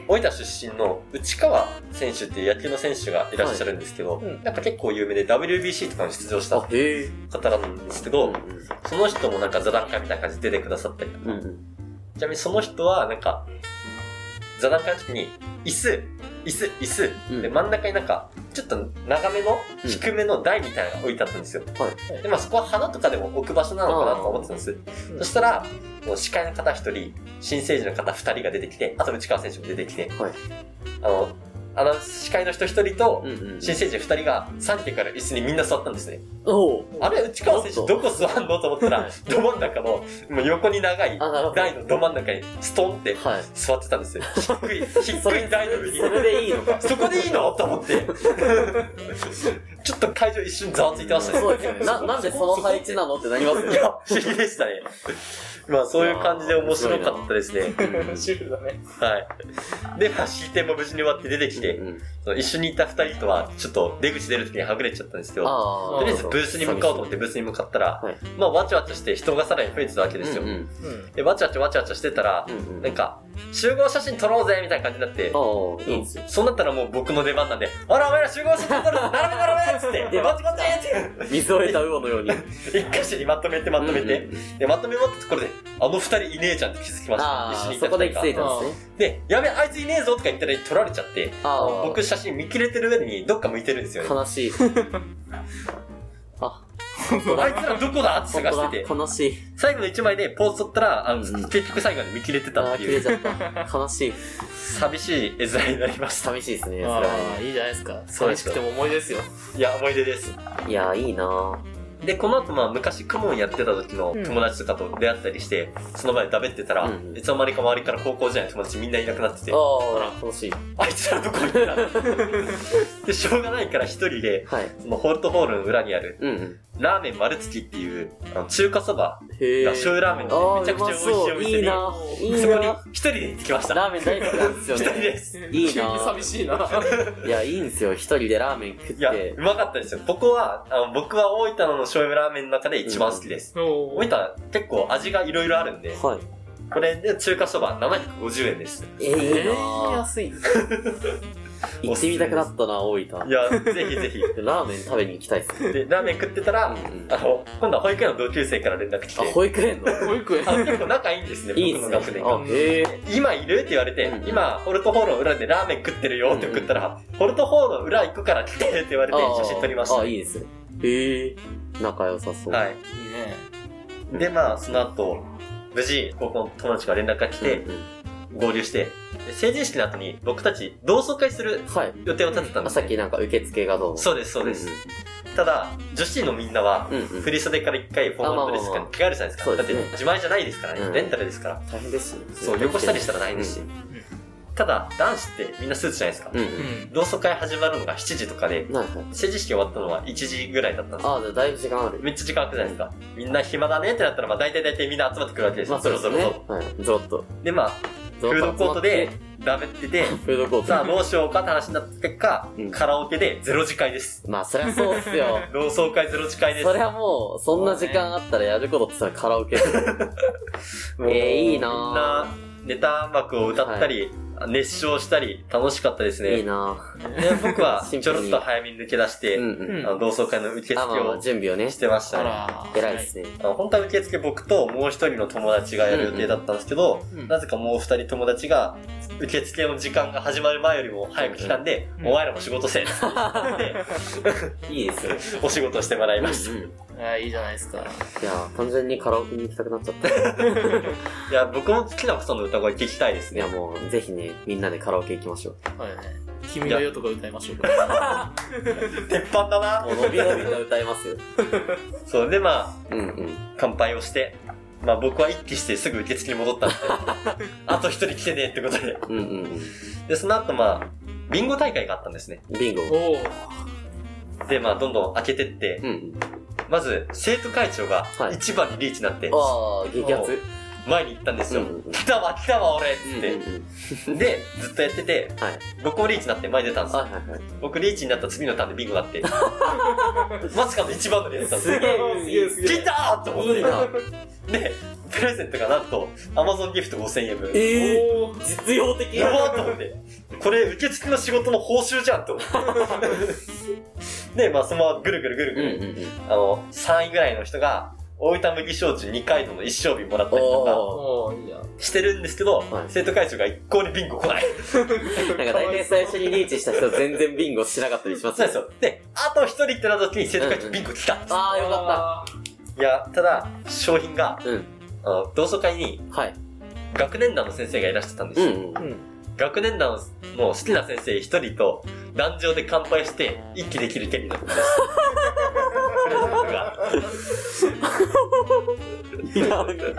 Speaker 1: 大分出身の内川選手っていう野球の選手がいらっしゃるんですけど、
Speaker 3: いうん
Speaker 1: なんか結構有名で WBC とかに出場した
Speaker 2: あ、へえ。
Speaker 1: 方なんですけ
Speaker 2: う
Speaker 1: ど、
Speaker 2: ん
Speaker 1: その人もなんか座談会みたいな感じで出てくださったりとか
Speaker 2: うん。うん
Speaker 1: ちなみにその人は、なんか、座談会の時に、椅子、椅子、椅子、
Speaker 2: うん
Speaker 1: で、真ん中になんか、ちょっと長めの、
Speaker 2: うん
Speaker 1: 低めの台みたいなのが置いてあったんですよ。
Speaker 3: はい
Speaker 1: で、まあそこは花とかでも置く場所なのかなとか思ってたんです。
Speaker 3: ん
Speaker 1: そしたら、もう司会の方一人、新成人の方二人が出てきて、あと内川選手も出てきて、
Speaker 2: はい
Speaker 1: あの、あの、司会の人一人と
Speaker 2: う、んうん。
Speaker 1: 新成人二人が3軒から椅子にみんな座ったんですね。
Speaker 2: おう
Speaker 1: あれ、内川選
Speaker 2: おっ
Speaker 1: 手ど
Speaker 2: と
Speaker 1: こ座んのと思ったら、ど真ん中の、もう横に長い
Speaker 2: あ、なるほど。
Speaker 1: 台のど真ん中にストンって
Speaker 2: はい。
Speaker 1: 座ってたんですよ。低い、
Speaker 2: そ
Speaker 1: 低
Speaker 2: れ
Speaker 1: い台の上に
Speaker 2: そ。れでいいのか。
Speaker 1: そこでいいのと思って。ちょっと会場一瞬ざわついてましたね。
Speaker 2: そうですよね。な、なんでその配置なのってなりますよ
Speaker 1: い
Speaker 2: ね。
Speaker 1: や、不思議でしたね。まあそういう感じで面白かったですね。
Speaker 2: うん
Speaker 3: 主婦だね。
Speaker 1: はい。で、まあ式典も無事に終わって出てきて、
Speaker 2: うんうん
Speaker 1: その一緒にいた二人とはちょっと出口出る時にはぐれちゃったんですけど、
Speaker 2: ああ。
Speaker 1: とりあえずブースに向かおうと思ってブースに向かったら、
Speaker 2: はい
Speaker 1: まあわちゃわちゃして人がさらに増えてたわけですよ。
Speaker 2: うんうん
Speaker 3: うん。
Speaker 1: で、わちゃわちゃわちゃわちゃしてたら、
Speaker 2: うんうん
Speaker 1: なんか、集合写真撮ろうぜみたいな感じになって、
Speaker 2: ああ、いいんですよ。
Speaker 1: そうなったらもう僕の出番なんで、あら、お前ら集合してたら、並べ並べっつ
Speaker 2: [laughs]
Speaker 1: って、で、こっちこっち
Speaker 2: 水を得た魚のように。
Speaker 1: って、一箇所にまとめてまとめて、
Speaker 2: うんうん。
Speaker 1: で、まとめ終わったところで、あの二人いねえじゃんって気づきました。
Speaker 2: ああ、
Speaker 1: い
Speaker 2: そこで気づい
Speaker 1: た
Speaker 2: たんで
Speaker 1: 二人
Speaker 2: すね。
Speaker 1: が。で、やべ、あいついねえぞとか言ったら撮られちゃって、
Speaker 2: ああ。
Speaker 1: 僕写真見切れてる上にどっか向いてるんですよね。
Speaker 2: 悲しい。あ、
Speaker 1: あいつらどこだって探
Speaker 2: 本当
Speaker 1: し
Speaker 2: だ。
Speaker 1: てて、
Speaker 2: 悲しい。
Speaker 1: 最後の一枚でポーズ取ったら、あの
Speaker 2: うんうん
Speaker 1: 結局最後まで見切れて
Speaker 2: あ
Speaker 1: たっ
Speaker 2: ー、
Speaker 1: て
Speaker 2: 切
Speaker 1: い
Speaker 2: れ
Speaker 1: う、
Speaker 2: ちゃった。悲しい。
Speaker 1: 寂しい絵面になりました。
Speaker 2: 寂しいですね、それは
Speaker 3: ああ、
Speaker 2: ね。
Speaker 3: いいじゃないですか。
Speaker 1: そうで
Speaker 3: 寂
Speaker 1: す
Speaker 3: しくても思い出ですよ。
Speaker 1: いや、思い出です。
Speaker 2: いやー、いいなぁ。
Speaker 1: で、この後まあ昔クモンやってた時の
Speaker 3: うん
Speaker 1: 友達とかと出会ったりして、その前ダベってたら、
Speaker 2: うんうん
Speaker 1: いつの間にか周りから高校時代の友達みんないなくなってて、あ
Speaker 2: ああ、楽しい。
Speaker 1: いつらどこ行った [laughs] で、しょうがないから一人で、
Speaker 2: はい。
Speaker 1: そのホールトホールの裏にある、
Speaker 2: うんうん。
Speaker 1: ラーメン丸月っていう、あの中華そば
Speaker 2: へえ。
Speaker 1: が醤油ラーメン
Speaker 2: ああ、
Speaker 1: でめちゃ
Speaker 2: う
Speaker 1: くちゃ美味しい
Speaker 2: まそ
Speaker 1: お
Speaker 2: う。
Speaker 1: 店
Speaker 2: いい
Speaker 1: に、
Speaker 2: なぁ。いい
Speaker 1: そこに
Speaker 2: なぁ。
Speaker 1: 一人で行ってきました。
Speaker 2: ラーメン大好きなんですよ
Speaker 1: 一人
Speaker 2: ね。
Speaker 1: です。
Speaker 2: いい
Speaker 3: [laughs] 急
Speaker 2: な
Speaker 3: に寂しいな。
Speaker 2: いや、いいんですよ。一人でラーメン食っ
Speaker 1: いや、
Speaker 2: て
Speaker 1: う。まかったですよ。ここは、あの僕は大分の醤油ラーメンの中で一番好きです。
Speaker 3: お
Speaker 1: 大分結構味がいろいろあるんで、
Speaker 2: はい。
Speaker 1: これで中華そば750円です。
Speaker 2: えー、いいなぁ。
Speaker 3: 安い。
Speaker 2: 行ってみたくなったな、大分。
Speaker 1: いや、ぜひぜひ。
Speaker 2: ラーメン食べに行きたいっす。
Speaker 1: で、ラーメン食ってたら、
Speaker 2: うん
Speaker 1: あ
Speaker 2: うん
Speaker 1: の、今度は保育園の同級生から連絡来
Speaker 2: あ、
Speaker 1: て、
Speaker 2: 保
Speaker 1: [laughs]
Speaker 2: 育園の
Speaker 3: 保育園
Speaker 1: あ結構仲いいんですね、
Speaker 2: いい
Speaker 1: 僕の
Speaker 2: っすね
Speaker 1: 学。年が。
Speaker 2: あ、へえ。
Speaker 1: 今いるって言われて、
Speaker 2: うん
Speaker 1: 今、ホルトホールの裏でラーメン食ってるよって送ったら、ホルトホールの裏行くから来てって言われて、
Speaker 2: あー
Speaker 1: 写真撮りました。
Speaker 2: あ、いいですね。へえ。仲良さそう。。
Speaker 1: はいい。
Speaker 3: いいね
Speaker 1: で、まあ、その後、無事、高校の友達から連絡が来て、合流して、で成人式の後に僕たち同窓会する
Speaker 2: はい。
Speaker 1: 予定を立てたん
Speaker 2: あ
Speaker 1: です
Speaker 2: さ
Speaker 1: ね、
Speaker 2: っきなんか受付がどう
Speaker 1: そうです、そうです。。ただ、女子のみんなは、
Speaker 2: うんうん。うんうん
Speaker 1: 振り袖から一回フォーマットですか
Speaker 2: あまあまあま
Speaker 1: ら
Speaker 2: あ
Speaker 1: 着替えるじゃないです
Speaker 2: そ
Speaker 1: か。
Speaker 2: うで
Speaker 1: だっ
Speaker 2: すね
Speaker 1: て自前じゃないですからね
Speaker 2: う。ん
Speaker 1: レンタルですから。
Speaker 2: 大変ですね。
Speaker 1: そう、横したりしたら大変ですし。ただ、男子ってみんなスーツじゃないですか
Speaker 2: う。んう。
Speaker 3: うんん
Speaker 1: 同窓会始まるのが7時とかで、
Speaker 2: なんか、
Speaker 1: 成人式終わったのは1時ぐらいだったんですよ
Speaker 2: あ、じゃあだいぶ時間ある。
Speaker 1: めっちゃ時間空くじゃないですか。みんな暇だねってなったら、まあ大体大体みんな集まってくるわけですよ。そろそろと。
Speaker 2: はい。ゾロッと。
Speaker 1: で、まあ、
Speaker 2: フ
Speaker 1: フードコートで、ダブってて、
Speaker 2: フードコー
Speaker 1: さあ
Speaker 2: ト。
Speaker 1: どうしようかって話になった結果
Speaker 2: うん、
Speaker 1: カラオケでゼロ次会です。
Speaker 2: まあ、そりゃそうっすよ。
Speaker 1: 同窓会ゼロ次会です。
Speaker 2: [laughs] そりゃもう、そんな時間あったらやることって言ったらカラ [laughs] オケ。えーいいな
Speaker 1: みんなネタ幕を歌ったり、熱唱したり、楽しかったですね。
Speaker 2: いいな
Speaker 1: で僕は
Speaker 2: [laughs] シン
Speaker 1: ち
Speaker 2: プ
Speaker 1: ょ
Speaker 2: ル
Speaker 1: ろ
Speaker 2: に
Speaker 1: っと早めに抜け出して、
Speaker 2: うんうん。
Speaker 1: あの同窓会の受付
Speaker 2: あ、まあまあ、
Speaker 1: を
Speaker 2: 準備をね
Speaker 1: し。てました
Speaker 3: あ
Speaker 1: ね。
Speaker 3: ら
Speaker 2: 偉いですね。
Speaker 1: あの本当は受付僕ともう一人の友達がやる予定だったんですけど、
Speaker 3: うん
Speaker 1: なぜかもう二人友達が、受付の時間が始まる前よりも早く来たんで、
Speaker 3: うん
Speaker 1: お前らも仕事せえって言って、
Speaker 2: いいですよ。
Speaker 1: お仕事してもらいまし
Speaker 2: うんうん
Speaker 3: あいいじゃないですか
Speaker 2: いや、単純にカラオケに行きたくなっちゃ [laughs] った。
Speaker 1: た。いや、僕も好きな子さんの歌声聞きたいです
Speaker 2: いや、
Speaker 1: ね。
Speaker 2: もう、ぜひね、みんなでカラオケ行きましょう。
Speaker 3: そうだよね君の夜とか歌いましょ
Speaker 1: [laughs]
Speaker 3: うか
Speaker 1: 鉄板だな
Speaker 2: も。う、伸び伸びと歌いますよ。
Speaker 1: そう、でまあ、
Speaker 2: うんうん。
Speaker 1: 乾杯をして、まあ僕は一気してすぐ受付に戻ったんで、あと一人来てねってことで。
Speaker 2: うんうん
Speaker 1: で、その後まあ、ビンゴ大会があったんですね。
Speaker 2: うん。ビンゴ。
Speaker 3: おお
Speaker 1: で、まあどんどん開けてって
Speaker 2: う、んうん。
Speaker 1: まず生徒会長が
Speaker 2: はい
Speaker 1: 一番にリーチになって、
Speaker 2: ああ、激アツ。
Speaker 1: 前に行ったんです
Speaker 2: うん
Speaker 1: よ。
Speaker 2: うんうん。
Speaker 1: 来たわ来たわ俺っつ
Speaker 2: う
Speaker 1: っ
Speaker 2: んうん
Speaker 1: て。
Speaker 2: うん。
Speaker 1: で、ずっとやってて、
Speaker 2: はい。
Speaker 1: 僕もリーチになって前に出たんですよ。
Speaker 2: はいはいはい。
Speaker 1: 僕リーチになった次のターンでビンゴが
Speaker 2: [laughs]
Speaker 1: あって、まさかの一番乗りだったんですよ。
Speaker 3: すげえすげえ
Speaker 1: 来たーと思
Speaker 2: いいな
Speaker 1: って。で、プレゼントがなんと、アマゾンギフト5000円分。
Speaker 2: ええ
Speaker 3: おお
Speaker 2: 実用的
Speaker 1: やばーと思って。これ、受付の仕事の報酬じゃんと思
Speaker 2: [laughs]
Speaker 1: って。で、まあ、そのままぐるぐるぐる
Speaker 2: うん
Speaker 1: ぐ
Speaker 2: う
Speaker 1: る、
Speaker 2: んうん。
Speaker 1: あの、3位ぐらいの人が、大分麦焼酎2回との一升瓶もらったりとか
Speaker 2: お
Speaker 3: おおいいじゃん
Speaker 1: してるんですけど、
Speaker 2: はい
Speaker 1: 生徒会長が一向にビンゴ来ない。
Speaker 2: ー。なんか大体最初にリーチした人全然ビンゴしなかったりしま
Speaker 1: [laughs]
Speaker 2: す
Speaker 1: そうですよ。で、あと一人ってなった時に生徒会長ビンゴ来たんです。
Speaker 2: ああ、よか
Speaker 1: いや、ただ、商品が、
Speaker 2: うん
Speaker 1: あの同窓会に
Speaker 2: った。はい。
Speaker 1: 学年団の先生がいらしてたんです
Speaker 2: うん
Speaker 1: よ。
Speaker 2: うん。
Speaker 3: うん
Speaker 1: 学年団の好きな先生一人と、壇上で乾杯して、一気できる [laughs] 権利だったんです。プレゼントが。
Speaker 2: いや、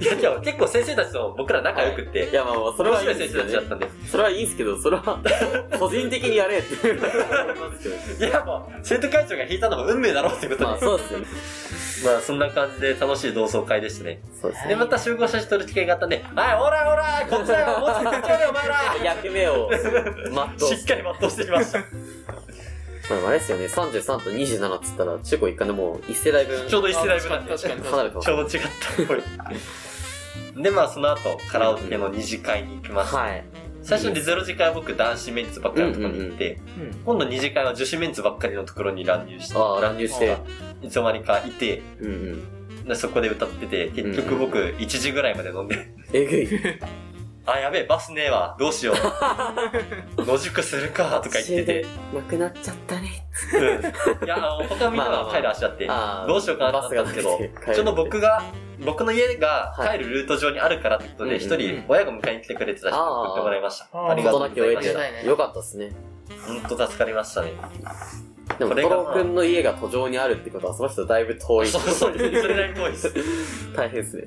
Speaker 1: いや、でも結構先生たちと僕ら仲良くって、
Speaker 2: いやまあまあ、それ
Speaker 1: 面
Speaker 2: は
Speaker 1: 白
Speaker 2: いい
Speaker 1: い
Speaker 2: で
Speaker 1: 先生
Speaker 2: すよ
Speaker 1: たちだっ
Speaker 2: ね。
Speaker 1: たんで。
Speaker 2: それはいいですけど、それは、個人的にやれっていう。
Speaker 1: いや、もう、生徒会長が引いたのも運命だろうってことで。
Speaker 2: まあ、
Speaker 1: ま
Speaker 2: そうですよね。
Speaker 1: あ、そんな感じで楽しい同窓会でしたね。
Speaker 2: そうですね。
Speaker 1: で、また集合写真撮る機会があったんで、はい、おらおらこっちだよもうちょっとこっちだよお前ら
Speaker 2: 役目を全
Speaker 1: しっ
Speaker 2: う。
Speaker 1: かり全うしてきました。
Speaker 2: まあ、あれですよね、33と27っつったら、中高一貫でもう1世代分
Speaker 1: ちょうど一世代分なんで。
Speaker 3: 確かに確か
Speaker 2: 離れてます
Speaker 1: ち。ょうど違った。これで、まあ、その後、カラオケの二次会に行きます。
Speaker 2: はい。
Speaker 1: 最初にゼロ次会は僕男子メンツばっかりのところに行って、
Speaker 3: にうん
Speaker 1: 今度二次会は女子メンツばっかりのところに乱入して、
Speaker 2: ああ、乱入して。
Speaker 1: いつの間にかいて、
Speaker 2: うんうん。
Speaker 1: でそこで歌ってて、結局僕1時ぐらいまで飲んで、
Speaker 2: えぐい。
Speaker 1: あ、やべえ、バスねえわ、どうしよう。野宿するか、とか言ってて、
Speaker 2: なくなっちゃったね。
Speaker 1: うんいや、あの他みんなは帰る足だって、
Speaker 2: ああ
Speaker 1: どうしようかなってなったんですけど、ちょうど僕が、僕の家が
Speaker 2: はい
Speaker 1: 帰るルート上にあるからってこと
Speaker 2: うんう
Speaker 1: で、
Speaker 2: ん
Speaker 1: 一人親が迎えに来てくれてた人に送ってもらいました。
Speaker 3: あー
Speaker 1: ありがとうご
Speaker 2: 事なき
Speaker 1: ざ
Speaker 2: を
Speaker 1: い
Speaker 2: 得
Speaker 1: ま
Speaker 2: て
Speaker 1: した。
Speaker 2: た。よかったですね。
Speaker 1: 本当助かりましたね。
Speaker 2: でも、
Speaker 1: これ
Speaker 2: ト
Speaker 1: が
Speaker 2: ロくんの家が途上にあるってことは、その人だいぶ遠い。
Speaker 1: そうそう、それなりに遠いです。
Speaker 2: [laughs] 大変ですね。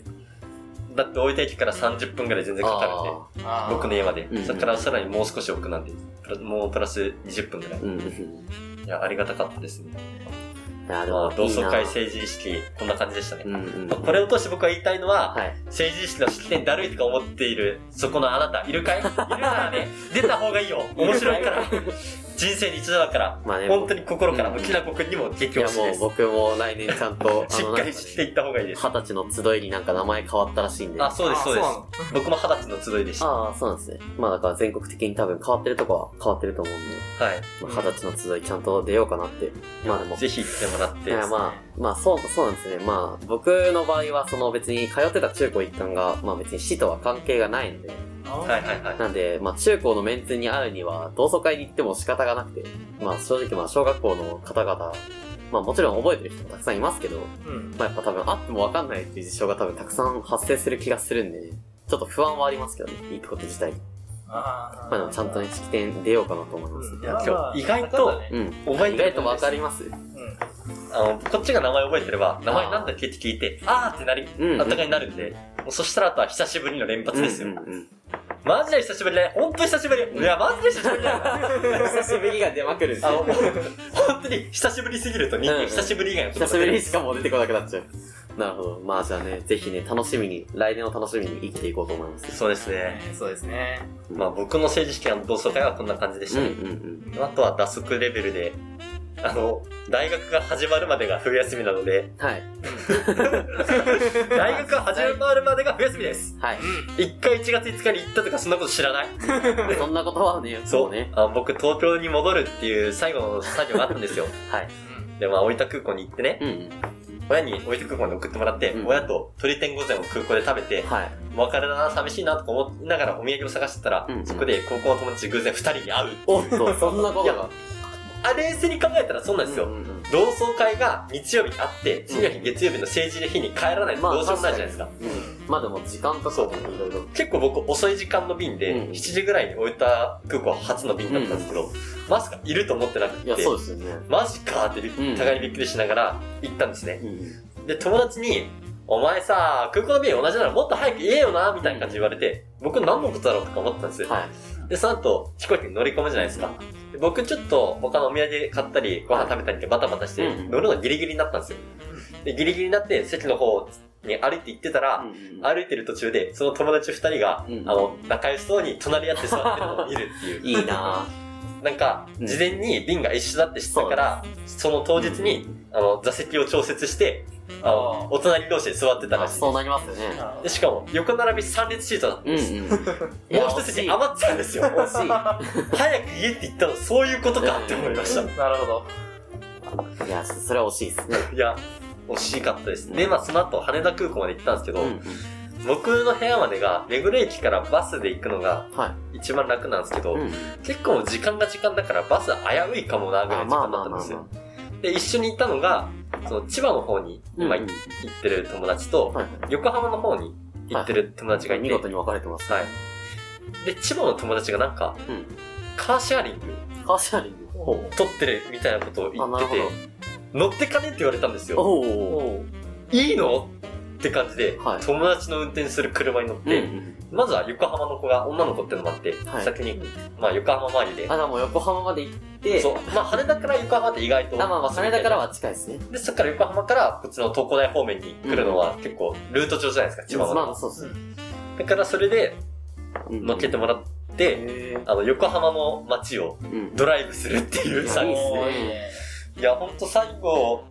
Speaker 1: だって大分駅から30分ぐらい全然かかるんで、
Speaker 3: あー
Speaker 1: 僕の家まで
Speaker 2: うんう。ん
Speaker 1: そこからさらにもう少し奥なんで、プラもうプラス20分ぐらい。
Speaker 2: うんうんうん。
Speaker 1: いや、ありがたかったですね。
Speaker 2: いや、で
Speaker 1: ま
Speaker 2: も
Speaker 1: あ、、同窓
Speaker 2: い
Speaker 1: 会
Speaker 2: いな
Speaker 1: 成人式、こんな感じでしたね
Speaker 2: う。んうん。
Speaker 1: まあこれを通して僕が言いたいのは、
Speaker 2: はい。
Speaker 1: 成人式の式典だるいとか
Speaker 2: [laughs]
Speaker 1: 思っている、そこのあなた、いるかいいるならね、出た方がいいよ。面白いから。人生に一度だから、
Speaker 2: まあね、
Speaker 1: 本当に心から、
Speaker 2: うん
Speaker 1: きなこくんにも提
Speaker 2: い
Speaker 1: 供
Speaker 2: や
Speaker 1: して
Speaker 2: も
Speaker 1: で
Speaker 2: う
Speaker 1: す。
Speaker 2: 僕も来年ちゃんと、
Speaker 1: しっかり知っていった方がいいです。
Speaker 2: 二十歳の集いになんか名前変わったらしいんで。
Speaker 1: あ、そうです、そうで
Speaker 3: あそう
Speaker 1: す。僕も二十歳の集いでした。は
Speaker 2: ああ、そうなんですね。まあだから全国的に多分変わってるとこは変わってると思うんで、まあ
Speaker 3: うん
Speaker 2: 二十歳の集いちゃんと出ようかなって。まあでも
Speaker 1: い。。ぜひ行ってもらって
Speaker 2: いやまあ、まあそう、そうなんですね。まあ僕の場合はその別に通ってた中高一貫が、まあ別に市とは関係がないんで、
Speaker 3: なの
Speaker 1: はいはいはい。
Speaker 2: なんで、まあ中高のメンツに会うには同窓会に行っても仕方がなくて、まあ正直まあ小学校の方々、まあもちろん覚えてる人もたくさんいますけど、
Speaker 3: うん。
Speaker 2: まあやっぱ多分あってもわかんないっていう事象が多分たくさん発生する気がするんで、ちょっと不安はありますけどね、行くこと自体に。
Speaker 3: あ
Speaker 2: まあでもちゃんとね、式典出ようかなと思います。
Speaker 1: いや今日意外と
Speaker 2: うん。
Speaker 1: 覚えてる
Speaker 2: 意外
Speaker 1: と思
Speaker 2: と
Speaker 1: うん
Speaker 2: わ
Speaker 1: です
Speaker 2: かります
Speaker 1: あの、こっちが名前覚えてれば、名前なんだっけって聞いて、あーってなり、
Speaker 2: うん
Speaker 1: あったかになるんで、もうそしたらあとは久しぶりの連発ですよ。
Speaker 2: うんうんうん
Speaker 1: マジで久しぶりね。ほんと久しぶり。いや、マジで久しぶりだよな。
Speaker 2: 久しぶりが出まくるんで
Speaker 1: あの、本当に久しぶりすぎると人
Speaker 2: うんう
Speaker 1: 間
Speaker 2: ん
Speaker 1: 久しぶり以外の
Speaker 2: 久しぶりにしかもう出てこなくなっちゃう。なるほど。まあじゃあね、ぜひね、楽しみに、来年を楽しみに生きていこうと思います。
Speaker 1: そうですね。
Speaker 3: うん。そうですね。
Speaker 1: まあ僕の政治試験の同窓会はこんな感じでし
Speaker 2: う
Speaker 1: た
Speaker 2: んう
Speaker 1: ね。
Speaker 2: ん
Speaker 1: あとは打足レベルで、あの、大学が始まるまでが冬休みなの
Speaker 2: [laughs]
Speaker 1: で、
Speaker 2: うん。はい。
Speaker 1: 大学が始まるまでが冬休みです。
Speaker 2: はい。
Speaker 1: 一回1月5日に行ったとかそんなこと知らない [laughs]
Speaker 2: そんなことはね、そうね。
Speaker 1: あ僕東京に戻るっていう最後の作業があったんですよ。
Speaker 2: はい。
Speaker 1: で、まあ大分空港に行ってね、
Speaker 2: うんうん。
Speaker 1: 親に大分空港に送ってもらって、
Speaker 2: うん
Speaker 1: 親と鳥天御膳を空港で食べて、
Speaker 2: はい。
Speaker 1: お別れだな、寂しいなとか思いながらお土産を探してたら、
Speaker 2: うんうん
Speaker 1: そこで高校の友達偶然二人に会う。
Speaker 2: おっと、そんなこと
Speaker 1: いや
Speaker 2: が。
Speaker 1: あ、冷静に考えたらそうなんですよ。
Speaker 2: うんうんうん
Speaker 1: 同窓会が日曜日にあって、次の日月曜日の成人の日に帰らないと
Speaker 2: まあ
Speaker 1: どうしようもないじゃないですか。
Speaker 2: うん。まあでも、時間とかもねいろいろ。
Speaker 1: 結構僕遅い時間の便で、
Speaker 2: うん
Speaker 1: 7時ぐらいに大分空港初の便だったんですけど、まさかいると思ってなく
Speaker 2: い
Speaker 1: て
Speaker 2: や、、そうですよね。
Speaker 1: マジかーってびっ
Speaker 2: うん
Speaker 1: 互いにびっくりしながら行ったんですね。
Speaker 2: うんうん。
Speaker 1: で、友達に、お前さ、空港の便同じならもっと早く言えよな、みたいな感じで言われて、僕何のことだろうとか思ってたんですよ。
Speaker 2: はい。
Speaker 1: で、その後、飛行機に乗り込むじゃないですか。で僕ちょっと他のお土産買ったり、ご飯食べたりでバタバタして
Speaker 2: う、ん
Speaker 1: 乗るのギリギリになったんですよ。で、ギリギリになって席の方に歩いて行ってたら、
Speaker 2: あ
Speaker 1: 歩いてる途中で、その友達二人が、
Speaker 2: うん
Speaker 1: あの、仲良しそうに隣り合って座ってるのを見るっていう。
Speaker 2: いいなぁ。
Speaker 1: なんか、
Speaker 2: うん
Speaker 1: 事前に便が一緒だって知ってたから、その当日に、あの、座席を調節して、あ
Speaker 3: あ
Speaker 1: の、
Speaker 3: ー
Speaker 1: お隣同士で座ってたら
Speaker 2: まあ
Speaker 1: しい
Speaker 2: そうなりますよ
Speaker 1: [laughs]
Speaker 2: ね。
Speaker 1: で。しかも、横並び3列シートだったん
Speaker 2: うんう
Speaker 1: です。
Speaker 2: ん。
Speaker 1: もう一席余ってたんですよ。
Speaker 2: 惜しい。
Speaker 1: 早く家って言ったの、そういうことかって思いました。
Speaker 3: なるほど。
Speaker 2: いや、それは惜しいですね。
Speaker 1: いや、惜しかったです。で、まあ、その後、羽田空港まで行ったんですけど、
Speaker 2: うんうん
Speaker 1: 僕の部屋までが、目黒駅からバスで行くのが
Speaker 2: は
Speaker 1: 一番楽なんですけど、
Speaker 2: い。うん。
Speaker 1: 結構時間が時間だから、バス危ういかもな、ぐらいの時間だったんですよ。で、一緒に行ったのが、その千葉の方に今
Speaker 2: う
Speaker 1: 行
Speaker 2: ん
Speaker 1: ってる友達と、
Speaker 2: はい。
Speaker 1: 横浜の方に行ってる友達がいて、
Speaker 2: 見事に分かれてます。
Speaker 1: はい。で、千葉の友達がなんか、
Speaker 2: うん
Speaker 1: カーシェアリング
Speaker 2: カーシェアリング。
Speaker 3: ほ
Speaker 1: 取ってるみたいなことを言
Speaker 2: あ、な
Speaker 1: っ
Speaker 2: る
Speaker 1: て
Speaker 2: ほ
Speaker 1: て、乗ってかねって言われたんです
Speaker 2: ど。
Speaker 1: よ。
Speaker 2: おお。
Speaker 1: いいのって感じで、
Speaker 2: はい
Speaker 1: 友達の運転する車に乗っ
Speaker 2: で、
Speaker 1: て、まずは横浜の子が、女の子ってのもあって、
Speaker 2: はい
Speaker 1: 先に、まあ横浜周りで
Speaker 2: あ、、でも横浜まで行って、
Speaker 1: そう、まあ羽田から横浜って意外と、
Speaker 2: あ、まあまあ、羽田からは近いですね。
Speaker 1: で、そっから横浜から、こっちの東工大方面に来るのは結構、ルート上じゃないですか、千
Speaker 2: ま
Speaker 1: 葉
Speaker 2: あ
Speaker 1: ま
Speaker 2: まあ、そうですね。
Speaker 1: で。だからそれで、乗っけてもらっ
Speaker 2: ら
Speaker 1: て、あの、横浜の街を
Speaker 2: うん。
Speaker 1: ドライブするっていうサービス
Speaker 3: お
Speaker 1: で
Speaker 3: ーいいね。
Speaker 1: いや、ほんと最後、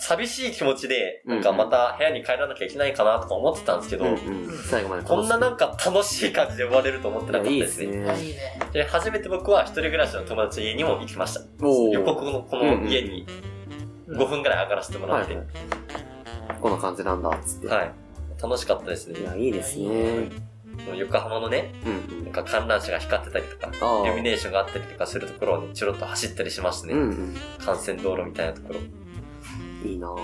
Speaker 1: 寂しい気持ちで、なんかまた部屋に帰らなきゃいけないかなとか思ってたんですけど、
Speaker 2: うんうん最後まで楽し
Speaker 1: こんななん
Speaker 2: く
Speaker 1: か楽しい感じで終われると思ってなかった
Speaker 2: いい
Speaker 1: で
Speaker 2: です
Speaker 1: ね。
Speaker 2: すね。
Speaker 3: いいね。
Speaker 1: で、初めて僕は一人暮らしの友達の家にも行きました。
Speaker 2: おー
Speaker 1: 横国のこの家に
Speaker 3: うん
Speaker 1: 5分くらい上がらせてもら
Speaker 2: は
Speaker 1: っ
Speaker 2: い
Speaker 1: て、
Speaker 2: はい。こんな感じなんだ、つって。
Speaker 1: はい。楽しかったですね
Speaker 2: い。や、いいですね。
Speaker 1: もう横浜のね、
Speaker 2: うんう
Speaker 1: なん
Speaker 2: ん。
Speaker 1: か観覧車が光ってたりとか、
Speaker 2: ああ
Speaker 1: イルミネーションがあったりとかするところをね、ちょろっと走ったりしましたね。
Speaker 2: うんうん。
Speaker 1: 幹線道路みたいなところ。
Speaker 2: いいなぁ。
Speaker 1: も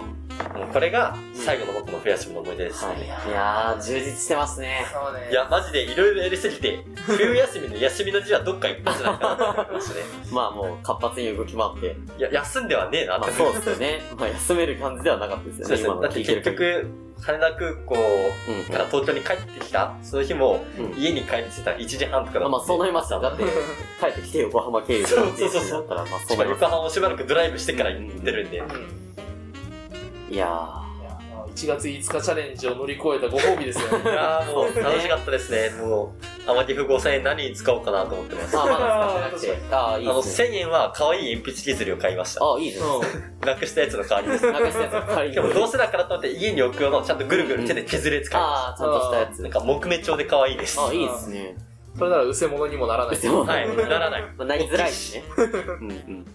Speaker 1: うこれが最後の僕の冬休みの思い出です。
Speaker 2: はい。いやー、充実してますね。
Speaker 3: そうね。
Speaker 1: いや、マジでいろいろやりすぎて、冬休みの休みの字はどっか行ったんじゃないかなと思いま
Speaker 2: [laughs]
Speaker 1: したね。
Speaker 2: まあもう、活発に動き回って。
Speaker 1: いや、休んではねえなっ
Speaker 2: まあ
Speaker 1: て。
Speaker 2: そうですよ
Speaker 1: [laughs]
Speaker 2: ね。まあ休める感じではなかったで
Speaker 1: そ
Speaker 2: すよ
Speaker 1: うで
Speaker 2: ね。
Speaker 1: すね
Speaker 2: 今。の
Speaker 1: だって
Speaker 2: 聞いて
Speaker 1: 結
Speaker 2: る限り、
Speaker 1: 局、羽田空港から東京に帰ってきた、その日も
Speaker 2: うんうん。
Speaker 1: 家に帰ってた1時半とかだったんで
Speaker 2: まあまあそうなりました。だって、帰ってきて横浜経由で
Speaker 1: そうそうそう
Speaker 2: だったら、まあそう
Speaker 1: ま
Speaker 2: な
Speaker 1: あ
Speaker 2: りま
Speaker 1: 横浜をしばらくドライブしてから行ってるんで、
Speaker 3: うん
Speaker 2: す。いやー。
Speaker 3: いや1月5日チャレンジを乗り越えたご褒美ですよね。
Speaker 1: いやーもう楽しかったですね。もう、アマティフ5000円何に使おうかなと思ってます。あ [laughs]
Speaker 2: あ、まだ使ってなくて。ああ、いい
Speaker 1: の、
Speaker 2: ですね。
Speaker 1: 1000円は可愛い鉛筆削りを買いました。
Speaker 2: ああ、いいですね。
Speaker 1: なくしたやつの代わりです。
Speaker 2: なくしたやつが仮に
Speaker 1: でもどうせだからと思って家に置く用のちゃんとぐるぐる手で削るやつ買いま
Speaker 2: ああ、ちゃんとしたや
Speaker 1: した。
Speaker 2: つ。
Speaker 1: なんか木目調で可愛いです。
Speaker 2: ああ、
Speaker 1: はい
Speaker 2: いですね。
Speaker 3: うん。それなら、うせ物にもならない。
Speaker 2: でも、
Speaker 1: い、ならない。
Speaker 2: まあ、なりづらいしね。うんうん。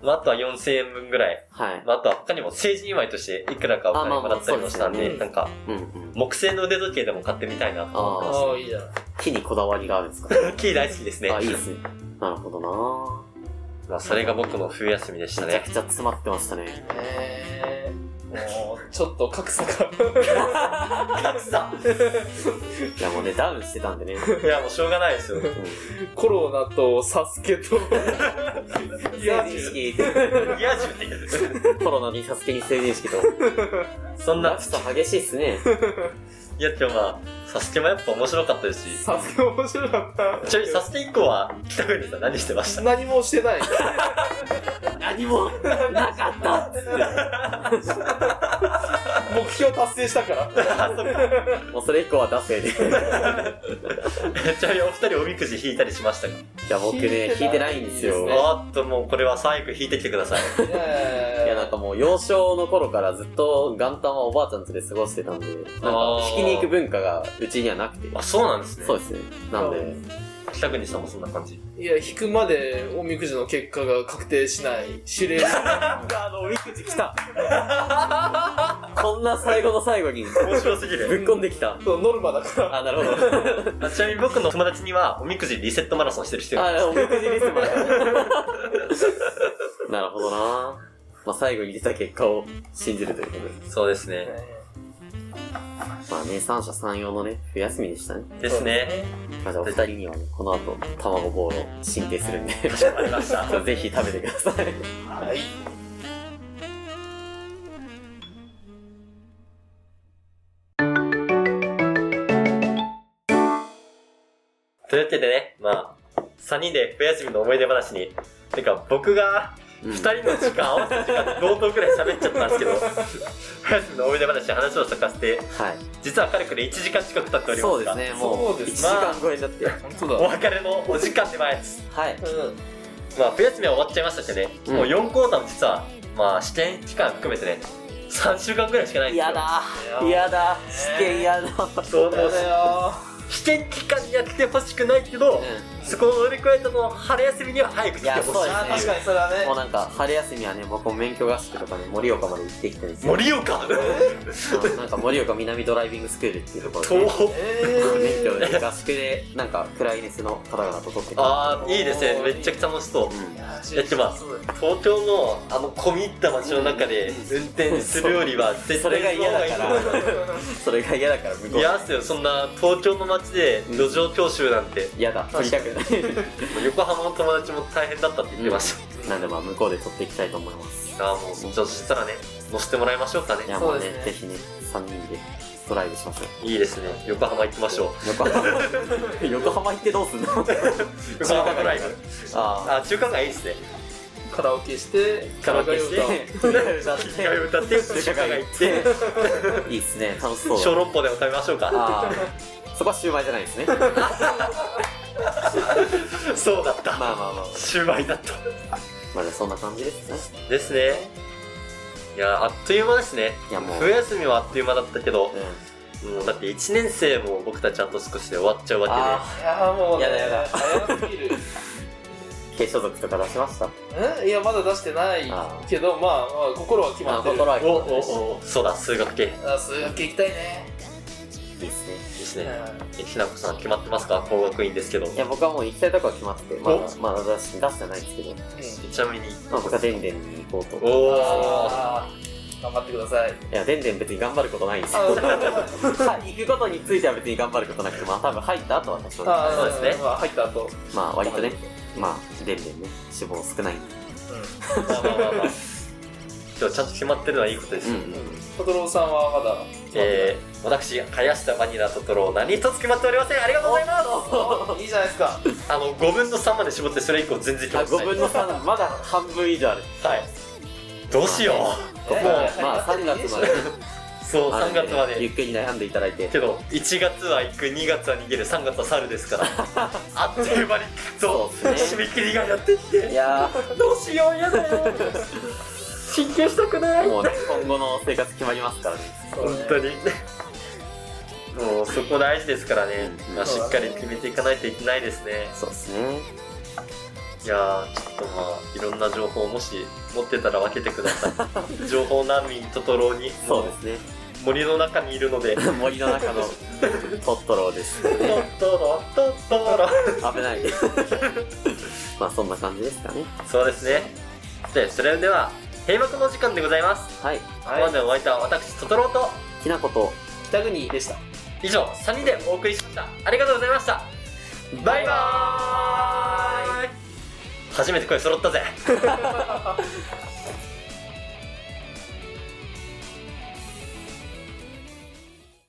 Speaker 1: まあ、あとは4000円分ぐらい。
Speaker 2: はい。
Speaker 1: まあ、あとは他にも成人祝いとしていくらかお金
Speaker 2: あまあまあ
Speaker 1: もらったりもしたん
Speaker 3: そうで
Speaker 1: で、
Speaker 3: すね
Speaker 1: なんか
Speaker 2: うんうん。
Speaker 1: 木製の腕時計でも買ってみたいなと。
Speaker 2: ああ、
Speaker 3: ああ、いいじゃん。
Speaker 2: 木にこだわりがあるんですか
Speaker 1: キー大好き [laughs] ですね。
Speaker 2: あ、いいですね。なるほどな
Speaker 1: まあ、それが僕の冬休みでした
Speaker 2: めちゃ
Speaker 1: ね
Speaker 2: く。ちゃ詰まってましたね。
Speaker 3: えー、もう、ちょっと格差が。
Speaker 1: 夏だ
Speaker 2: いやもうね、ダウンしてたんでね。
Speaker 1: いや、もうしょうがないですよ。
Speaker 3: コロナとサスケと、い
Speaker 2: 成
Speaker 3: や
Speaker 2: 人式、
Speaker 1: リア充って言うんですよ
Speaker 2: コロナにサスケに成人式と。
Speaker 1: そんな
Speaker 2: ラ、スト激しいっすね。
Speaker 1: いや、でもまあ、サスケもやっぱ面白かったですし、
Speaker 3: サスケ面白かった。
Speaker 1: ちょい、サスケ以降は、北国さん何してま
Speaker 2: [laughs]
Speaker 1: した
Speaker 3: 何もしてない。
Speaker 2: 何もなかった
Speaker 3: 目標達成したから。
Speaker 1: あ、そっか。
Speaker 2: もうそれ以降はダセーで。い
Speaker 1: ちなみにお二人おみくじ引いたりしましたか
Speaker 2: や僕ね、
Speaker 3: 聞
Speaker 2: 聞
Speaker 3: い
Speaker 2: い
Speaker 3: て
Speaker 2: て
Speaker 3: な
Speaker 2: ないい
Speaker 3: ん
Speaker 2: ん
Speaker 3: で
Speaker 2: ですす
Speaker 3: よ
Speaker 2: よ。
Speaker 1: あーっと、もうこれは最後引いてきてください。
Speaker 3: いや
Speaker 2: いやなんかもう幼少の頃からずっと元旦はおばあちゃん家で過ごしてたんで、なんか引きに行く文化がうちにはなくて。
Speaker 1: あ、そうなんですね。
Speaker 2: そうですね。なんで、
Speaker 1: 北国さんもそんな感じ。
Speaker 3: いや、引くまでおみくじの結果が確定しない。指令。
Speaker 2: あの、おみくじ来た [laughs] こんな最後の最後にぶ
Speaker 1: 面白すぎる。
Speaker 2: っこんできた。
Speaker 3: ノルマだから。
Speaker 2: あ、なるほど。
Speaker 1: あちなみに僕の友達には、おみくじリセットマラソンしてる人がいる
Speaker 2: あ、おみくじリスマ [laughs] なるほどなまあ最後に出た結果を信じるということで。
Speaker 1: そうですね。
Speaker 2: まあね、三者三様のね、冬休みでしたね。
Speaker 1: ですね。
Speaker 2: まあ、じゃあお二人にはね、この後、卵ボールを進呈するんで、
Speaker 1: わかりました。
Speaker 2: ぜひ食べてください。
Speaker 3: はい。
Speaker 1: というわけでね、まあ、3人で冬休みの思い出話に、てか僕が
Speaker 2: うん
Speaker 1: 2人の時間、合わせた時間で同等くらい喋っちゃったん [laughs] ですけど、冬休みの思い出話に話を咲かせて、
Speaker 2: はい。
Speaker 1: 実はかれこれ1時間近く経っておりますが、
Speaker 2: そうですね、もう、
Speaker 3: そうで
Speaker 2: 1時
Speaker 3: す
Speaker 1: まあ
Speaker 2: 間超えちゃって。
Speaker 3: 本当
Speaker 1: お
Speaker 3: だ。
Speaker 1: 別れのお時間で前です。
Speaker 2: はい。
Speaker 1: まあ、冬休みは終わっちゃいましたけどね、
Speaker 2: うん
Speaker 1: もう4クォーターも実は、まあ、試験期間含めてね、3週間くらいしかないんですよ。
Speaker 2: 嫌だ
Speaker 3: いや
Speaker 2: 嫌だ試験嫌だ
Speaker 1: そうもう
Speaker 3: だよ
Speaker 1: 試験期間にやってほしくないけど、
Speaker 2: う
Speaker 1: そこを乗り越えたのを春休みには早く来てほしい
Speaker 2: いやそうですね
Speaker 3: にそれは
Speaker 2: んもうなんか、春休みはね、僕も免許合宿とかね、盛岡まで行ってきてるんですよ。
Speaker 1: 盛岡
Speaker 2: うんなんか盛岡南ドライビングスクールっていうところで、
Speaker 1: 東北
Speaker 2: 免許
Speaker 3: え
Speaker 2: で合宿でなんかクライネスの方々と取ってくれて
Speaker 1: ああいいですねめっちゃ楽しそう
Speaker 2: うん
Speaker 3: ー
Speaker 1: やってま
Speaker 3: そうだよ
Speaker 1: 東京のあの込み入った街の中で運転するよりは絶対
Speaker 2: それが嫌だから
Speaker 1: ら
Speaker 2: それが嫌だから向こう
Speaker 1: 嫌っすよそんな東京の街で路上教習なんて、
Speaker 2: 嫌だ取りたくな
Speaker 1: 横浜の友達も大変だったって言ってまし
Speaker 2: い [laughs] なんでまあ向こうで取っていきたいと思います
Speaker 1: た、ああもうじゃあそしたらね乗せてもらいましょうかね
Speaker 2: いやもう
Speaker 3: そ
Speaker 2: ね
Speaker 3: うですね
Speaker 2: ぜひね3人でドライブしましょう
Speaker 1: いいですね横浜行きましょ
Speaker 2: 横浜 [laughs] 横浜行ってどう
Speaker 1: [laughs]
Speaker 2: すんの
Speaker 1: う横浜ドライブ [laughs]
Speaker 2: あ
Speaker 1: あ中華街いいですね
Speaker 3: カラオケして、
Speaker 1: カラオケして
Speaker 3: カラオケ
Speaker 2: あ歌っ
Speaker 1: 一回
Speaker 2: て
Speaker 1: 歌って中華街行って
Speaker 2: [laughs] いいっすね楽しそう
Speaker 1: 小籠包でも食べましょうか
Speaker 2: あーそこはシュウマイじゃないですねまあ
Speaker 1: そうだった
Speaker 2: まあまあ
Speaker 1: シュウマイだった
Speaker 2: まあじゃあそんな感じですね
Speaker 1: ですねいやあっという間ですね
Speaker 2: いやもう
Speaker 1: 冬休みはあっという間だったけど
Speaker 2: う、ん
Speaker 1: もうだって1年生も僕たちあと少しで終わっちゃうわ
Speaker 2: あ
Speaker 3: いやーもうね、
Speaker 2: やだやだ
Speaker 3: 早すぎる。
Speaker 2: ー軽所属とか出しました
Speaker 3: んいや、まだ出してない
Speaker 2: あ
Speaker 3: けど、まあ、まあ、心は決まってる。
Speaker 2: 心は
Speaker 1: けでおおおそうだ数学系
Speaker 3: あ、数学行きたいね。
Speaker 2: いいっすね
Speaker 1: です
Speaker 3: うん
Speaker 1: ねえひなこさん決まってますか工学院ですけど
Speaker 2: いや、僕はもう行きたいとこは決まってて、ま
Speaker 1: お
Speaker 2: だ、まだ出し、出してないですけど、
Speaker 1: ちなみに
Speaker 2: まあ僕はデンデンに行こうと。い
Speaker 1: おお
Speaker 3: あー頑張ってください。
Speaker 2: や、デンデン別に頑張ることないんですよ。
Speaker 3: あ
Speaker 2: はい行くことについては別に頑張ることなくて、まあ多分入った後は多少、ま
Speaker 3: あ
Speaker 1: そうですね
Speaker 3: まあ、入った後。
Speaker 2: あ割とね、まあ、デンデンね、脂肪少ないんで。
Speaker 1: まあまあまあまあ今日ちゃんと決まってるのはいいことです、
Speaker 2: うん
Speaker 3: うん。うん。トトロさんはまだ決まって
Speaker 1: えー、私林田バニラトトロ何一つ決まっておりませんありがとうございます
Speaker 3: ない。いいじゃないですか。
Speaker 1: あの5分の3まで絞ってそれ以降全然決
Speaker 2: あ、
Speaker 1: まってない
Speaker 2: 5分の3、まだ半分以上ある。
Speaker 1: はいどうしよ
Speaker 2: ここ、
Speaker 3: え
Speaker 2: まあ3月まで、
Speaker 1: そう、
Speaker 2: ある
Speaker 1: 3
Speaker 2: んで
Speaker 1: 月まで
Speaker 2: ゆ。っくり悩んでいただいて。
Speaker 1: けど、1月は行く、2月は逃げる、3月は去るですから。
Speaker 2: [laughs]
Speaker 1: あっという間に、そう、
Speaker 2: そうっす
Speaker 1: 締め切りがやってき
Speaker 2: い
Speaker 1: て、
Speaker 2: や
Speaker 1: どうしよう、やだ
Speaker 2: [laughs]
Speaker 1: よ。進級したくない。
Speaker 2: ー、
Speaker 1: 本
Speaker 2: もうね、今後の生活決まりますからね。
Speaker 1: 当に。もうそこ大事ですからね、まあ、し
Speaker 3: そうだ
Speaker 1: っ
Speaker 3: ね
Speaker 1: かり決めていかないといけないですね。
Speaker 2: そうですね。
Speaker 1: いやー、ちょっとまあ、いろんな情報をもし持ってたら分けてください。
Speaker 2: [laughs]
Speaker 1: 情報難民トトロに、
Speaker 2: そうです
Speaker 1: 森の中にいるので、
Speaker 2: ね。森の中のトットロです。
Speaker 1: トットロ、トットロ。
Speaker 2: 危ない。 [laughs] まあそんな感じですかね。
Speaker 1: そうですね。で、それでは、閉幕のお時間でございます。
Speaker 2: はい。
Speaker 1: ここまでお相手は私、トトロと、
Speaker 2: きなこと、
Speaker 3: 北国でした。
Speaker 1: 以上、3人でお送りしました。ありがとうございました。バイバーイ初めて声揃ったぜ。